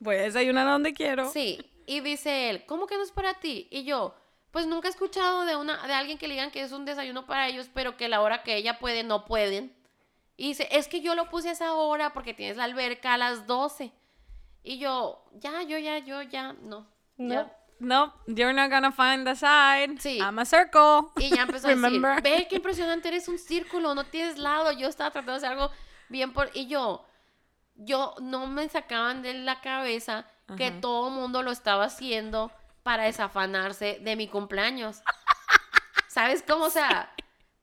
Speaker 2: Voy a desayunar a donde quiero.
Speaker 1: Sí, y dice él, ¿cómo que no es para ti? Y yo, pues nunca he escuchado de una de alguien que le digan que es un desayuno para ellos, pero que la hora que ella puede no pueden. Y dice, es que yo lo puse a esa hora porque tienes la alberca a las 12. Y yo, ya, yo ya, yo ya, no. ya.
Speaker 2: No, you're not gonna find the side.
Speaker 1: Sí.
Speaker 2: I'm a circle. [laughs]
Speaker 1: Y ya empezó a
Speaker 2: Remember?
Speaker 1: decir, ve qué impresionante, eres un círculo, no tienes lado. Yo estaba tratando de hacer algo bien por... Y yo, yo no me sacaban de la cabeza que todo el mundo lo estaba haciendo para desafanarse de mi cumpleaños. ¿Sabes cómo? O sea,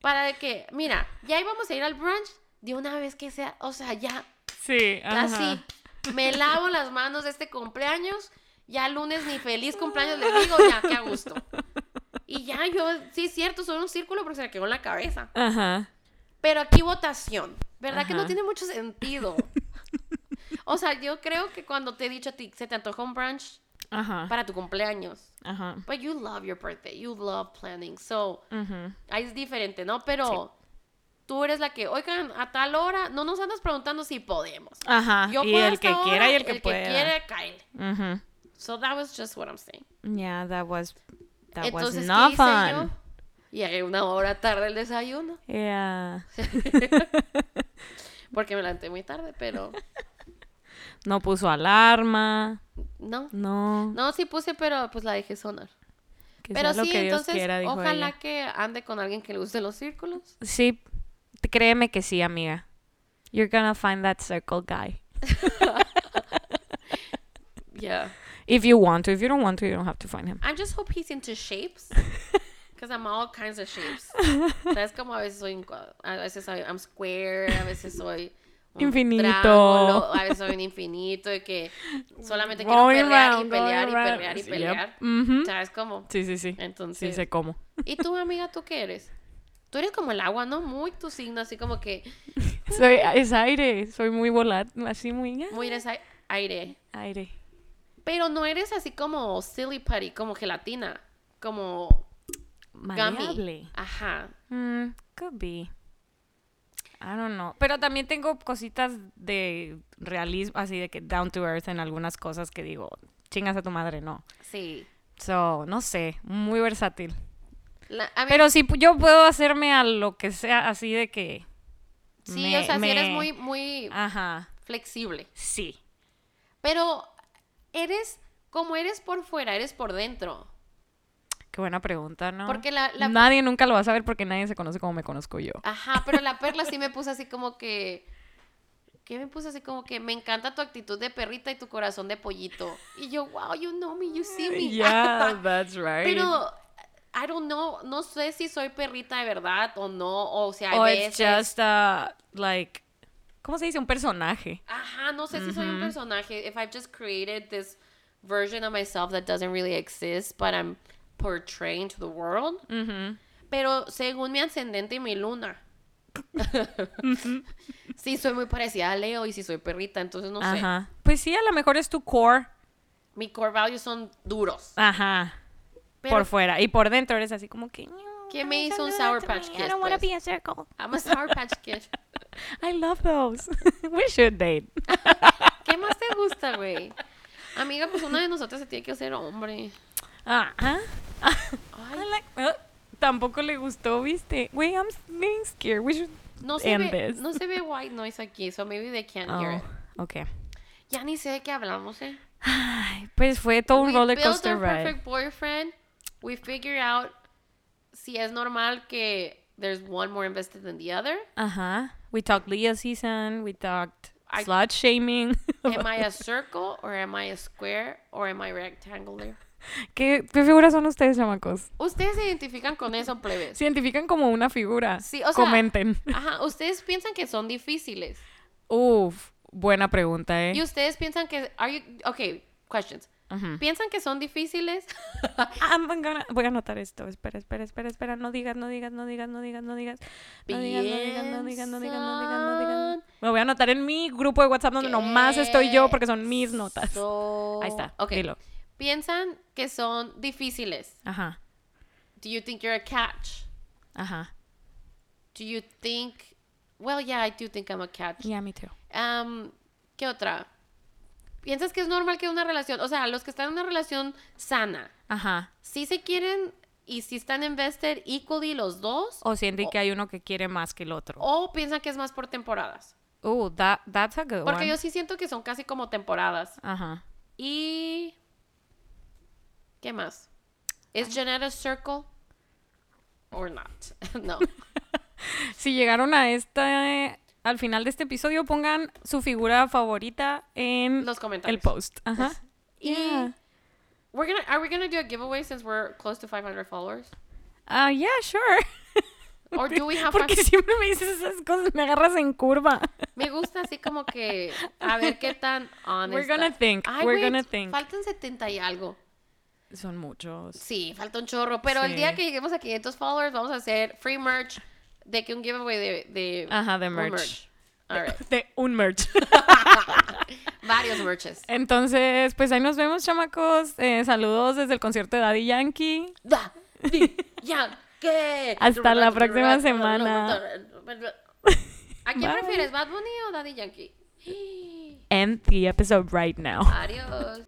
Speaker 1: para de que, mira, ya íbamos a ir al brunch de una vez que sea, o sea, ya,
Speaker 2: Sí.
Speaker 1: así. Me lavo las manos de este cumpleaños. Ya lunes ni feliz cumpleaños le digo, ya, qué a gusto. Y ya yo, sí, es cierto, soy un círculo porque se me quedó en la cabeza.
Speaker 2: Ajá.
Speaker 1: Pero aquí votación. ¿Verdad que no
Speaker 2: Ajá.
Speaker 1: tiene mucho sentido? O sea, yo creo que cuando te he dicho a ti, se te antoja un brunch
Speaker 2: Ajá.
Speaker 1: para tu cumpleaños.
Speaker 2: Ajá.
Speaker 1: But you love your birthday, you love planning. So,
Speaker 2: Ujú.
Speaker 1: ahí es diferente, ¿no? Pero tú eres la que, oigan, a tal hora, no nos andas preguntando si podemos.
Speaker 2: Ajá.
Speaker 1: Yo
Speaker 2: Ah, y
Speaker 1: puedo
Speaker 2: el
Speaker 1: hasta
Speaker 2: que
Speaker 1: ahora,
Speaker 2: quiera y el que
Speaker 1: el
Speaker 2: pueda.
Speaker 1: que quiera, cáele.
Speaker 2: Ujú.
Speaker 1: So that was just what I'm saying.
Speaker 2: Yeah, that was that
Speaker 1: Entonces, ¿qué
Speaker 2: was not
Speaker 1: hice yo?
Speaker 2: fun.
Speaker 1: Llegué una hora tarde al
Speaker 2: [laughs]
Speaker 1: desayuno
Speaker 2: Yeah.
Speaker 1: porque me levanté muy tarde,
Speaker 2: [laughs]
Speaker 1: pero
Speaker 2: No puso alarma.
Speaker 1: no.
Speaker 2: No.
Speaker 1: No, sí puse, pero pues la dejé sonar.
Speaker 2: que
Speaker 1: pero
Speaker 2: sea lo
Speaker 1: sí,
Speaker 2: que Dios
Speaker 1: entonces,
Speaker 2: quiera, dijo
Speaker 1: ojalá
Speaker 2: ella.
Speaker 1: que ande con alguien que le guste los círculos.
Speaker 2: Sí, t- créeme que sí, amiga. You're gonna find that circle guy.
Speaker 1: Yeah.
Speaker 2: If you want to. If you don't want to, you don't have to find him.
Speaker 1: I just hope he's into
Speaker 2: [laughs]
Speaker 1: shapes. Because I'm all kinds of shapes. ¿Sabes como a veces soy un cua- a veces soy I'm square, a veces soy un
Speaker 2: Infinito.
Speaker 1: triángulo, a veces soy un infinito y que solamente quiero
Speaker 2: Going
Speaker 1: pelear y
Speaker 2: round,
Speaker 1: pelear y
Speaker 2: going round.
Speaker 1: pelear y
Speaker 2: Yep.
Speaker 1: pelear.
Speaker 2: Mhm.
Speaker 1: ¿Sabes cómo?
Speaker 2: Sí, sí, sí. Sí,
Speaker 1: Entonces.
Speaker 2: sé cómo. [laughs]
Speaker 1: ¿Y tú, amiga, tú qué eres? Tú eres como el agua, ¿no? Muy tu signo, así como que
Speaker 2: Soy, es aire. Soy muy volátil. Así muy. ah,
Speaker 1: muy eres ai- aire.
Speaker 2: Aire.
Speaker 1: Pero no eres así como silly putty, como gelatina, como gummy.
Speaker 2: Maleable.
Speaker 1: Ajá.
Speaker 2: Mm, could be. I don't know. Pero también tengo cositas de realismo, así de que down to earth en algunas cosas que digo, chingas a tu madre, no.
Speaker 1: Sí.
Speaker 2: So, no sé, muy versátil.
Speaker 1: La- a mí
Speaker 2: Pero sí, pu- yo puedo hacerme a lo que sea, así de que...
Speaker 1: Sí,
Speaker 2: me-
Speaker 1: o sea,
Speaker 2: me- Ah.
Speaker 1: sí eres muy, muy
Speaker 2: Ajá,
Speaker 1: flexible.
Speaker 2: sí.
Speaker 1: Pero eres como eres por fuera, eres por dentro.
Speaker 2: Qué buena pregunta, ¿no?
Speaker 1: Porque la- la-
Speaker 2: Nadie nunca lo va a saber porque nadie se conoce como me conozco yo.
Speaker 1: Ajá, pero la perla sí me puso así como que. ¿Qué me puso así como que me encanta tu actitud de perrita y tu corazón de pollito? Y yo, wow, you know me, you see me.
Speaker 2: [laughs]
Speaker 1: [laughs]
Speaker 2: Yeah, that's
Speaker 1: ah.
Speaker 2: right.
Speaker 1: pero, I don't know, no sé si soy perrita de verdad o no, o sea, a
Speaker 2: o Oh, it's
Speaker 1: veces.
Speaker 2: just, uh, like... ¿Cómo se dice? Un personaje.
Speaker 1: Ajá, no sé si soy un personaje. If I've just created this version of myself that doesn't really exist, but I'm portraying to the world. Pero según mi ascendente y mi luna. [laughs] sí, soy muy parecida a Leo y sí soy perrita, entonces no sé.
Speaker 2: Ajá. Pues sí, a lo mejor es tu core.
Speaker 1: Mis core values son duros.
Speaker 2: Ajá.
Speaker 1: Pero,
Speaker 2: por fuera. Y por dentro eres así como que.
Speaker 1: ¿Qué me hizo un Sour Patch Kid?
Speaker 3: I don't want to
Speaker 1: pues?
Speaker 3: be a circle.
Speaker 1: I'm a Sour Patch Kid.
Speaker 2: [laughs] I love those. [laughs] We should date.
Speaker 1: [laughs] ¿Qué más te gusta, güey? Amiga, pues uno de nosotros se tiene que hacer hombre.
Speaker 2: Ajá.
Speaker 1: Ay.
Speaker 2: Ah, [laughs] I like- uh, tampoco le gustó, viste. Güey, I'm being scared. We should
Speaker 1: No se,
Speaker 2: end
Speaker 1: ve,
Speaker 2: this.
Speaker 1: no se ve white noise aquí, so maybe they can't hear
Speaker 2: Oh,
Speaker 1: it.
Speaker 2: okay.
Speaker 1: Ya ni sé de qué hablamos, eh.
Speaker 2: Ay, Pues fue todo un roller coaster
Speaker 1: built our
Speaker 2: ride.
Speaker 1: perfect boyfriend. We figure out si es normal que there's one more invested than the other.
Speaker 2: Ajá. We talked Leah season. We talked
Speaker 1: I-
Speaker 2: slut shaming.
Speaker 1: Am I a circle or am I a square or am I rectangular?
Speaker 2: [laughs] ¿Qué, qué figuras son ustedes, chamacos?
Speaker 1: Ustedes se identifican con eso, plebes.
Speaker 2: ¿Se identifican como una figura?
Speaker 1: Sí, o sea-
Speaker 2: Comenten.
Speaker 1: Ajá, ustedes piensan que son difíciles.
Speaker 2: Uf, buena pregunta, ¿eh?
Speaker 1: Y ustedes piensan que are you okay, questions.
Speaker 2: Ujú.
Speaker 1: ¿Piensan que son
Speaker 2: [laughs]
Speaker 1: difíciles?
Speaker 2: I'm gonna- Voy a anotar esto. Espera, espera, espera, espera. No digas, no digas, no digas, no digas, no digas. No digas, no digas, no digas, no digas, no digas, no digas.
Speaker 1: Piensan
Speaker 2: Me voy a anotar en mi grupo de WhatsApp donde nomás estoy yo porque son mis notas.
Speaker 1: So-
Speaker 2: Ahí está.
Speaker 1: Okay.
Speaker 2: Dilo.
Speaker 1: Piensan que son difíciles.
Speaker 2: Ajá,
Speaker 1: Do you think you're a catch?
Speaker 2: ajá.
Speaker 1: Do you think Well, yeah, I do think I'm a catch.
Speaker 2: Yeah, me too.
Speaker 1: Am, ¿Qué otra? ¿Piensas que es normal que una relación, o sea, los que están en una relación sana,
Speaker 2: Ajá.
Speaker 1: si se quieren y si están invested equally los dos,
Speaker 2: O sienten que hay uno que quiere más que el otro.
Speaker 1: o piensan que es más por temporadas?
Speaker 2: Uh, that, that's a good
Speaker 1: Porque
Speaker 2: one.
Speaker 1: yo sí siento que son casi como temporadas.
Speaker 2: Ajá.
Speaker 1: Y... ¿Qué más? ¿Es Janet a circle? Or not? [laughs] no.
Speaker 2: Si llegaron a esta eh, al final de este episodio, pongan su figura favorita en
Speaker 1: Los comentarios.
Speaker 2: el post. Ajá.
Speaker 1: Y...
Speaker 2: Yeah.
Speaker 1: We're gonna, are we gonna do a giveaway since we're close to 500 followers?
Speaker 2: Ah, yeah, sure.
Speaker 1: [laughs] Or do we have
Speaker 2: Porque
Speaker 1: five-
Speaker 2: siempre me dices esas cosas, me agarras en curva.
Speaker 1: Me gusta así como que a ver qué tan honesta.
Speaker 2: We're gonna think, we're gonna think.
Speaker 1: Faltan 70 y algo.
Speaker 2: [laughs] Son muchos.
Speaker 1: Sí, falta un chorro, pero el
Speaker 2: Sí.
Speaker 1: día que lleguemos a 500 followers vamos a hacer free merch de que un giveaway de de
Speaker 2: Ajá, de
Speaker 1: un
Speaker 2: Ah, merch.
Speaker 1: All right. [laughs]
Speaker 2: De un merch.
Speaker 1: Varios merches.
Speaker 2: Eh. Entonces, pues ahí nos vemos, chamacos. Eh, saludos desde el concierto de Daddy Yankee.
Speaker 1: Da, di, ya, ¿qué?
Speaker 2: Hasta la próxima semana.
Speaker 1: ¿A quién
Speaker 2: Bye.
Speaker 1: prefieres, Bad Bunny o Daddy Yankee? [gasps]
Speaker 2: End the episode right now.
Speaker 1: Adiós.